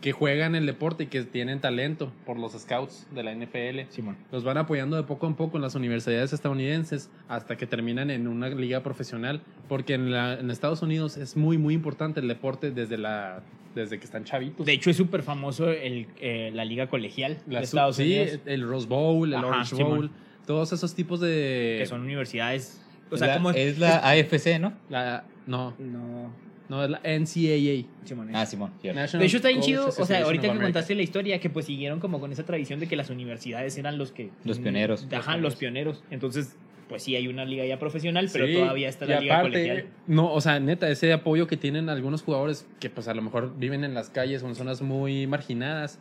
Speaker 1: que juegan el deporte y que tienen talento por los scouts de la NFL.
Speaker 3: Simón.
Speaker 1: Los van apoyando de poco en poco en las universidades estadounidenses hasta que terminan en una liga profesional, porque en, la- en Estados Unidos es muy, muy importante el deporte desde, la, desde que están chavitos.
Speaker 3: De hecho, es súper famoso el, eh, la liga colegial
Speaker 1: La
Speaker 3: de
Speaker 1: su-
Speaker 3: Estados
Speaker 1: sí,
Speaker 3: Unidos,
Speaker 1: el Rose Bowl, el
Speaker 3: Ajá,
Speaker 1: Orange
Speaker 3: Simón.
Speaker 1: Bowl, todos esos tipos de...
Speaker 3: que son universidades. O
Speaker 4: Es
Speaker 3: sea,
Speaker 4: la-
Speaker 3: como.
Speaker 4: es la AFC, ¿no?
Speaker 1: la- no,
Speaker 3: No.
Speaker 1: no, es la NCAA.
Speaker 3: Simón,
Speaker 4: Ah, Simón. cierto.
Speaker 1: National
Speaker 3: De hecho, está bien
Speaker 1: College
Speaker 3: chido. O sea,
Speaker 1: Association
Speaker 3: ahorita
Speaker 1: of
Speaker 3: que
Speaker 1: America.
Speaker 3: contaste la historia, que pues siguieron como con esa tradición de que las universidades eran los que.
Speaker 4: Los pioneros.
Speaker 3: Ajá, los pioneros. Entonces, pues sí, hay una liga ya profesional, pero
Speaker 1: Sí,
Speaker 3: todavía está
Speaker 1: y
Speaker 3: la liga
Speaker 1: aparte,
Speaker 3: colegial.
Speaker 1: No, o sea, neta, ese apoyo que tienen algunos jugadores que pues a lo mejor viven en las calles o en zonas muy marginadas.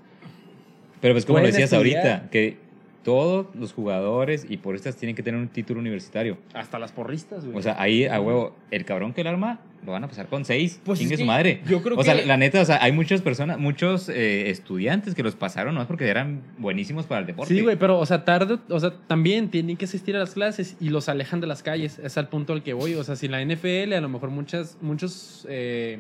Speaker 4: Pero pues como lo
Speaker 1: Pueden
Speaker 4: decías
Speaker 1: estudiar.
Speaker 4: ahorita, que todos los jugadores y estas tienen que tener un título universitario.
Speaker 1: Hasta las porristas, güey.
Speaker 4: O sea, ahí a huevo, el cabrón que el arma lo van a pasar con seis.
Speaker 3: Pues
Speaker 4: Chingue
Speaker 3: es
Speaker 4: su
Speaker 3: que
Speaker 4: madre.
Speaker 3: Yo creo
Speaker 4: O sea,
Speaker 3: que.
Speaker 4: la neta, o sea, hay muchas personas, muchos eh, estudiantes que los pasaron no porque eran buenísimos para el deporte.
Speaker 1: sí, güey, pero o sea, tarde, o sea, también tienen que asistir a las clases y los alejan de las calles. Es al punto al que voy. O sea, si la NFL, a lo mejor muchas, muchos, eh,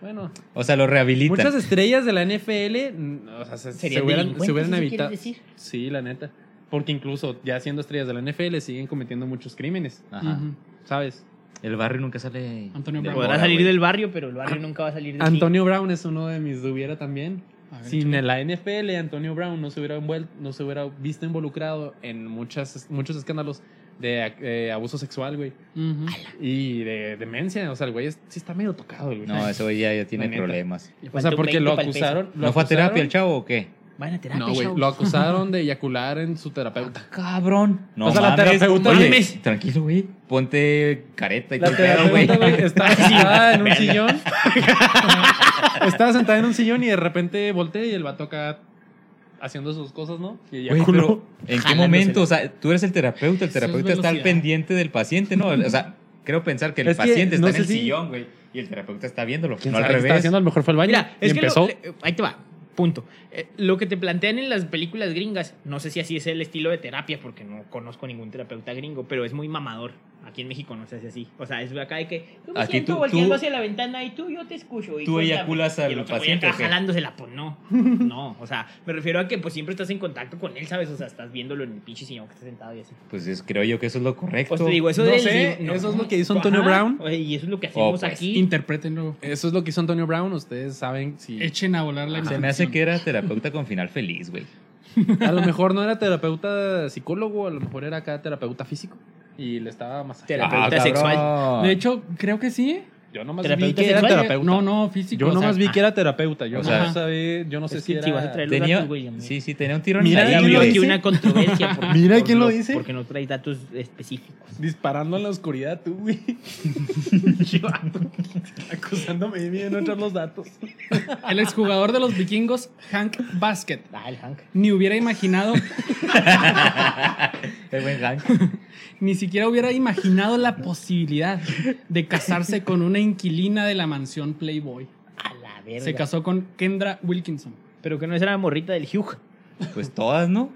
Speaker 1: bueno,
Speaker 4: O sea, los rehabilitan.
Speaker 1: muchas estrellas de la NFL, mm, o sea, se,
Speaker 3: Serían
Speaker 1: se hubieran,
Speaker 3: delincuentes,
Speaker 1: se hubieran
Speaker 3: ¿eso
Speaker 1: evitado.
Speaker 3: quieres decir?
Speaker 1: Sí, la neta. Porque incluso ya siendo estrellas de la NFL siguen cometiendo muchos crímenes,
Speaker 4: Ajá.
Speaker 2: Ujú.
Speaker 1: ¿sabes?
Speaker 4: El barrio nunca sale.
Speaker 2: Antonio
Speaker 4: de
Speaker 2: Brown.
Speaker 4: moda,
Speaker 3: Podrá salir
Speaker 4: güey.
Speaker 3: del barrio, pero el barrio nunca va a salir de ti.
Speaker 1: Antonio Brown es uno de mis dubiera también.
Speaker 2: A ver,
Speaker 1: Sin
Speaker 2: échale.
Speaker 1: la NFL, Antonio Brown no se hubiera, envuel- no se hubiera visto involucrado en muchas, muchos escándalos de ac- eh, abuso sexual, güey.
Speaker 2: Ujú.
Speaker 1: Y de demencia. O sea, el güey es- sí está medio tocado, güey.
Speaker 4: No, eso ya, ya tiene
Speaker 1: La neta.
Speaker 4: problemas.
Speaker 3: Le
Speaker 1: O
Speaker 3: falta
Speaker 1: sea,
Speaker 3: un
Speaker 1: porque
Speaker 3: 20
Speaker 1: lo
Speaker 3: pa'l peso.
Speaker 1: acusaron. lo
Speaker 4: ¿No fue a terapia
Speaker 1: acusaron-
Speaker 4: el chavo o qué?
Speaker 3: Van a terapia.
Speaker 1: No, güey.
Speaker 3: chavos.
Speaker 1: Lo acusaron de eyacular en su terapeuta.
Speaker 4: Cabrón. No
Speaker 1: O sea, la
Speaker 4: mames.
Speaker 1: terapeuta-
Speaker 4: Oye,
Speaker 1: Mames.
Speaker 4: tranquilo, güey. Ponte careta y
Speaker 1: La
Speaker 4: qué pedo,
Speaker 1: terapeuta,
Speaker 4: güey.
Speaker 1: güey, (laughs) estaba sentada en un sillón. (laughs) estaba sentada en un sillón y de repente voltea y el vato acá haciendo sus cosas, ¿no? Y
Speaker 4: Güey,
Speaker 1: eyaculó.
Speaker 4: pero ¿en qué
Speaker 3: Jalándose.
Speaker 4: momento? O sea, tú eres el terapeuta, el
Speaker 2: Eso es
Speaker 4: terapeuta está al
Speaker 2: velocidad.
Speaker 4: pendiente del paciente, ¿no? O sea, creo pensar que el
Speaker 1: Es que
Speaker 4: paciente está
Speaker 1: no
Speaker 4: en
Speaker 1: sé
Speaker 4: el
Speaker 1: si-
Speaker 4: sillón, güey, y el terapeuta está viéndolo,
Speaker 1: ¿Quién
Speaker 4: no al
Speaker 1: sabe qué estaba
Speaker 4: revés.
Speaker 1: haciendo? a lo mejor fue al baño.
Speaker 3: Mira,
Speaker 1: y
Speaker 3: es que lo-
Speaker 1: empezó.
Speaker 3: le- ahí te va, punto. Eh, lo que te plantean en las películas gringas, no sé si así es el estilo de terapia, porque no conozco ningún terapeuta gringo, pero es muy mamador. Aquí en México no se hace así. O sea, es acá de que yo me
Speaker 4: Aquí
Speaker 3: siento
Speaker 4: tú-
Speaker 3: volteando
Speaker 4: tú-
Speaker 3: hacia la ventana y tú, yo te escucho. Y
Speaker 4: tú
Speaker 3: cuéntame.
Speaker 4: eyaculas al
Speaker 3: Y el otro güey
Speaker 4: paciente,
Speaker 3: acá
Speaker 4: ¿o qué?
Speaker 3: jalándosela,
Speaker 1: (laughs)
Speaker 3: pues no. No, o sea, me refiero a que pues siempre estás en contacto con él, ¿sabes? O sea, estás viéndolo en el pinche sillón que está sentado y así.
Speaker 4: Pues es- creo yo que eso es lo correcto.
Speaker 3: Pues te digo, eso
Speaker 1: No
Speaker 3: del
Speaker 1: sé,
Speaker 3: sillón-
Speaker 1: eso es lo que hizo Antonio Brown. Oh,
Speaker 3: Oye, Y eso es lo que hacemos
Speaker 4: pues,
Speaker 3: aquí.
Speaker 2: Interprétenlo.
Speaker 1: Eso es lo que hizo Antonio Brown. Ustedes saben (laughs) si.
Speaker 2: Echen a volar la
Speaker 4: Se me hace que era terapeuta con final feliz, güey.
Speaker 1: A lo mejor no era terapeuta psicólogo, a lo mejor era acá terapeuta físico. Y le estaba más.
Speaker 3: Terapeuta
Speaker 4: Ah, cabrón.
Speaker 3: sexual.
Speaker 2: De hecho, creo que sí.
Speaker 1: Ah,
Speaker 2: ¿eh?
Speaker 1: Yo nomás vi
Speaker 3: ¿Terapeuta
Speaker 1: que era
Speaker 3: sexual?
Speaker 1: terapeuta.
Speaker 2: No, no, físico.
Speaker 1: Yo
Speaker 2: o sea,
Speaker 1: nomás vi que era terapeuta. Yo
Speaker 4: O
Speaker 1: no
Speaker 4: sea-
Speaker 1: sabía. Yo no sé
Speaker 3: Es
Speaker 1: si
Speaker 3: que
Speaker 1: era.
Speaker 3: si vas a traer- Los
Speaker 4: Tenía,
Speaker 3: datos, güey, amigo.
Speaker 4: sí, sí, tenía un tirón
Speaker 1: Mira,
Speaker 4: en
Speaker 3: Ahí
Speaker 4: la
Speaker 1: ¿quién
Speaker 3: abrió
Speaker 1: lo
Speaker 4: güey.
Speaker 3: aquí
Speaker 1: dice?
Speaker 3: una controversia.
Speaker 1: (laughs)
Speaker 3: por-
Speaker 1: Mira
Speaker 3: por
Speaker 1: quién lo dice.
Speaker 3: Porque no trae datos específicos.
Speaker 1: Disparando en la oscuridad, tú, (laughs) güey. ah, Acusándome de mí de no echar los datos.
Speaker 2: El exjugador de los vikingos, Hank Basket.
Speaker 3: Ah, el Hank.
Speaker 2: Ni hubiera imaginado,
Speaker 4: El buen Hank.
Speaker 2: ni siquiera hubiera imaginado la posibilidad de casarse con una inquilina de la mansión Playboy.
Speaker 3: A la verga.
Speaker 2: Se casó con Kendra Wilkinson.
Speaker 3: Pero que no es la morrita del Hugh.
Speaker 4: Pues todas, ¿no?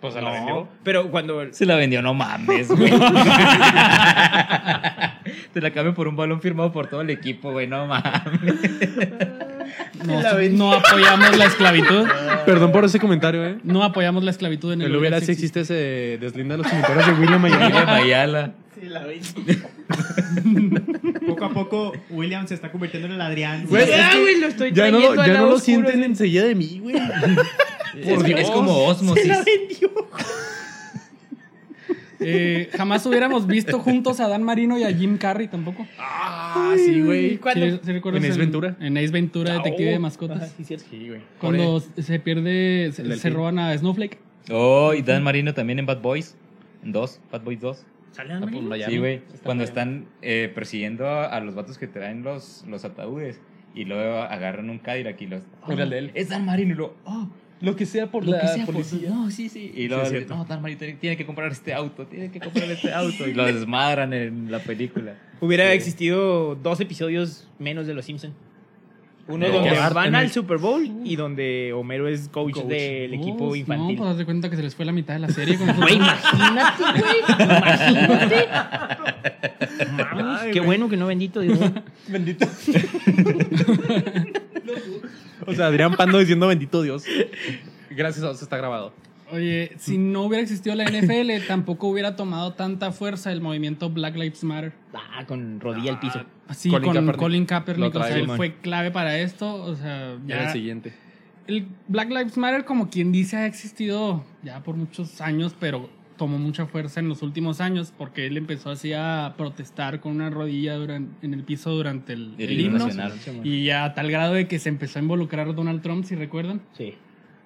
Speaker 1: Pues
Speaker 3: No, Pero cuando.
Speaker 4: Se la vendió, no
Speaker 3: (laughs)
Speaker 4: mames, güey. Te la cambio por un balón firmado por todo el equipo, güey,
Speaker 3: (laughs)
Speaker 4: no mames.
Speaker 2: No, no apoyamos la esclavitud.
Speaker 1: Perdón por ese comentario, eh.
Speaker 2: No apoyamos la esclavitud en
Speaker 1: Que
Speaker 2: el
Speaker 1: lo hubiera si
Speaker 2: existe.
Speaker 1: existe ese deslinda los comentarios de William
Speaker 4: Mira,
Speaker 1: Mayala.
Speaker 4: Mayala.
Speaker 5: Poco a poco, William se está convirtiendo en el Adrián. Pues,
Speaker 1: Güey, es
Speaker 5: Sí.
Speaker 1: que
Speaker 3: Ah, lo estoy
Speaker 1: Ya no, lo-
Speaker 3: trayendo al
Speaker 1: ya no
Speaker 3: lado
Speaker 1: lo
Speaker 3: oscuro,
Speaker 1: sienten
Speaker 3: güey.
Speaker 1: enseguida de mí, güey.
Speaker 4: Es- es como
Speaker 3: oh, Se la
Speaker 4: osmosis.
Speaker 3: vendió.
Speaker 2: Eh, jamás hubiéramos visto juntos a Dan Marino y a Jim Carrey tampoco.
Speaker 1: Ah, sí, güey.
Speaker 2: ¿Sí- sí recuerdas
Speaker 1: En Ace
Speaker 2: el-
Speaker 1: Ventura.
Speaker 2: En Ace Ventura, detective de
Speaker 3: Ah,
Speaker 2: mascotas.
Speaker 3: sí, cierto.
Speaker 1: Sí, güey.
Speaker 2: Cuando se pierde, se, se
Speaker 1: delfín.
Speaker 2: roban a Snowflake.
Speaker 4: Oh, y Dan Marino también en Bad Boys. En dos, Bad Boys 2.
Speaker 3: ¿Sale
Speaker 1: Ah,
Speaker 3: Dan
Speaker 1: pues,
Speaker 3: Marino?
Speaker 1: Miami.
Speaker 4: Sí, güey.
Speaker 1: Está
Speaker 4: Cuando
Speaker 1: Miami.
Speaker 4: están eh, persiguiendo a, a los vatos que traen los, los ataúdes y luego agarran un Cadillac y los.
Speaker 1: Era el de él.
Speaker 4: Es Dan Marino y luego. "Oh,
Speaker 1: Lo que sea por
Speaker 4: lo
Speaker 1: la
Speaker 4: que sea, por-
Speaker 1: policía.
Speaker 4: No, sí, sí. Y luego,
Speaker 1: es cierto.
Speaker 4: no, Dan Marino tiene- tiene que comprar este auto, tiene que comprar este auto. Y lo desmadran en la película.
Speaker 3: Hubiera existido dos episodios menos de Los Simpsons. Uno
Speaker 4: No.
Speaker 3: donde
Speaker 1: Qué arte,
Speaker 3: van
Speaker 1: ¿no?
Speaker 3: al Super Bowl y donde Homero es coach,
Speaker 1: Coach.
Speaker 3: del equipo
Speaker 2: Oh,
Speaker 3: infantil.
Speaker 2: No, pues haz de cuenta que se les fue la mitad de la
Speaker 1: (laughs)
Speaker 2: serie. con-
Speaker 3: Güey, imagínate, güey. Imagínate. Mames, qué bueno que no bendito Dios.
Speaker 1: Bendito. O sea, Adrián Pando diciendo bendito Dios. Gracias a Dios está grabado.
Speaker 2: Oye, si no hubiera existido
Speaker 1: (laughs)
Speaker 2: la NFL, tampoco hubiera tomado tanta fuerza el movimiento Black Lives Matter.
Speaker 3: (laughs) Ah, con rodilla al piso.
Speaker 2: Así
Speaker 1: Colin
Speaker 2: con
Speaker 1: Kaepernick.
Speaker 2: Colin Kaepernick,
Speaker 1: Lo
Speaker 2: o sea,
Speaker 1: trae,
Speaker 2: él
Speaker 1: man.
Speaker 2: fue clave para esto. O sea,
Speaker 1: Ya el
Speaker 2: ya
Speaker 1: siguiente.
Speaker 2: el Black Lives Matter, como quien dice, ha existido ya por muchos años, pero tomó mucha fuerza en los últimos años porque él empezó así a protestar con una rodilla duran- en el piso durante el,
Speaker 4: El
Speaker 2: el
Speaker 4: himno
Speaker 2: himno.
Speaker 4: nacional.
Speaker 2: Y a tal grado de que se empezó a involucrar Donald Trump, si recuerdan.
Speaker 3: Sí.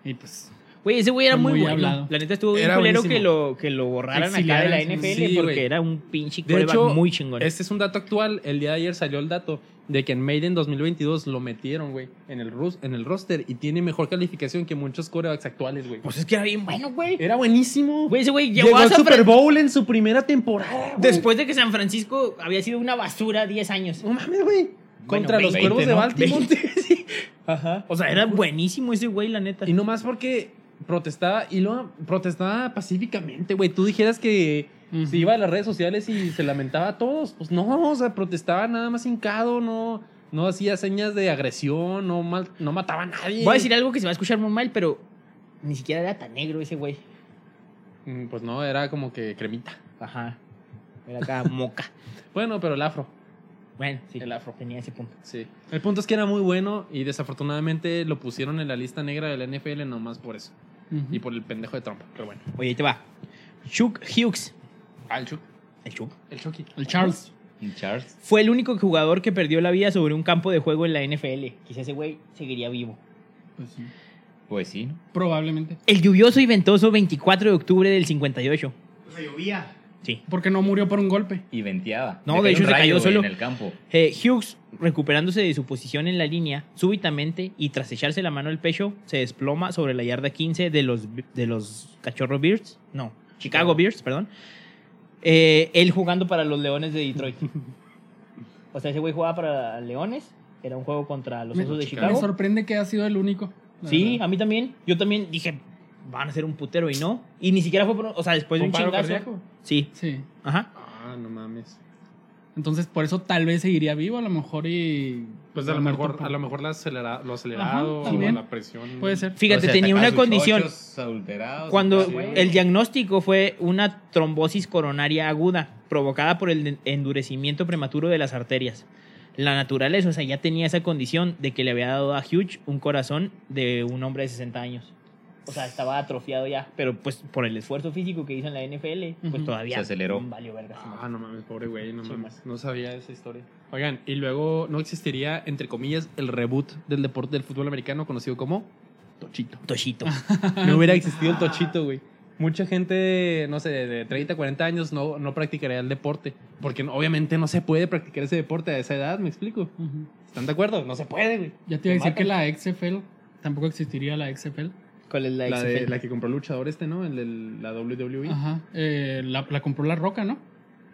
Speaker 2: Y pues
Speaker 3: Güey, ese güey era
Speaker 2: Fue
Speaker 3: muy,
Speaker 2: muy
Speaker 3: bueno.
Speaker 2: hablado.
Speaker 3: La neta estuvo bien
Speaker 1: Era
Speaker 3: culero
Speaker 1: buenísimo.
Speaker 3: que lo, que lo borraran acá de
Speaker 2: Exiliaran,
Speaker 3: la
Speaker 2: sí.
Speaker 3: NFL
Speaker 1: Sí,
Speaker 3: porque
Speaker 1: güey.
Speaker 3: era un pinche
Speaker 1: De
Speaker 3: quarterback
Speaker 1: hecho,
Speaker 3: muy chingón.
Speaker 1: Este es un dato actual. El día de ayer salió el dato de que en Maiden 2022 lo metieron, güey, en el, rus- en el roster y tiene mejor calificación que muchos corebacks actuales, güey.
Speaker 3: Pues es que era bien bueno, güey.
Speaker 1: Era buenísimo.
Speaker 3: Güey, ese güey llegó,
Speaker 1: Llegó
Speaker 3: a
Speaker 1: al
Speaker 3: San
Speaker 1: Super
Speaker 3: Fran-
Speaker 1: Bowl en su primera temporada. güey.
Speaker 3: Después de que San Francisco había sido una basura 10 años.
Speaker 1: No mames, güey. Contra los
Speaker 4: 20,
Speaker 1: cuervos de
Speaker 4: ¿no?
Speaker 1: Baltimore.
Speaker 3: 20,
Speaker 1: (laughs)
Speaker 3: sí.
Speaker 1: Ajá.
Speaker 3: O sea, era buenísimo ese güey, la neta.
Speaker 1: Y no más porque protestaba y lo protestaba pacíficamente, güey. Tú dijeras que
Speaker 2: Ujú.
Speaker 1: se iba a las redes sociales y se lamentaba a todos. Pues no, o sea, protestaba nada más hincado, no, no hacía señas de agresión, no, mal, no mataba a nadie.
Speaker 3: Voy a decir algo que se va a escuchar muy mal, pero ni siquiera era tan negro ese güey.
Speaker 1: Mm, Pues no, era como que cremita.
Speaker 3: Ajá. Era (laughs) acá moca.
Speaker 1: Bueno, pero el afro,
Speaker 3: Bueno, sí.
Speaker 1: El afro.
Speaker 3: Tenía ese punto.
Speaker 1: sí. El punto es que era muy bueno y desafortunadamente lo pusieron en la lista negra de la NFL nomás por eso.
Speaker 2: ujú.
Speaker 1: Y por el pendejo de Trump, pero bueno.
Speaker 3: Oye, ahí te va. Chuck Hughes.
Speaker 1: Ah, el Chuck.
Speaker 3: ¿El Chuck?
Speaker 1: El Chucky.
Speaker 2: el Charles.
Speaker 4: Charles.
Speaker 3: Fue el único jugador que perdió la vida sobre un campo de juego en la NFL. Quizá ese güey seguiría vivo.
Speaker 2: Pues sí.
Speaker 4: Pues sí. ¿no?
Speaker 2: Probablemente.
Speaker 3: El lluvioso y ventoso 24 de octubre del 58.
Speaker 5: O sea, llovía.
Speaker 3: Sí.
Speaker 2: Porque no murió por un golpe.
Speaker 4: Y venteaba.
Speaker 3: No,
Speaker 4: Le
Speaker 3: de
Speaker 4: cayó
Speaker 3: hecho
Speaker 4: un
Speaker 3: se cayó
Speaker 4: güey,
Speaker 3: solo.
Speaker 4: En el campo.
Speaker 3: Eh, Hughes, recuperándose de su posición en la línea, súbitamente y tras echarse la mano al pecho, se desploma sobre la yarda 15 de los, de los Cachorro Bears. No, Chicago Bears, perdón. Eh, él jugando para los Leones de Detroit. o sea, ese güey jugaba para Leones. Era un juego contra los
Speaker 2: Me-
Speaker 3: Osos de
Speaker 2: Me
Speaker 3: Chicago.
Speaker 2: sorprende que ha sido el único. la
Speaker 3: Sí,
Speaker 2: verdad.
Speaker 3: a mí también. Yo también dije, van a ser un putero y no. Y ni siquiera fue por... O sea, después de un
Speaker 1: ¿Con paro
Speaker 3: chingazo.
Speaker 1: cardíaco?
Speaker 3: Sí,
Speaker 2: Sí.
Speaker 3: ajá.
Speaker 1: Ah, no mames.
Speaker 2: Entonces, por eso tal vez seguiría vivo, a lo mejor y.
Speaker 1: Pues a lo
Speaker 2: muerto
Speaker 1: mejor,
Speaker 2: por-
Speaker 1: a lo mejor la acelera- lo acelerado o
Speaker 2: también.
Speaker 1: la presión.
Speaker 2: Puede ser.
Speaker 3: Fíjate,
Speaker 4: O sea,
Speaker 3: tenía
Speaker 4: sacaba
Speaker 3: una
Speaker 4: sus
Speaker 3: condición.
Speaker 4: chochos adulterados,
Speaker 3: Cuando
Speaker 4: acá, güey.
Speaker 3: el diagnóstico fue una trombosis coronaria aguda, provocada por el endurecimiento prematuro de las arterias. La naturaleza, o sea, ya tenía esa condición de que le había dado a Hughes un corazón de un hombre de 60 años. O sea, estaba atrofiado ya, pero pues por el esfuerzo físico que hizo en la NFL, pues
Speaker 2: Ujú.
Speaker 3: todavía
Speaker 4: Se aceleró.
Speaker 3: valió verga.
Speaker 1: Ah, no mames, pobre güey, no
Speaker 3: Sí,
Speaker 1: mames. No sabía esa historia. Oigan, y luego no existiría, entre comillas, el reboot del deporte del fútbol americano conocido como (laughs) Tochito.
Speaker 3: Toshito.
Speaker 1: No hubiera existido el Tochito, güey. Mucha gente, no sé, de 30, 40 años no, no practicaría el deporte. Porque no- obviamente no se puede practicar ese deporte a esa edad, me explico.
Speaker 2: Ujú.
Speaker 1: ¿Están de acuerdo? No se puede, güey.
Speaker 2: Ya te iba a
Speaker 1: Te
Speaker 2: decir que la XFL tampoco existiría la XFL.
Speaker 3: ¿Cuál es la,
Speaker 1: La, de,
Speaker 3: XFL?
Speaker 1: la que compró el luchador este, ¿no? El de la WWE.
Speaker 2: Ajá. Eh, la, la compró la Roca, ¿no?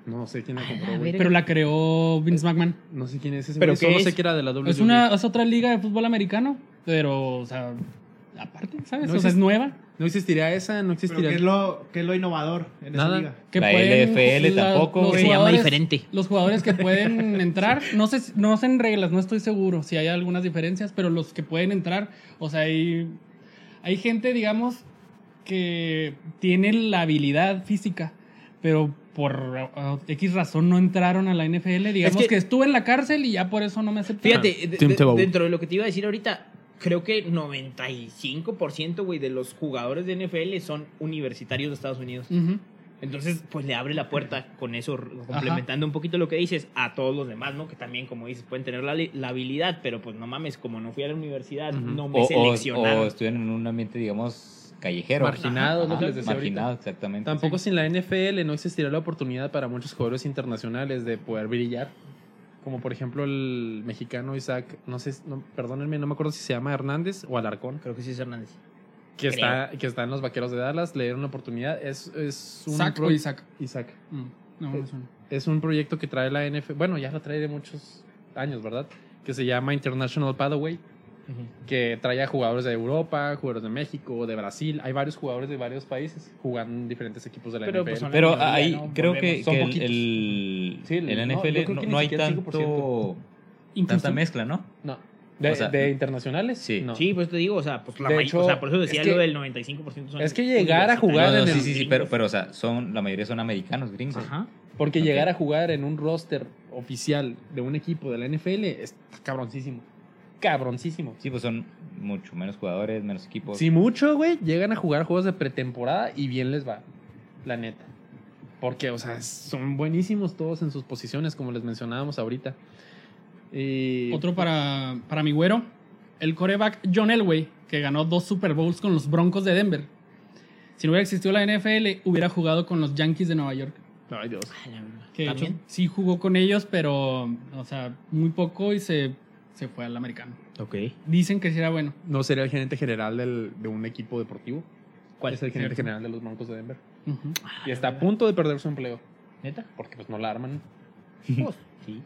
Speaker 1: No sé quién la compró,
Speaker 3: la
Speaker 1: güey.
Speaker 3: verga.
Speaker 2: Pero la creó Vince McMahon.
Speaker 1: No sé quién es ese.
Speaker 3: ¿Pero
Speaker 1: güey,
Speaker 3: qué
Speaker 1: Solo
Speaker 3: es?
Speaker 1: sé que era de la WWE.
Speaker 2: Es una, es otra liga de fútbol americano, pero, o sea, aparte, ¿sabes?
Speaker 1: No
Speaker 2: o
Speaker 1: existe-
Speaker 2: sea, es nueva.
Speaker 1: No existiría esa, no
Speaker 5: Pero ¿qué
Speaker 1: existiría.
Speaker 5: es, lo, ¿qué es lo innovador en
Speaker 1: Nada.
Speaker 5: esa liga?
Speaker 2: Que
Speaker 4: La LFL tampoco,
Speaker 2: los
Speaker 4: güey.
Speaker 3: Se llama
Speaker 2: jugadores-
Speaker 3: diferente.
Speaker 2: Los jugadores que
Speaker 4: (laughs)
Speaker 2: pueden entrar, no sé, si- no sé en reglas, no estoy seguro si hay algunas diferencias, pero los que pueden entrar, o sea, hay, hay gente, digamos, que tiene la habilidad física, pero por uh, X razón no entraron a la NFL, digamos
Speaker 3: que-
Speaker 2: que, estuve en la cárcel y ya por eso no me aceptaron.
Speaker 3: Fíjate, de-
Speaker 1: Tim
Speaker 3: de-
Speaker 1: Tebow.
Speaker 3: dentro de lo que te iba a decir ahorita, creo que 95% güey, de los jugadores de NFL son universitarios de Estados Unidos.
Speaker 2: Ujú.
Speaker 3: Entonces, pues le abre la puerta con eso, r- complementando un poquito lo que dices, a todos los demás, ¿no? Que también, como dices, pueden tener la, li- la habilidad, pero pues no mames, como no fui a la universidad,
Speaker 1: Ujú.
Speaker 3: no
Speaker 4: O,
Speaker 3: me
Speaker 4: o, o
Speaker 3: seleccionaron.
Speaker 4: estuvieron en un ambiente, digamos, callejero.
Speaker 1: Marginado,
Speaker 4: Ajá,
Speaker 1: lo que les decía
Speaker 4: Marginado, exactamente.
Speaker 1: Tampoco sin la NFL no existiría la oportunidad para muchos jugadores internacionales de poder brillar. Como por ejemplo el mexicano Isaac, no sé, no, perdónenme, no me acuerdo si se llama Hernández o Alarcón,
Speaker 3: Creo que sí es Hernández.
Speaker 1: que
Speaker 3: Creo.
Speaker 1: está, que está en los Vaqueros de Dallas, le dieron la oportunidad. Es, es un
Speaker 2: Sac
Speaker 1: pro-
Speaker 2: o Isaac.
Speaker 1: Isaac.
Speaker 2: Mm, No, no me suena.
Speaker 1: Es un proyecto que trae la NFL, bueno, ya lo trae de muchos años, ¿verdad? Que se llama International Padaway, que trae a jugadores de Europa, jugadores de México, de Brasil. Hay varios jugadores de varios países jugando en diferentes equipos de la
Speaker 3: Pero,
Speaker 1: NFL.
Speaker 3: pues, son la
Speaker 4: Pero
Speaker 3: mayoría,
Speaker 4: ahí
Speaker 3: ¿no?
Speaker 4: creo
Speaker 3: Volvemos.
Speaker 4: que,
Speaker 1: Son
Speaker 4: que el,
Speaker 1: poquitos.
Speaker 4: el,
Speaker 1: Sí, el-
Speaker 4: el
Speaker 1: no, yo creo
Speaker 4: NFL
Speaker 1: que
Speaker 4: no,
Speaker 1: ni
Speaker 4: no hay
Speaker 1: siquiera el
Speaker 4: tanto
Speaker 1: 5%.
Speaker 4: tanta
Speaker 2: Incluso-
Speaker 4: mezcla, ¿no?
Speaker 1: No, ¿De,
Speaker 4: O sea,
Speaker 1: de internacionales?
Speaker 4: sí.
Speaker 1: No.
Speaker 3: Sí, pues te digo, o sea, pues la
Speaker 1: De
Speaker 3: may-
Speaker 1: hecho,
Speaker 3: o sea, por eso decía
Speaker 1: es que-
Speaker 3: lo del 95% son
Speaker 1: es que llegar a
Speaker 4: No,
Speaker 1: jugar
Speaker 4: no,
Speaker 1: en
Speaker 4: sí,
Speaker 1: el-
Speaker 4: sí, sí, pero, pero, o sea, son, la mayoría son americanos, gringos.
Speaker 3: Ajá.
Speaker 1: Porque
Speaker 4: Ok.
Speaker 1: llegar a jugar en un roster oficial de un equipo de la NFL está cabroncísimo. Cabroncísimo.
Speaker 4: Sí, pues son mucho menos jugadores, menos equipos.
Speaker 1: Si mucho, güey, llegan a jugar juegos de pretemporada y bien les va. La neta. Porque, o sea, son buenísimos todos en sus posiciones, como les mencionábamos ahorita. Y-
Speaker 2: Otro para, para mi güero, el coreback John Elway, que ganó dos Super Bowls con los Broncos de Denver. Si no hubiera existido la NFL, hubiera jugado con los Yankees de Nueva York.
Speaker 1: Ay, Dios.
Speaker 3: Ah, la verdad.
Speaker 2: Que de hecho,
Speaker 3: ¿También?
Speaker 2: sí jugó con ellos, pero, o sea, muy poco y se, se fue al americano.
Speaker 3: Ok.
Speaker 2: Dicen que sí era bueno.
Speaker 1: ¿No sería el gerente general del- de un equipo deportivo?
Speaker 3: ¿Cuál?
Speaker 1: Es el gerente
Speaker 2: Cierto.
Speaker 1: general de los Broncos de Denver.
Speaker 2: Ujú.
Speaker 1: Y está a punto de perder su empleo.
Speaker 3: Ah, ¿Neta?
Speaker 1: Porque, pues, no la
Speaker 3: (laughs)
Speaker 1: arman.
Speaker 3: Pues, sí.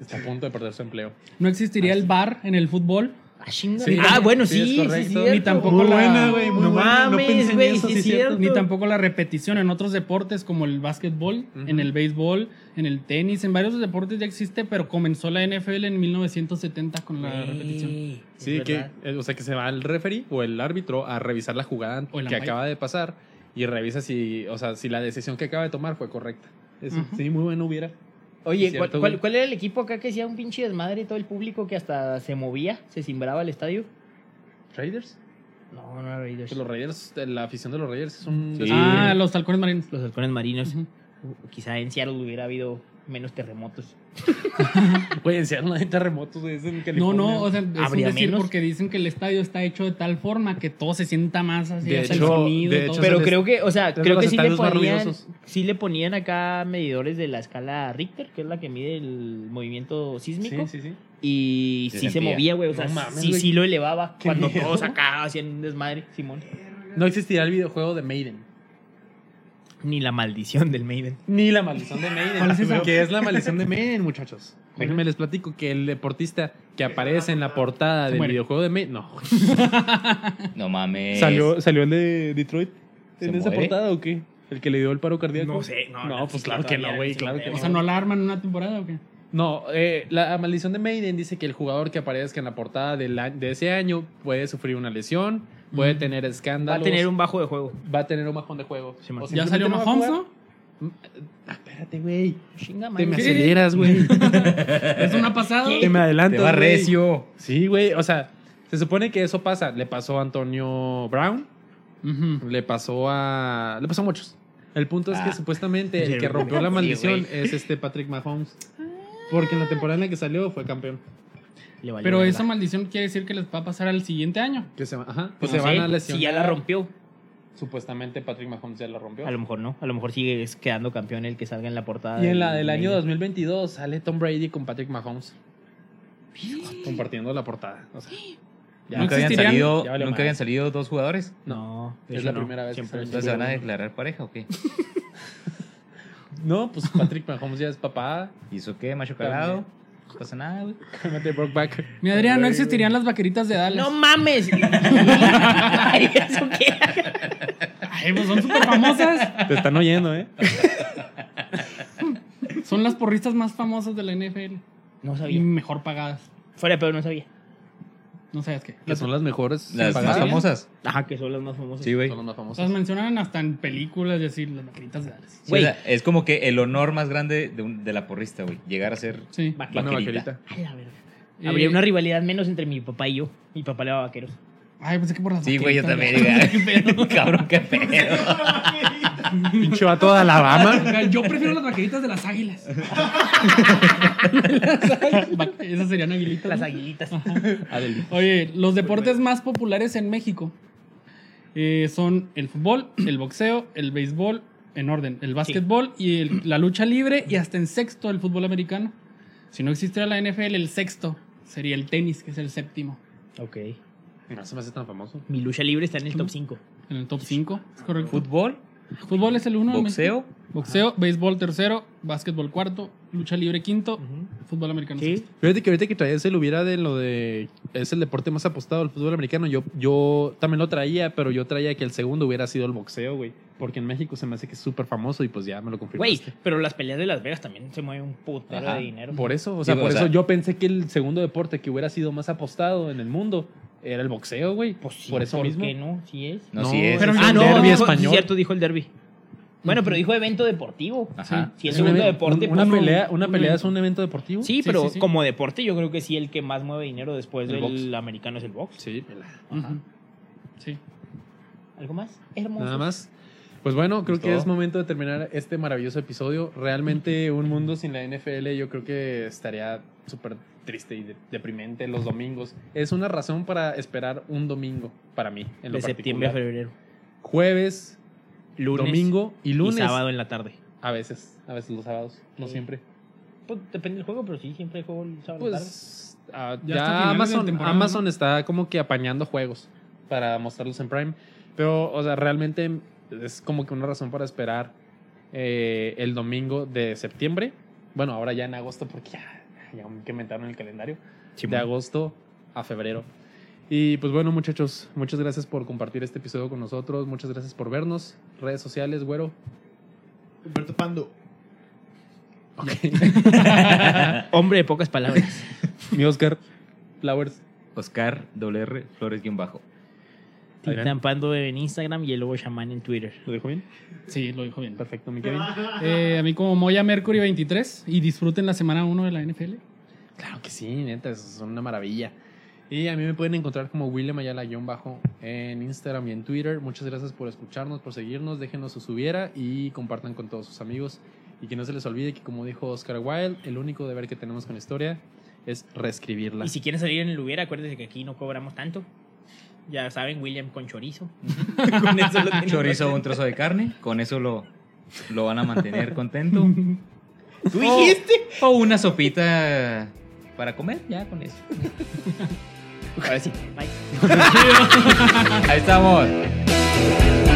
Speaker 1: Está a punto de perder su empleo.
Speaker 2: No existiría el bar en el fútbol.
Speaker 3: Ah, chinga.
Speaker 1: Sí.
Speaker 3: ah, bueno,
Speaker 1: Sí, es
Speaker 3: sí, sí,
Speaker 1: correcto.
Speaker 3: sí.
Speaker 2: Ni tampoco
Speaker 5: Muy
Speaker 2: la-
Speaker 5: buena, güey. Muy
Speaker 3: No
Speaker 5: buena.
Speaker 3: mames,
Speaker 5: no pensé en
Speaker 3: güey,
Speaker 5: eso,
Speaker 3: sí
Speaker 5: sí,
Speaker 3: es
Speaker 5: es cierto.
Speaker 2: Ni tampoco la repetición en otros deportes como el básquetbol,
Speaker 1: Ujú.
Speaker 2: en el béisbol, en el tenis, en varios deportes ya existe, pero comenzó la NFL en 1970 con la repetición.
Speaker 1: Sí, que, eh, o sea, que se va el referee o el árbitro a revisar la jugada
Speaker 2: O el
Speaker 1: que
Speaker 2: umpire.
Speaker 1: acaba de pasar y revisa si, o sea, si la decisión que acaba de tomar fue correcta. Eso,
Speaker 2: Ujú.
Speaker 1: Sí, muy bueno hubiera.
Speaker 3: Oye,
Speaker 1: Es cierto, güey.
Speaker 3: ¿cuál, cuál, cuál era el equipo acá que hacía un pinche desmadre y todo el público que hasta se movía, se simbraba el estadio?
Speaker 1: ¿Raiders?
Speaker 3: No, no era Raiders.
Speaker 1: Pues los Raiders, eh, la afición de los Raiders es un...
Speaker 4: Sí.
Speaker 2: Ah, los halcones marinos.
Speaker 3: Los halcones marinos.
Speaker 2: Ujú.
Speaker 3: Uh, Quizá en Seattle hubiera habido menos terremotos.
Speaker 1: Güey, en Seattle (laughs) no hay terremotos, güey, es en
Speaker 2: No,
Speaker 1: California.
Speaker 2: no, o sea, es un
Speaker 3: ¿Habría
Speaker 2: decir
Speaker 3: menos?
Speaker 2: porque dicen que el estadio está hecho de tal forma que todo se sienta más así,
Speaker 1: De
Speaker 2: hasta
Speaker 1: hecho,
Speaker 2: el sonido,
Speaker 1: de
Speaker 2: todo.
Speaker 1: hecho,
Speaker 3: Pero
Speaker 1: les-
Speaker 3: creo que, o sea,
Speaker 1: entonces
Speaker 3: creo
Speaker 1: los
Speaker 3: que sí le,
Speaker 1: estadios más
Speaker 3: ponían,
Speaker 1: ruidosos.
Speaker 3: sí le ponían acá medidores de la escala Richter, que es la que mide el movimiento sísmico.
Speaker 1: Sí, sí, sí.
Speaker 3: Y
Speaker 4: Se
Speaker 3: sí se
Speaker 4: sentía.
Speaker 3: movía, güey. O
Speaker 1: No
Speaker 3: sea,
Speaker 1: mames,
Speaker 3: sí,
Speaker 1: güey.
Speaker 3: sí lo elevaba.
Speaker 1: Qué
Speaker 3: Cuando
Speaker 1: miedo.
Speaker 3: todos acá hacían un desmadre, Simón.
Speaker 1: No existirá el videojuego de Maiden.
Speaker 3: Ni la maldición del Maiden.
Speaker 1: Ni la maldición de Maiden.
Speaker 2: ¿Cuál es esa?
Speaker 1: Que es la maldición de Maiden, muchachos. Déjenme les platico que el deportista que aparece en la portada
Speaker 2: Se
Speaker 1: del
Speaker 2: muere.
Speaker 1: videojuego de Maiden... No, güey.
Speaker 4: No mames.
Speaker 1: ¿Salió, ¿Salió el de Detroit
Speaker 4: ¿Se
Speaker 1: en esa
Speaker 4: muere?
Speaker 1: portada o qué? ¿El que le dio el paro cardíaco?
Speaker 3: No sé, no,
Speaker 1: No,
Speaker 3: no,
Speaker 1: pues
Speaker 3: sí,
Speaker 1: claro que no,
Speaker 3: todavía
Speaker 1: güey,
Speaker 3: no
Speaker 1: claro que
Speaker 3: creo.
Speaker 1: no.
Speaker 2: O sea, ¿no la arman en una temporada o qué?
Speaker 1: No, eh, la maldición de Maiden dice que el jugador que aparezca en la portada del a- de ese año puede sufrir una lesión, puede
Speaker 2: Mm.
Speaker 1: tener
Speaker 3: Va a
Speaker 1: escándalos.
Speaker 3: tener un bajo de juego.
Speaker 1: va a tener un majón de juego.
Speaker 3: Sí, man.
Speaker 1: O
Speaker 2: ¿Ya
Speaker 1: simplemente
Speaker 2: salió
Speaker 1: va a
Speaker 2: Mahomes,
Speaker 1: jugar-
Speaker 2: no?
Speaker 1: Ah, Espérate, güey.
Speaker 3: Chinga,
Speaker 1: Te me
Speaker 2: ¿Qué?
Speaker 3: madre.
Speaker 1: aceleras, güey.
Speaker 2: ¿Es una pasada?
Speaker 1: Te me adelantas,
Speaker 4: Te va
Speaker 1: güey.
Speaker 4: recio.
Speaker 1: Sí, güey. O sea, se supone que eso pasa. Le pasó a Antonio Brown.
Speaker 2: Ujú.
Speaker 1: Le pasó a. Le pasó a muchos. El punto es que
Speaker 4: Ah.
Speaker 1: supuestamente el
Speaker 3: Sí,
Speaker 4: (laughs)
Speaker 1: que rompió la
Speaker 3: güey.
Speaker 1: maldición es este Patrick Mahomes. Porque en la temporada en la que salió fue campeón.
Speaker 3: Le valió
Speaker 2: Pero
Speaker 3: verga.
Speaker 2: esa maldición quiere decir que les va a pasar al siguiente año.
Speaker 1: Que se, va- ajá, que
Speaker 3: No
Speaker 1: pues se van
Speaker 3: sé,
Speaker 1: a
Speaker 4: pues,
Speaker 1: lesionar.
Speaker 3: Si ya la rompió.
Speaker 1: Supuestamente Patrick Mahomes ya la rompió.
Speaker 3: A lo mejor no. A lo mejor sigue quedando campeón el que salga en la portada.
Speaker 1: Y en la del año
Speaker 3: Maiden.
Speaker 1: 2022 sale Tom Brady con Patrick Mahomes. Compartiendo la portada. O sea, ya.
Speaker 2: No
Speaker 4: Nunca, habían
Speaker 2: existirían.
Speaker 4: salido,
Speaker 1: Ya valió
Speaker 4: nunca
Speaker 1: madre.
Speaker 4: habían salido dos jugadores.
Speaker 3: No, de
Speaker 1: Es
Speaker 3: hecho
Speaker 1: la
Speaker 3: no.
Speaker 1: primera vez que
Speaker 3: Siempre
Speaker 1: sale.
Speaker 3: estoy
Speaker 4: Entonces se van a
Speaker 3: seguro.
Speaker 4: declarar pareja o qué.
Speaker 1: No, pues Patrick Mahomes ya es papá.
Speaker 4: ¿Y eso qué? Macho calado. No pasa nada, güey.
Speaker 1: Cálmate, Brokeback.
Speaker 2: Mi Adrián, no existirían las vaqueritas de Dallas.
Speaker 3: ¡No (laughs) mames! Ay, ¿Eso qué?
Speaker 2: Ay, pues son súper famosas.
Speaker 1: Te están oyendo, ¿eh?
Speaker 2: (laughs) Son las porristas más famosas de la NFL.
Speaker 3: No
Speaker 2: Y
Speaker 3: sabía.
Speaker 2: mejor pagadas.
Speaker 3: Fuera, pero no sabía.
Speaker 2: No sabes qué.
Speaker 1: (laughs) Que son las mejores.
Speaker 4: Las más
Speaker 1: pagadas.
Speaker 4: famosas.
Speaker 3: Ajá, que son las más famosas.
Speaker 4: Sí, güey.
Speaker 1: Son las más
Speaker 2: Las
Speaker 1: famosas.
Speaker 2: mencionan hasta en películas y así, las vaqueritas de Dallas.
Speaker 4: Sí, o sea,
Speaker 3: Güey.
Speaker 4: es como que el honor más grande de, un- de la porrista, güey. Llegar a ser
Speaker 2: Sí.
Speaker 3: Vaquero.
Speaker 1: Una
Speaker 4: vaquerita.
Speaker 1: vaquerita.
Speaker 3: A la verga.
Speaker 2: Eh,
Speaker 3: Habría una rivalidad menos entre mi papá y yo. Mi papá le va a vaqueros.
Speaker 2: Ay, pensé que por las
Speaker 4: Sí, güey, yo
Speaker 2: vaqueritas,
Speaker 4: también.
Speaker 2: (laughs)
Speaker 4: güey. (laughs) Cabrón, qué pedo.
Speaker 1: Pinche vato de Alabama.
Speaker 2: güey. (laughs) Yo prefiero las vaqueritas de las
Speaker 4: (laughs)
Speaker 2: águilas. (laughs) Va- Esas serían aguilitas.
Speaker 3: Las
Speaker 2: ¿no?
Speaker 3: aguilitas.
Speaker 2: Oye, los deportes más populares en México eh, son el fútbol, el boxeo, el béisbol, en orden, el básquetbol y el- la lucha libre y hasta en sexto el fútbol americano. Si no existiera la NFL, el sexto sería el tenis, que es el séptimo,
Speaker 3: Ok.
Speaker 1: No se me hace tan famoso.
Speaker 3: Mi lucha libre está en el top 5.
Speaker 2: en el top 5, ¿es correcto?
Speaker 4: Fútbol,
Speaker 2: Fútbol es el uno.
Speaker 4: Boxeo.
Speaker 2: Boxeo, béisbol tercero, básquetbol cuarto, lucha libre quinto, fútbol americano
Speaker 3: Sí.
Speaker 2: sexto.
Speaker 1: Fíjate que ahorita que traía ese lo hubiera de lo de. Es el deporte más apostado al fútbol americano. Yo, yo también lo traía, pero yo traía que el segundo hubiera sido el boxeo, güey. Porque en México se me hace que es súper famoso y pues ya me lo
Speaker 3: Güey,
Speaker 1: confirmaste.
Speaker 3: pero las peleas de Las Vegas también se mueve un putero
Speaker 4: Ajá.
Speaker 3: de dinero.
Speaker 1: Por eso, o sea,
Speaker 4: Digo,
Speaker 1: por
Speaker 4: o sea-
Speaker 1: eso yo pensé que el segundo deporte que hubiera sido más apostado en el mundo era el boxeo, güey.
Speaker 3: Pues sí,
Speaker 1: por eso mismo.
Speaker 3: qué no? Sí es.
Speaker 4: No,
Speaker 1: No,
Speaker 4: sí es.
Speaker 1: pero-
Speaker 4: es-
Speaker 1: Ah, no,
Speaker 3: dijo-
Speaker 1: derbi
Speaker 3: sí,
Speaker 1: español.
Speaker 3: cierto, dijo el derby. Bueno, pero dijo evento deportivo.
Speaker 4: Ajá.
Speaker 3: Si el
Speaker 1: Es Ah. un
Speaker 3: segundo
Speaker 1: evento-
Speaker 3: deporte.
Speaker 1: un- Una,
Speaker 3: pues,
Speaker 1: pelea, una
Speaker 2: un
Speaker 1: pelea
Speaker 2: evento.
Speaker 1: es un evento deportivo.
Speaker 2: Sí,
Speaker 3: Sí, pero
Speaker 2: sí, sí.
Speaker 3: como deporte yo creo que sí el que más mueve dinero después
Speaker 1: El
Speaker 3: del
Speaker 1: box.
Speaker 3: americano es el box.
Speaker 1: Sí.
Speaker 2: Ujú. Sí.
Speaker 3: ¿Algo más? Hermoso.
Speaker 1: Nada más. Pues bueno, creo
Speaker 4: Es
Speaker 1: que
Speaker 4: todo.
Speaker 1: es momento de terminar este maravilloso episodio. Realmente un mundo sin la NFL yo creo que estaría súper triste y de- deprimente los domingos. Es una razón para esperar un domingo para mí. En lo
Speaker 3: De septiembre a
Speaker 1: particular.
Speaker 3: febrero.
Speaker 1: Jueves,
Speaker 3: Lunes
Speaker 1: domingo y lunes.
Speaker 3: Y sábado en la tarde.
Speaker 1: A veces, a veces los sábados, no
Speaker 3: Sí.
Speaker 1: siempre.
Speaker 3: Pues, depende del juego, pero sí, siempre hay juego el sábado en la tarde.
Speaker 1: Pues ah,
Speaker 2: Ya
Speaker 1: ya,
Speaker 2: hasta finales de
Speaker 1: Amazon,
Speaker 2: temporada,
Speaker 1: Amazon
Speaker 2: ¿no?
Speaker 1: está como que apañando juegos para mostrarlos en Prime. Pero, o sea, realmente es como que una razón para esperar eh, el domingo de septiembre. Bueno, ahora ya en agosto, porque ya, ya me inventaron el calendario. de agosto a febrero. Y pues bueno, muchachos, muchas gracias por compartir este episodio con nosotros. Muchas gracias por vernos. Redes sociales, güero.
Speaker 5: Humberto Pando.
Speaker 3: Hombre de pocas palabras.
Speaker 1: Mi Oscar. Flowers.
Speaker 4: Oscar WR (laughs) Flores-Bajo.
Speaker 1: Adrián.
Speaker 3: Tampando en Instagram y el lobo chamán en Twitter.
Speaker 1: ¿Lo dijo bien?
Speaker 2: Sí, lo dijo bien.
Speaker 1: Perfecto, mi Kevin.
Speaker 2: Eh, a mí como Moya Mercury 23 y disfruten la semana 1 de la NFL.
Speaker 1: Claro que sí, neta, es una maravilla. Y a mí me pueden encontrar como William Ayala-bajo en Instagram y en Twitter. Muchas gracias por escucharnos, por seguirnos. Déjenos su subiera y compartan con todos sus amigos. Y que no se les olvide que, como dijo Oscar Wilde, el único deber que tenemos con la historia es reescribirla.
Speaker 3: Y si quieren salir en el Uber, acuérdense que aquí no cobramos tanto. Ya saben, William con chorizo. con eso lo tienen.
Speaker 4: Chorizo un trozo de carne. Con eso lo, lo van a mantener (laughs) contento.
Speaker 3: ¿Tú dijiste?
Speaker 4: O una sopita para comer, Oh. ya con eso.
Speaker 3: Ahora sí. Bye.
Speaker 4: Ahí estamos.
Speaker 3: Bye.